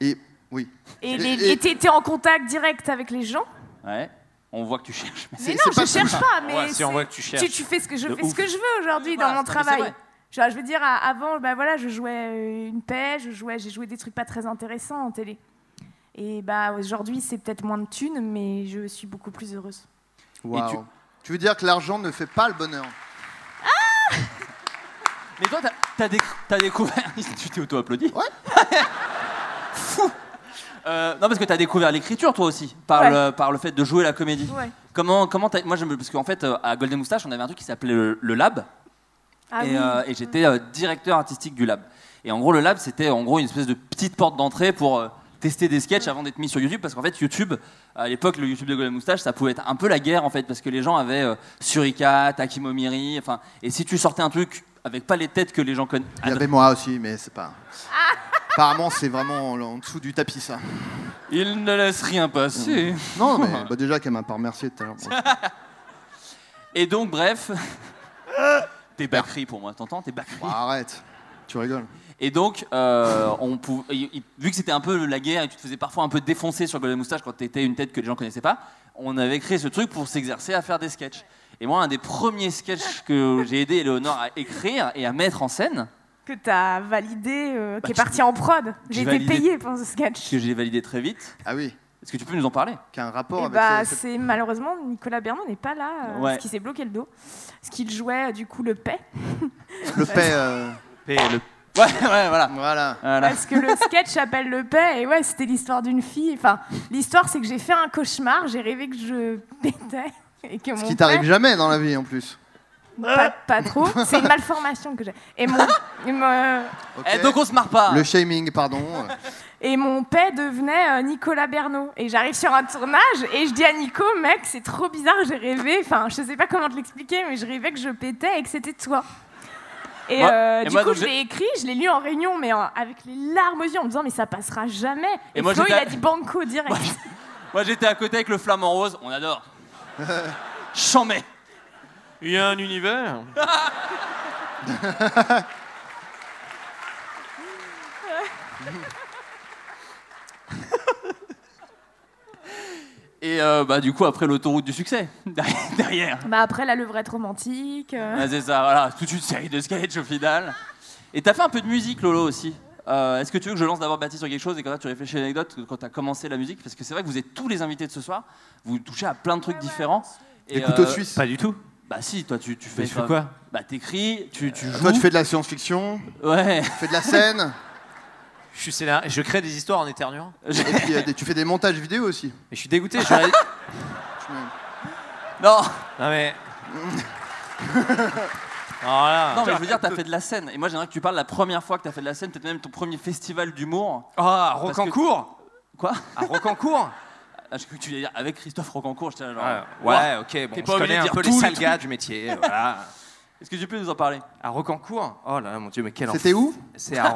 S6: Et oui.
S12: Et les- et t'es t'es en contact direct avec les gens.
S4: Ouais. On voit que tu cherches.
S12: Mais non, je cherche pas. Mais
S4: Ouais, si, on
S12: c'est-
S4: voit que tu cherches.
S12: Tu, fais ce que je
S4: De
S12: fais ce
S4: ouf.
S12: que je veux aujourd'hui
S4: Voilà,
S12: dans mon
S4: non, mais c'est
S12: travail.
S4: vrai.
S12: Genre, je veux dire, à- avant, bah voilà, je jouais euh, une paix, je jouais, j'ai joué des trucs pas très intéressants en télé. Et bah aujourd'hui, c'est peut-être moins de thunes, mais je suis beaucoup plus heureuse.
S6: Waouh.
S4: tu-
S6: tu... veux dire que l'argent ne fait pas le bonheur
S4: Ah, Mais toi, t'as- t'as déc- t'as découvert. tu t'es auto-applaudi Ouais. Fou Euh, Non, parce que t'as découvert l'écriture, toi aussi, par,
S12: Ouais.
S4: le, par le fait de jouer la comédie.
S12: Ouais.
S4: Comment, comment t'as- moi, je me- parce qu'en fait, euh, à Golden Moustache, on avait un truc qui s'appelait le, le lab.
S12: Ah
S4: et
S12: oui.
S4: euh, et j'étais euh, directeur artistique du lab. Et en gros, le lab, c'était en gros une espèce de petite porte d'entrée pour euh, tester des sketchs avant d'être mis sur YouTube. Parce qu'en fait, YouTube, à l'époque, le YouTube de Golden Moustache, ça pouvait être un peu la guerre, en fait, parce que les gens avaient euh, Surika, Takimomiri, enfin. Et si tu sortais un truc avec pas les têtes que les gens connaissent.
S6: Il y avait moi aussi, mais c'est pas.
S12: Ah.
S6: Apparemment, c'est vraiment en dessous du tapis, ça.
S4: Il ne laisse rien passer.
S6: Non, mais bah, déjà qu'elle m'a pas remercié tout à l'heure.
S4: Et donc, bref, t'es bacri pour moi, t'entends T'es bacri.
S6: arrête, tu rigoles.
S4: Et donc, euh, on pouvait- il- il- vu que c'était un peu la guerre et que tu te faisais parfois un peu défoncer sur Golden Moustache quand t'étais une tête que les gens connaissaient pas, on avait créé ce truc pour s'exercer à faire des sketchs. Et moi, un des premiers sketchs que j'ai aidé Eleonore à écrire et à mettre en scène,
S12: Que t'as validé, euh, qui est
S4: Bah, tu-
S12: parti en prod. J'ai
S4: tu
S12: été
S4: validais-
S12: payé pour ce sketch.
S4: que j'ai validé très vite.
S6: Ah oui.
S4: Est-ce que tu peux nous en parler
S6: Qui a un rapport euh,
S12: Eh bah, c'est malheureusement Nicolas Bernon n'est pas là, euh,
S4: Ouais.
S12: parce qu'il s'est bloqué le dos, parce qu'il jouait euh, du coup le paix.
S6: Le paix.
S4: Ouais, ouais, voilà.
S6: Voilà.
S12: Parce que le sketch s'appelle Le Paix, et ouais, c'était l'histoire d'une fille. Enfin, l'histoire, c'est que j'ai fait un cauchemar, j'ai rêvé que je pétais. Et que
S6: Ce
S12: mon
S6: qui t'arrive
S12: père-
S6: jamais dans la vie, en plus.
S12: Pas, pas trop, c'est une malformation que j'ai. Et mon, et me-
S4: Eh, donc on se marre pas. hein.
S6: Le shaming, pardon.
S12: et mon paix devenait euh, Nicolas Bernaud. Et j'arrive sur un tournage et je dis à Nico, mec, c'est trop bizarre, j'ai rêvé. Enfin, je sais pas comment te l'expliquer, mais je rêvais que je pétais et que c'était toi. Et,
S4: Moi-
S12: euh,
S4: et
S12: du
S4: moi,
S12: coup,
S4: donc,
S12: je
S4: j'ai-
S12: l'ai écrit, je l'ai lu en réunion, mais euh, avec les larmes aux yeux, en me disant, mais ça passera jamais.
S4: Et
S12: Et,
S4: moi,
S12: Flo, il
S4: j'étais à-
S12: a dit banco direct.
S4: Moi, j'étais à côté avec le flamant rose, on adore. Chambé.
S14: Il y a un univers.
S4: Et euh, bah, du coup, après l'autoroute du succès, derrière.
S12: bah, après, la levrette romantique. euh,
S4: Ouais, Ah, c'est ça, voilà, toute une série de sketchs au final. Et t'as fait un peu de musique, Lolo, aussi. Euh, Est-ce que tu veux que je lance d'abord Baptiste sur quelque chose et comme ça tu réfléchis à l'anecdote quand t'as commencé la musique Parce que c'est vrai que vous êtes tous les invités de ce soir, vous touchez à plein de trucs différents. Et,
S6: Des couteaux suisses.
S4: Pas du tout. Bah si, toi tu, tu fais.
S6: je fais quoi
S4: Bah t'écris, tu,
S8: Euh,
S4: tu joues.
S6: Toi, tu fais de la science-fiction.
S4: Ouais.
S6: Tu fais de la scène.
S8: Je, suis scénar- je crée des histoires en éternuant.
S6: Et puis, euh, des- tu fais des montages vidéo aussi.
S8: Mais je suis dégoûté. j'aurais-
S4: non.
S8: Non mais. Voilà.
S4: Non, mais je veux dire, t'as fait de la scène. Et moi j'aimerais que tu parles la première fois que t'as fait de la scène, peut-être même ton premier festival d'humour. Parce
S8: Ah,
S4: que-
S8: Rocancourt
S4: Quoi
S8: À Rocancourt
S4: Ah, Je crois que tu voulais dire avec Christophe Rocancourt, j'étais là genre.
S8: Ah,
S4: Ouah.
S8: Ouais, ok, bon,
S4: T'es
S8: je
S4: pas obligé
S8: connais
S4: de
S8: un
S4: dire
S8: peu les
S4: tout le
S8: sales
S4: truc.
S8: gars du métier, voilà.
S4: Est-ce que tu peux nous en parler
S8: À Rocancourt Oh là là, mon Dieu, mais quel
S6: C'était où
S8: C'est à...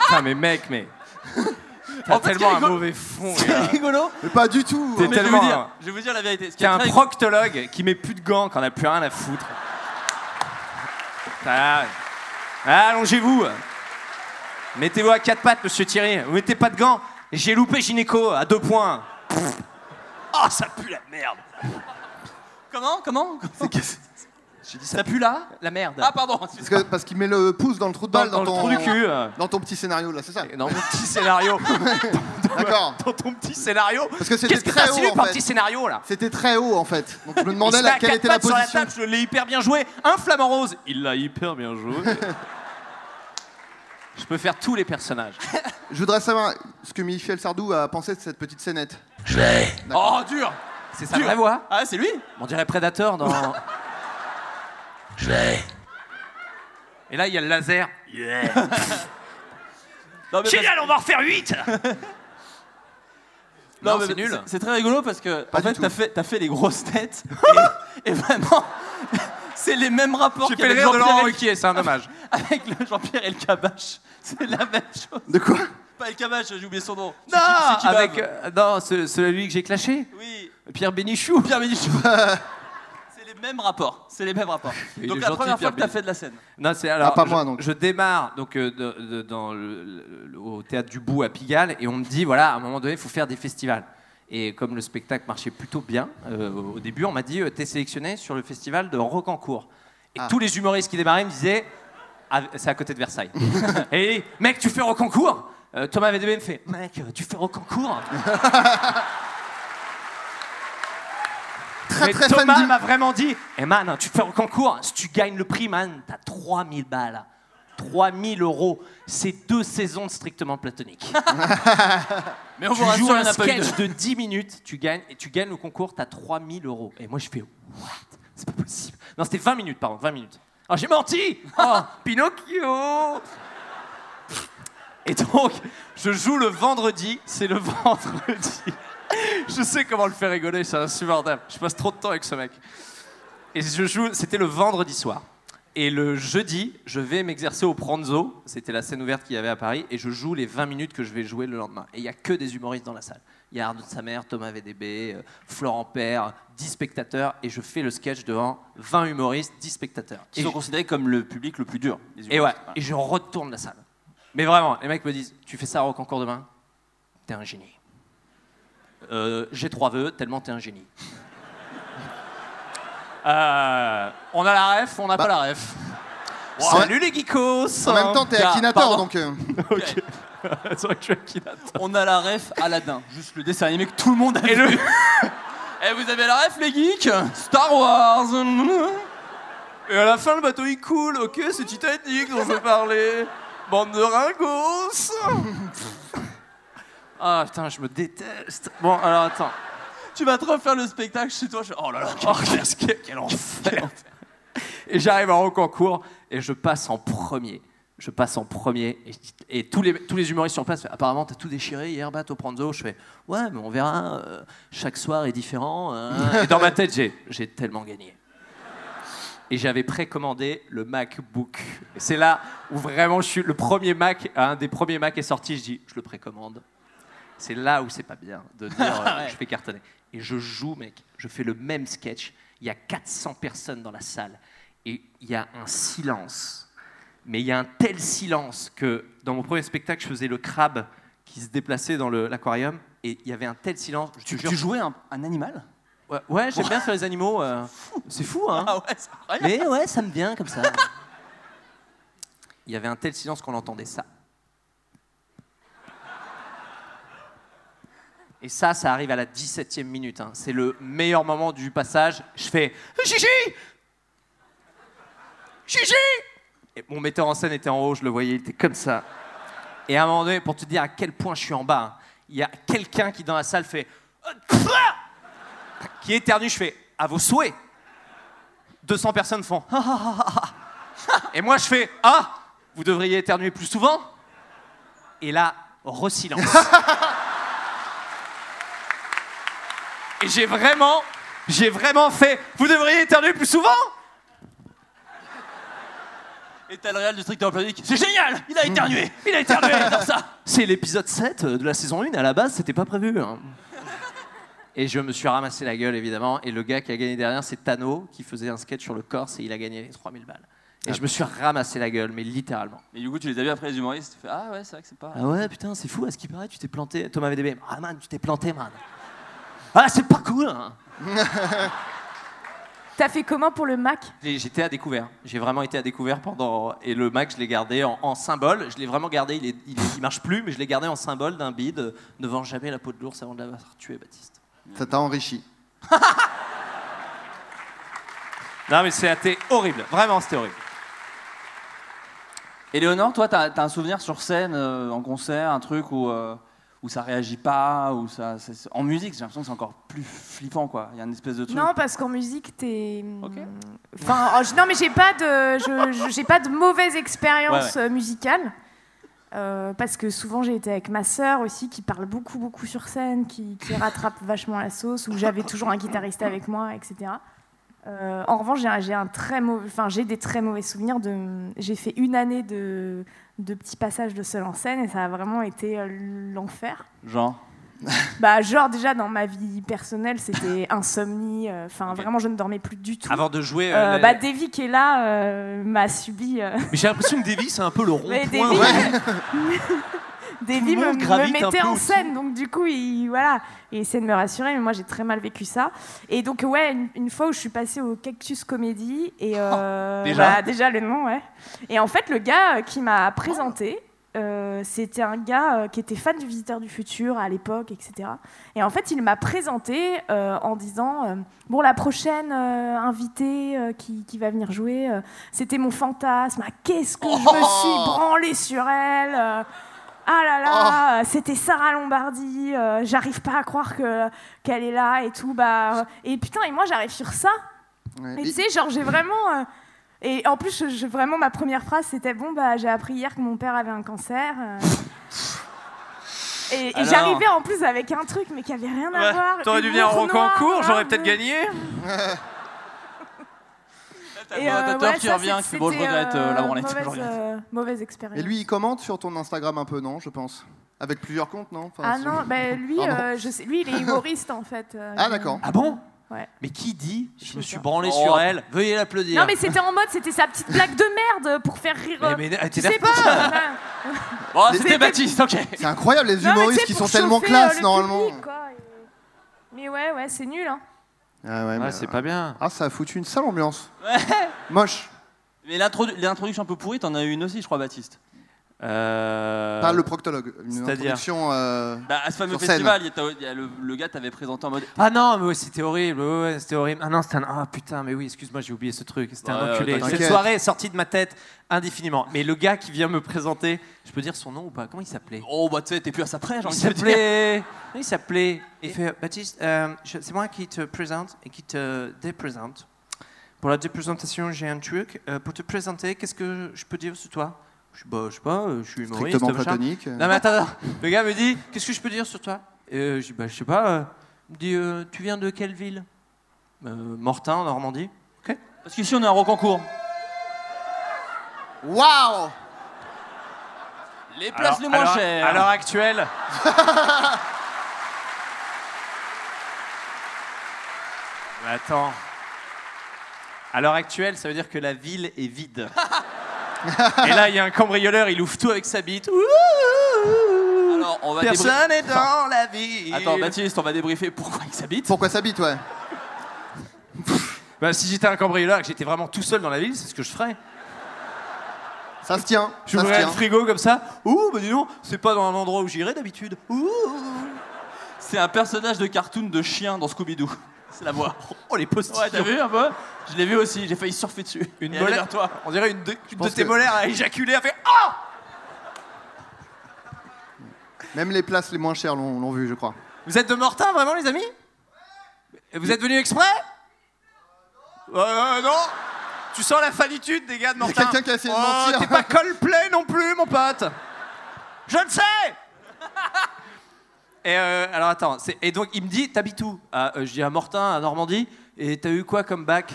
S8: Putain, mais mec, mais... T'as
S4: En fait,
S8: tellement
S4: ce qui est
S8: un
S4: rigolo-
S8: mauvais fond,
S4: ce qui
S8: gars.
S4: est rigolo.
S6: Mais pas du tout. hein.
S8: T'es
S4: Mais je vais
S8: tellement...
S4: vous dire- je vais vous dire la vérité. Ce qui
S8: T'es
S4: est
S8: un
S4: très-
S8: proctologue qui met plus de gants quand on n'a plus rien à foutre. Ah, Allongez-vous. Mettez-vous à quatre pattes, monsieur Thierry. Vous mettez pas de gants. J'ai loupé gynéco à deux points. Pfff. Oh, ça pue la merde.
S4: Comment Comment
S8: J'ai dit
S4: Ça pue là La merde. Ah, pardon.
S6: Parce que- parce qu'il met le pouce dans le trou de balle dans,
S8: Dans- dans
S6: ton
S8: le trou du cul, euh.
S6: dans ton petit scénario là, c'est ça
S8: Dans mon petit scénario.
S6: D'accord.
S8: Dans ton petit scénario.
S6: Parce que c'était
S8: Qu'est-ce que
S6: très
S8: t'as
S6: haut.
S8: lu
S6: en
S8: par
S6: fait.
S8: petit scénario là
S6: C'était très haut en fait. Donc je me
S8: Il
S6: demandais
S8: se met à
S6: là, quelle
S8: quatre
S6: était la
S8: pattes sur la
S6: position.
S8: table, je l'ai hyper bien joué. Un flamant rose, il l'a hyper bien joué. je peux faire tous les personnages.
S6: Je voudrais savoir ce que Michel Sardou a pensé de cette petite scénette.
S8: Je vais.
S4: Oh, dur
S8: C'est sa
S4: Dur.
S8: vraie voix.
S4: Ah, c'est lui
S8: On dirait Predator dans.
S4: Je vais.
S8: Et là, il y a le laser.
S4: Non, mais
S8: Génial,
S4: parce-
S8: on va refaire 8
S4: Non,
S8: Non,
S4: mais
S8: c'est nul.
S4: C'est très rigolo parce que, en
S8: du
S4: fait,
S8: tout.
S4: t'as fait, t'as fait les grosses têtes. et, et vraiment, c'est les mêmes rapports
S8: J'ai
S4: qu'avec
S8: fait le rire de
S4: Jean-Pierre
S8: Laurent
S4: El-
S8: Ruquier, c'est un dommage.
S4: Avec le Jean-Pierre et le Cabache. C'est la même chose.
S6: De quoi
S4: Pas El Cabache, j'ai oublié son nom. C'est
S8: Non,
S4: qui- c'est qui bave
S8: avec. euh, non, ce- celui que j'ai clashé
S4: Oui.
S8: Pierre Bénichou.
S4: Pierre Bénichou. C'est les mêmes rapports. C'est les mêmes rapports.
S8: Il
S4: Donc
S8: est
S4: la
S8: gentil,
S4: première fois
S8: Pierre
S4: que t'as
S8: Bénichou.
S4: fait de la scène.
S8: Non, c'est alors.
S6: Ah, pas
S8: je,
S6: moi, donc.
S8: Je démarre donc euh, de- de- dans le- le- le- au théâtre du Bout à Pigalle et on me dit voilà, à un moment donné, il faut faire des festivals. Et comme le spectacle marchait plutôt bien euh, au début, on m'a dit euh, t'es sélectionné sur le festival de Rocancourt. Et tous les humoristes qui démarraient me disaient Ah, c'est à côté de Versailles. et mec, tu fais Rocancourt Euh, Thomas VDB me fait mec, euh, tu fais Rocancourt
S6: Très,
S8: Mais
S6: très fan
S8: Thomas
S6: d'Im-
S8: m'a vraiment dit, Eh man, tu fais un concours, si tu gagnes le prix, man, t'as 3000 balles.
S4: 3000 euros. C'est deux saisons de strictement platonique.
S8: Mais on
S4: tu
S8: vous rassure,
S4: joues
S8: il y
S4: un
S8: en a pas eu
S4: sketch
S8: deux.
S4: de 10 minutes, tu gagnes, et tu gagnes le concours, t'as 3000 euros. Et moi, je fais, what C'est pas possible. Non, c'était 20 minutes, pardon, 20 minutes. Ah, j'ai menti Oh, Pinocchio Et donc, je joue le vendredi, c'est le vendredi. Je sais comment le faire rigoler, c'est insupportable. Je passe trop de temps avec ce mec. Et je joue, c'était le vendredi soir. Et le jeudi, je vais m'exercer au Pranzo. C'était la scène ouverte qu'il y avait à Paris. Et je joue les 20 minutes que je vais jouer le lendemain. Et il n'y a que des humoristes dans la salle. Il y a Arnaud de sa mère, Thomas VDB, euh, Florent Père, 10 spectateurs. Et je fais le sketch devant 20 humoristes, 10 spectateurs.
S8: Ils
S4: Et
S8: sont
S4: je-
S8: considérés comme le public le plus dur. les
S4: et ouais,
S8: humoristes.
S4: et je retourne la salle. Mais vraiment, les mecs me disent Tu fais ça à Rock en cours demain T'es un génie. Euh, J'ai trois vœux, tellement t'es un génie. Euh, on a la ref, on n'a pas la ref. Salut les geekos
S6: Bah, En même temps, t'es
S8: Gars,
S6: Akinator,
S8: pardon.
S6: donc. euh,
S4: C'est vrai que je suis Akinator.
S8: On a la ref Aladdin, juste le dessin animé que tout le monde a vu. Et vous avez la ref les geeks Star Wars
S15: Et à la fin, le bateau il coule. Ok, c'est Titanic dont je parlais. Bande de ringos.
S4: Ah putain, je me déteste. Bon, alors attends.
S8: Tu vas te refaire le spectacle chez toi. je- Oh là là, quel,
S4: quel enfer. Et j'arrive à Rocancourt et je passe en premier. Je passe en premier et, je dis- et tous, les, tous les humoristes sur place, apparemment, t'as tout déchiré hier, Bat, au Pranzo. Je fais, ouais, mais on verra, euh, chaque soir est différent. euh. Et dans ma tête, j'ai, j'ai tellement gagné. Et j'avais précommandé le MacBook. Et c'est là où vraiment je suis le premier Mac, un des premiers Mac est sorti, je dis, je le précommande. C'est là où c'est pas bien de dire euh,
S8: Ouais.
S4: je fais cartonner. Et je joue, mec. Je fais le même sketch. Il y a 400 personnes dans la salle. Et il y a un silence. Mais il y a un tel silence que dans mon premier spectacle, je faisais le crabe qui se déplaçait dans le- l'aquarium. Et il y avait un tel silence. Je te
S8: Tu,
S4: jure-
S8: tu jouais un, un animal
S4: Ouais, ouais, j'aime bien faire les animaux. euh, c'est fou, hein
S8: Ah ouais, c'est incroyable.
S4: Mais ouais, ça me vient comme ça. Il y avait un tel silence qu'on entendait ça. Et ça, ça arrive à la 17e minute. hein. C'est le meilleur moment du passage. Je fais Gigi Gigi Et mon metteur en scène était en haut, je le voyais, il était comme ça. Et à un moment donné, pour te dire à quel point je suis en bas, hein, il y a quelqu'un qui dans la salle fait Euh, qui éternue, je fais à vos souhaits. 200 personnes font Ah, ah, ah, ah, ah. et moi je fais ah vous devriez éternuer plus souvent et là re-silence. et j'ai vraiment j'ai vraiment fait vous devriez éternuer plus souvent
S8: Et t'as le réel du strict en panique. C'est génial Il a éternué
S4: Il a éternué comme ça Mm. C'est l'épisode 7 de la saison 1, à la base, c'était pas prévu. hein. Et je me suis ramassé la gueule, évidemment. Et le gars qui a gagné derrière, c'est Tano, qui faisait un sketch sur le Corse et il a gagné les 3000 balles. Et je me suis ramassé la gueule, mais littéralement.
S8: Ah. Mais du coup, tu les as vus après les humoristes. Tu fais Ah ouais, c'est vrai que c'est pas.
S4: Ah ouais, putain, c'est fou, à ce qui paraît, tu t'es planté. Thomas VDB, ah man, tu t'es planté, man. Ah, c'est pas cool hein.
S12: T'as fait comment pour le Mac
S4: J'ai- J'étais à découvert. J'ai vraiment été à découvert pendant. Et le Mac, je l'ai gardé en, en symbole. Je l'ai vraiment gardé. Il, est, il, il marche plus, mais je l'ai gardé en symbole d'un bide. euh, Ne vends jamais la peau de l'ours avant de l'avoir tué, Baptiste.
S6: Ça t'a enrichi.
S4: Non, mais c'était horrible. Vraiment, c'était horrible.
S8: Éléonore, toi, t'as as un souvenir sur scène, euh, en concert, un truc où, euh, où ça réagit pas, où ça. c'est- En musique, j'ai l'impression que c'est encore plus flippant, quoi. Il y a une espèce de truc.
S12: Non, parce qu'en musique, t'es. mm, Enfin, en- non, mais j'ai pas de, je- je- j'ai pas de mauvaise expérience
S8: Ouais, ouais.
S12: euh, musicale. Euh, parce que souvent j'ai été avec ma sœur aussi qui parle beaucoup beaucoup sur scène, qui, qui rattrape vachement la sauce, ou j'avais toujours un guitariste avec moi, etc. Euh, en revanche, j'ai un- j'ai un très mauvais, enfin j'ai des très mauvais souvenirs de. J'ai fait une année de de petits passages de seul en scène et ça a vraiment été euh, l'enfer.
S8: Genre.
S12: Bah genre déjà dans ma vie personnelle c'était insomnie, euh, enfin vraiment je ne dormais plus du tout.
S4: Avant de jouer. euh,
S12: Euh,
S4: la-
S12: bah Davy qui est là euh, m'a subi. euh,
S4: Mais j'ai l'impression que Davy, c'est un peu le rond-point.
S12: Mais Davy, Davy
S4: Tout le
S12: me,
S4: monde
S12: me
S4: gravite un
S12: mettait
S4: peu
S12: en
S4: au-dessus.
S12: scène, donc du coup, il, voilà, il essayait de me rassurer, mais moi j'ai très mal vécu ça. Et donc, ouais, une, une fois où je suis passée au Cactus Comédie, et euh,
S16: déjà
S4: Oh,
S12: bah, déjà le nom, ouais. Et en fait, le gars euh, qui m'a présenté, euh, c'était un gars euh, qui était fan du Visiteur du Futur à l'époque, etc. Et en fait, il m'a présenté euh, en disant euh, Bon, la prochaine euh, invitée euh, qui, qui va venir jouer, euh, c'était mon fantasme. Ah, Qu'est-ce que je me suis branlée sur elle euh, ah là là, c'était Sarah Lombardi, euh, j'arrive pas à croire que qu'elle est là et tout. Bah, et putain, et moi j'arrive sur ça.
S6: Ouais.
S12: Et tu sais, genre, j'ai vraiment. euh, et en plus, je- je- vraiment, ma première phrase, c'était Bon, bah, j'ai appris hier que mon père avait un cancer. euh. Et, et
S17: Alors
S12: j'arrivais en plus avec un truc, mais qui avait rien à
S17: Ouais,
S12: voir.
S17: T'aurais dû
S12: Humour
S17: venir en
S12: noir,
S17: Rocancourt, j'aurais
S12: grave.
S17: peut-être gagné.
S12: Et,
S8: Bah, t'as
S12: voilà,
S8: tort qui
S12: ça,
S8: revient,
S12: c'est-
S8: qui dit, bon, je
S12: c'était,
S8: regrette, euh, la branlette, je
S12: Mauvaise,
S8: regrette.
S12: euh, mauvaise expérience.
S6: Et lui, il commente sur ton Instagram un peu, non Je pense. Avec plusieurs comptes, non Enfin,
S17: hein,
S12: Ah
S6: c'est-
S12: non, bah, lui,
S6: Pardon.
S12: euh, je sais, lui, il est humoriste en fait. euh,
S6: Ah
S12: je-
S6: d'accord.
S4: Ah bon
S12: Ouais.
S4: Mais qui dit Je me suis
S12: pas.
S4: branlé
S8: Oh.
S4: sur elle Veuillez l'applaudir.
S12: Non, mais c'était en mode, c'était sa petite blague de merde pour faire rire. euh,
S4: Ah, Mais- mais- t'es
S12: tu sais
S4: nerveux.
S12: pas. euh,
S4: Oh,
S8: Bon, c'était Baptiste, ok.
S6: C'est incroyable les
S12: Non, mais
S6: humoristes
S12: c'est
S6: qui
S12: pour
S6: sont tellement
S12: chauffer, euh,
S6: classe
S12: le
S6: normalement.
S12: public, quoi, et- Mais ouais, ouais, c'est nul. Hein.
S6: Ah ouais,
S4: c'est pas bien.
S6: Ah, ça a foutu une sale ambiance. Moche.
S8: Mais l'introdu- l'introduction un peu pourrie, t'en as eu une aussi, je crois, Baptiste.
S4: Euh,
S6: Pas le proctologue. Une
S4: c'est-à-dire
S6: introduction. euh,
S8: Bah, à ce fameux
S6: Sur scène.
S8: festival, il y a ta- il y a le, le gars t'avait présenté en mode.
S4: Ah non, mais ouais, c'était horrible. ouais, ouais, c'était horrible. Ah non, c'était un. Ah putain, mais oui, excuse-moi, j'ai oublié ce truc. C'était
S8: Ouais,
S4: un
S8: ouais,
S4: enculé.
S8: t'inquiète.
S4: Cette soirée est sortie de ma tête indéfiniment. Mais le gars qui vient me présenter, je peux dire son nom ou pas Comment il s'appelait
S8: Oh, bah, tu sais, t'es plus à sa près, j'ai
S4: Il
S8: envie de te dire.
S4: s'appelait. Il s'appelait. Il fait Baptiste, euh, je- c'est moi qui te présente et qui te déprésente. Pour la déprésentation, j'ai un truc. Euh, pour te présenter, qu'est-ce que je peux dire sur toi je, bah, je sais pas, euh, je suis humoriste.
S6: Strictement
S4: machin.
S6: platonique.
S4: Non, mais attends, attends. le gars me dit Qu'est-ce que je peux dire sur toi Euh, Je dis bah, Je sais pas. euh, il me dit euh, Tu viens de quelle ville Euh, Mortain, en Normandie. Ok.
S8: Parce qu'ici, on est à Rocancourt.
S6: Waouh
S8: Les places les moins
S4: alors-
S8: chères.
S4: À l'heure actuelle. Mais attends. À l'heure actuelle, ça veut dire que la ville est vide. Et là, il y a un cambrioleur, il ouvre tout avec sa bite. Ouh,
S8: Alors, on va
S4: Personne n'est
S8: débrie-
S4: dans la ville.
S8: Attends, Baptiste, on va débriefer pourquoi il s'habite.
S6: Pourquoi s'habite, ouais
S4: Bah, si j'étais un cambrioleur et que j'étais vraiment tout seul dans la ville, c'est ce que je ferais.
S6: Ça se tient. Ça se
S4: J'ouvrirais le
S6: tient.
S4: frigo comme ça. Ouh, bah dis donc, c'est pas dans un endroit où j'irais d'habitude. Ouh.
S8: C'est un personnage de cartoon de chien dans Scooby-Doo. C'est la voix.
S4: Oh, les post
S8: Ouais, t'as vu un peu Je l'ai vu aussi, j'ai failli surfer dessus.
S4: Une
S8: Et aller
S4: molaire-
S8: vers toi.
S4: On dirait une de, une de
S6: pense
S4: tes
S6: que-
S4: molaires a éjaculé, a fait
S18: oh,
S4: Ah
S6: Même les places les moins chères l'ont l'ont vu, je crois.
S4: Vous êtes de Mortain, vraiment, les amis Et Vous êtes venus exprès Euh, Non Tu sens la fallitude des gars de Mortain.
S6: quelqu'un qui a essayé de
S4: Oh,
S6: mentir.
S4: T'es pas Coldplay non plus, mon pote Je le sais Et euh, alors, attends. c'est- Et donc, il me dit T'habites où Ah, euh, Je dis à Mortain, à Normandie. Et t'as eu quoi comme bac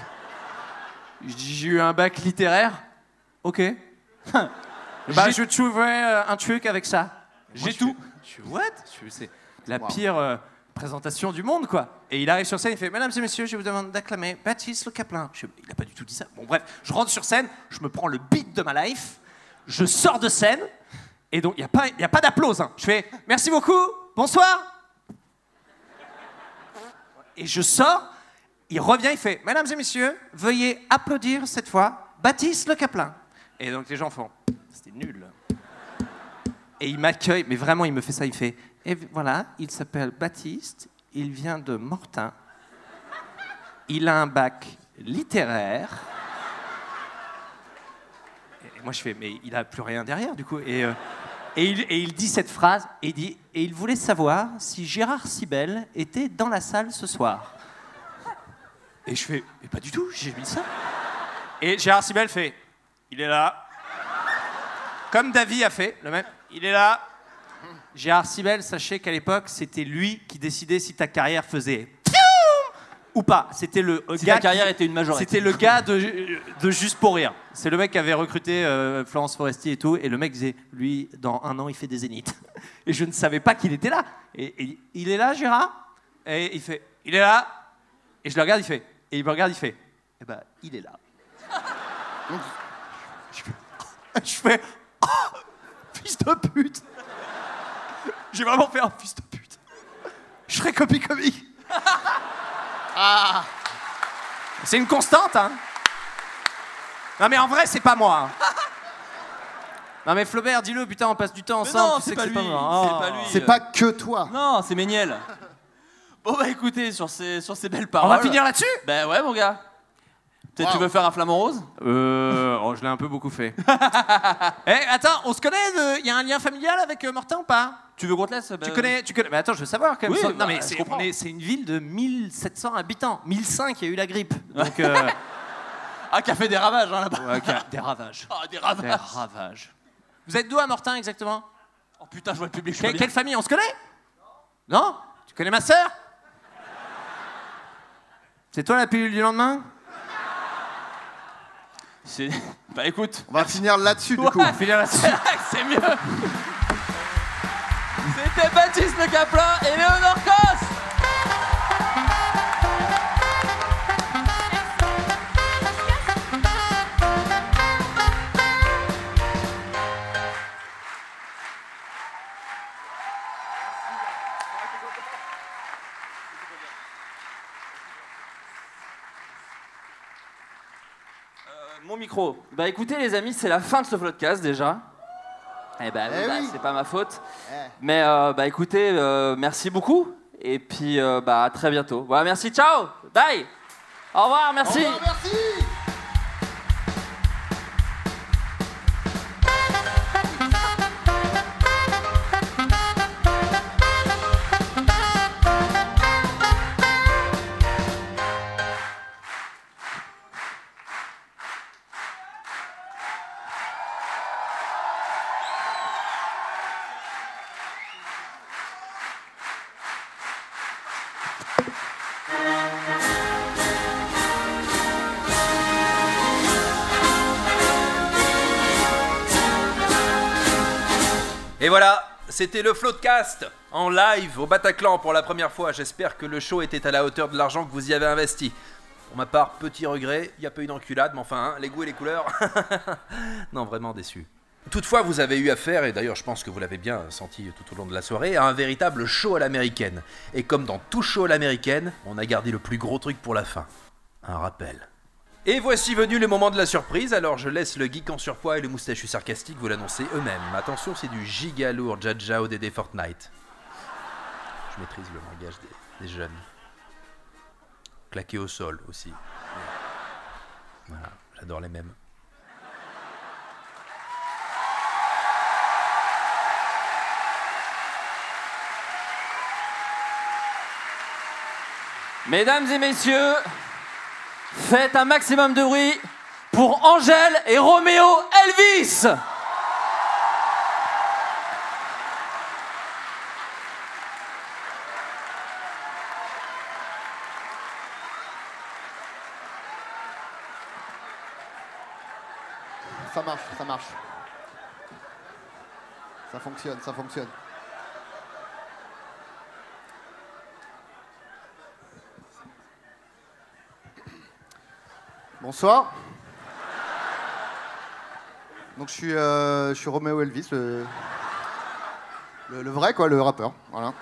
S4: Je dis J'ai eu un bac littéraire. Ok. bah, je trouverai euh, un truc avec ça. J'ai tout. Je suis what Je suis- C'est la pire euh, présentation du monde, quoi. Et il arrive sur scène, il fait Mesdames et messieurs, je vous demande d'acclamer Baptiste Le Caplin. Je- il n'a pas du tout dit ça. Bon, bref, je rentre sur scène, je me prends le beat de ma life, je sors de scène, et donc il n'y a pas, il y a pas d'applause. hein. Je fais Merci beaucoup, bonsoir. Et je sors, il revient, il fait Mesdames et messieurs, veuillez applaudir cette fois Baptiste Le Caplin. Et donc les gens font C'était nul. Et il m'accueille, mais vraiment, il me fait ça. Il fait Et voilà, il s'appelle Baptiste, il vient de Mortain. Il a un bac littéraire. Et moi, je fais Mais il a plus rien derrière, du coup. Et, euh, et, il, et il dit cette phrase et il dit Et il voulait savoir si Gérard Sibel était dans la salle ce soir. Et je fais Mais pas du tout, j'ai mis ça. Et Gérard Sibel fait Il est là. Comme Davy a fait, le même. Il est là. Gérard Sibel, sachez qu'à l'époque, c'était lui qui décidait si ta carrière faisait pfiou ou pas. C'était le
S8: Si
S4: gars
S8: ta carrière
S4: qui-
S8: était une majorité.
S4: C'était le gars de, de Juste pour rire. C'est le mec qui avait recruté euh, Florence Foresti et tout. Et le mec disait, lui, dans un an, il fait des zéniths. Et je ne savais pas qu'il était là. Et, et il est là, Gérard Et il fait, il est là. Et je le regarde, il fait. Et il me regarde, il fait, eh ben, il est là. Je fais Ah Fils de pute J'ai vraiment fait un fils de pute Je serais copie comique Ah C'est une constante, hein Non mais en vrai, c'est pas moi. hein.
S18: Non mais Flaubert, dis-le, putain, on passe du temps ensemble.
S5: non,
S18: tu
S5: c'est
S18: sais
S5: pas
S18: que
S5: lui,
S18: moi.
S5: c'est
S18: Oh.
S5: pas lui.
S6: C'est pas que toi.
S5: Non, c'est Méniel. Bon bah écoutez, sur ces, sur ces belles
S18: On
S5: paroles.
S18: va finir là-dessus
S5: Ben ouais, mon gars. Peut-être tu veux faire un flamant rose
S18: Euh, oh, je l'ai un peu beaucoup fait. Eh, attends, on se connaît Il y a un lien familial avec euh, Mortin ou pas
S5: Tu veux qu'on te laisse Ben,
S4: Euh.
S18: Tu connais, tu connais. Mais attends, je veux savoir quand même.
S5: Oui,
S18: sans-
S5: bah,
S18: non mais
S5: je
S18: c'est,
S5: comprends.
S18: on est- c'est une ville de 1700 habitants. 1005, il y a eu la grippe. Donc. euh,
S5: Ah, qui a fait des ravages hein, là-bas.
S18: ouais, ok, des ravages.
S5: Ah, des ravages.
S18: Des ravages. Vous êtes d'où à Mortin exactement
S5: Oh putain, je vois le public. je vois
S18: Que-
S5: bien.
S18: Quelle famille On se connaît Non Tu connais ma sœur C'est toi la pilule du lendemain
S5: C'est- Bah écoute.
S6: On va finir là-dessus du coup.
S5: Ouais, C'est mieux. C'était Baptiste Le Caplin et Léonore Cos.
S4: Mon micro. Bah écoutez les amis, c'est la fin de ce podcast déjà. Eh bah, oui,
S5: Eh
S4: bah,
S5: oui.
S4: c'est pas ma faute.
S6: Eh.
S4: Mais euh, bah écoutez, euh, merci beaucoup. Et puis euh, bah à très bientôt. Voilà, merci, ciao, bye. Au revoir, merci.
S2: Et voilà, c'était le Floatcast en live au Bataclan pour la première fois. J'espère que le show était à la hauteur de l'argent que vous y avez investi. Pour ma part, petit regret, il n'y a pas eu d'enculade, mais enfin, hein, les goûts et les couleurs. non, vraiment déçu. Toutefois, vous avez eu affaire, et d'ailleurs je pense que vous l'avez bien senti tout au long de la soirée, à un véritable show à l'américaine. Et comme dans tout show à l'américaine, on a gardé le plus gros truc pour la fin. Un rappel. Et voici venu le moment de la surprise, alors je laisse le geek en surpoids et le moustachu sarcastique vous l'annoncer eux-mêmes. Attention, c'est du giga lourd Jaja au DD Fortnite. Je maîtrise le langage des, des jeunes. Claqué au sol aussi. Voilà, j'adore les mêmes.
S4: Mesdames et messieurs, faites un maximum de bruit pour Angèle et Roméo Elvis.
S6: Ça marche, ça marche. Ça fonctionne, ça fonctionne. Bonsoir. Donc je suis, euh, je suis Roméo Elvis, le, le- le vrai quoi, le rappeur. Voilà.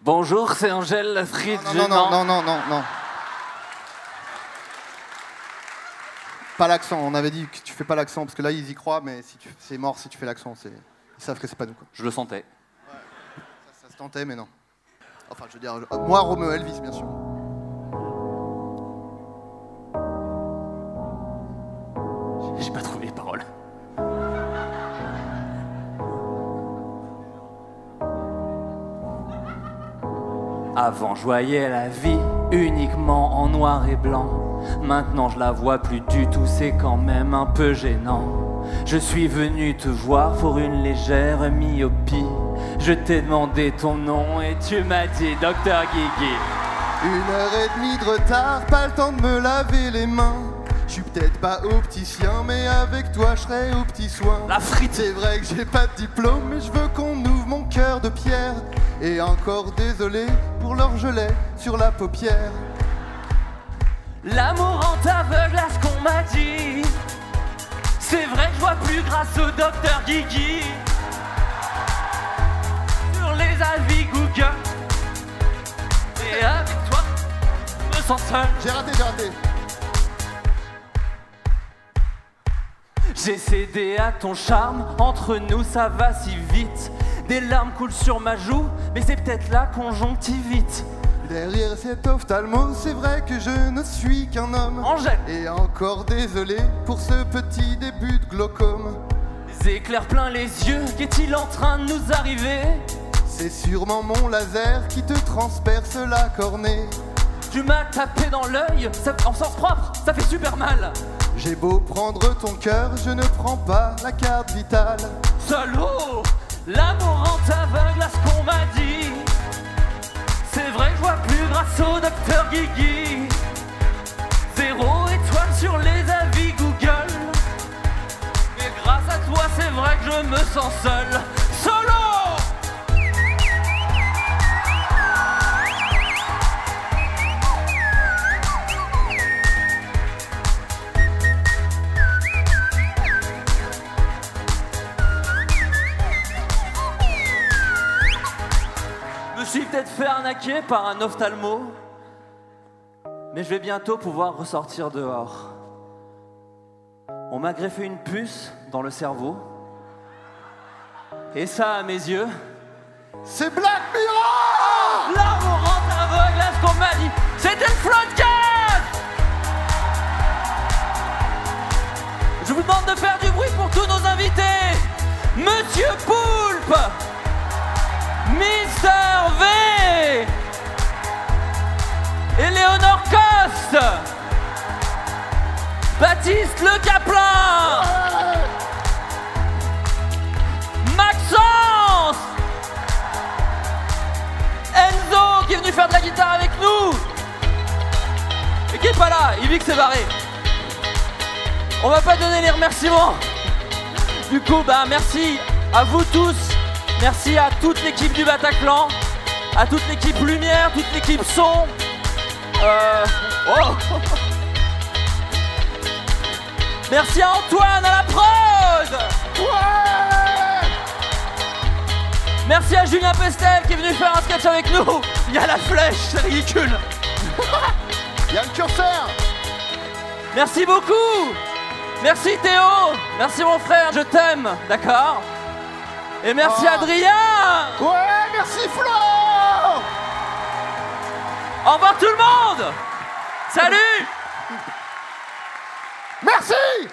S4: Bonjour, c'est Angèle la frite.
S6: Non, non, non, non, non, non. Pas l'accent, on avait dit que tu fais pas l'accent, parce que là ils y croient, mais si tu- c'est mort si tu fais l'accent, c'est- ils savent que c'est pas nous. Quoi.
S4: Je le sentais.
S6: Ça se tentait, mais non. Enfin, je veux dire, euh, moi, Romeo Elvis, bien sûr.
S4: J'ai pas trouvé les paroles. Avant, je voyais la vie uniquement en noir et blanc. Maintenant, je la vois plus du tout, c'est quand même un peu gênant. Je suis venu te voir pour une légère myopie. Je t'ai demandé ton nom et tu m'as dit Docteur Guigui.
S6: Une heure et demie de retard, pas le temps de me laver les mains. Je suis peut-être pas opticien, mais avec toi je serai au petit soin. La frite C'est vrai que j'ai pas de diplôme, mais je veux qu'on ouvre mon cœur de pierre. Et encore désolé pour leur gelée sur la paupière.
S4: L'amour en t'aveugle à ce qu'on m'a dit. C'est vrai que je vois plus grâce au docteur Guigui. Sur les avis Google. Et avec toi, je me sens seul.
S6: J'ai raté, j'ai raté.
S4: J'ai cédé à ton charme, entre nous ça va si vite. Des larmes coulent sur ma joue, mais c'est peut-être la conjonctivite.
S6: Derrière cet ophtalmo, c'est vrai que je ne suis qu'un homme. Et encore désolé pour ce petit début de glaucome.
S4: Des éclairs plein les yeux, qu'est-il en train de nous arriver
S6: C'est sûrement mon laser qui te transperce la cornée.
S4: Tu m'as tapé dans l'œil, ça- en sens propre, ça fait super mal.
S6: J'ai beau prendre ton cœur, je ne prends pas la carte vitale.
S4: Salaud L'amour rend aveugle à ce qu'on m'a dit C'est vrai que je vois plus grâce au docteur Guigui Zéro étoile sur les avis Google Mais grâce à toi c'est vrai que je me sens seul Solo Je me suis peut-être fait arnaquer par un ophtalmo Mais je vais bientôt pouvoir ressortir dehors On m'a greffé une puce dans le cerveau Et ça à mes yeux
S6: C'est Black Mirror
S4: L'amour rend aveugle à ce qu'on m'a dit C'était le floodcast Je vous demande de faire du bruit pour tous nos invités Monsieur Poulpe Mister V Éléonore Coste Baptiste Le Caplin Maxence Enzo qui est venu faire de la guitare avec nous Et qui est pas là, il vit que c'est barré on va pas donner les remerciements. Du coup, bah merci à vous tous. Merci à toute l'équipe du Bataclan, à toute l'équipe lumière, toute l'équipe son. Euh, oh. Merci à Antoine à la prod. Merci à Julien Pestel qui est venu faire un sketch avec nous. Il y a la flèche, c'est ridicule.
S6: Il y a le curseur.
S4: Merci beaucoup Merci Théo Merci mon frère, je t'aime, d'accord Et merci Adrien
S6: Ouais, merci Flo
S4: Au revoir tout le monde Salut
S6: Merci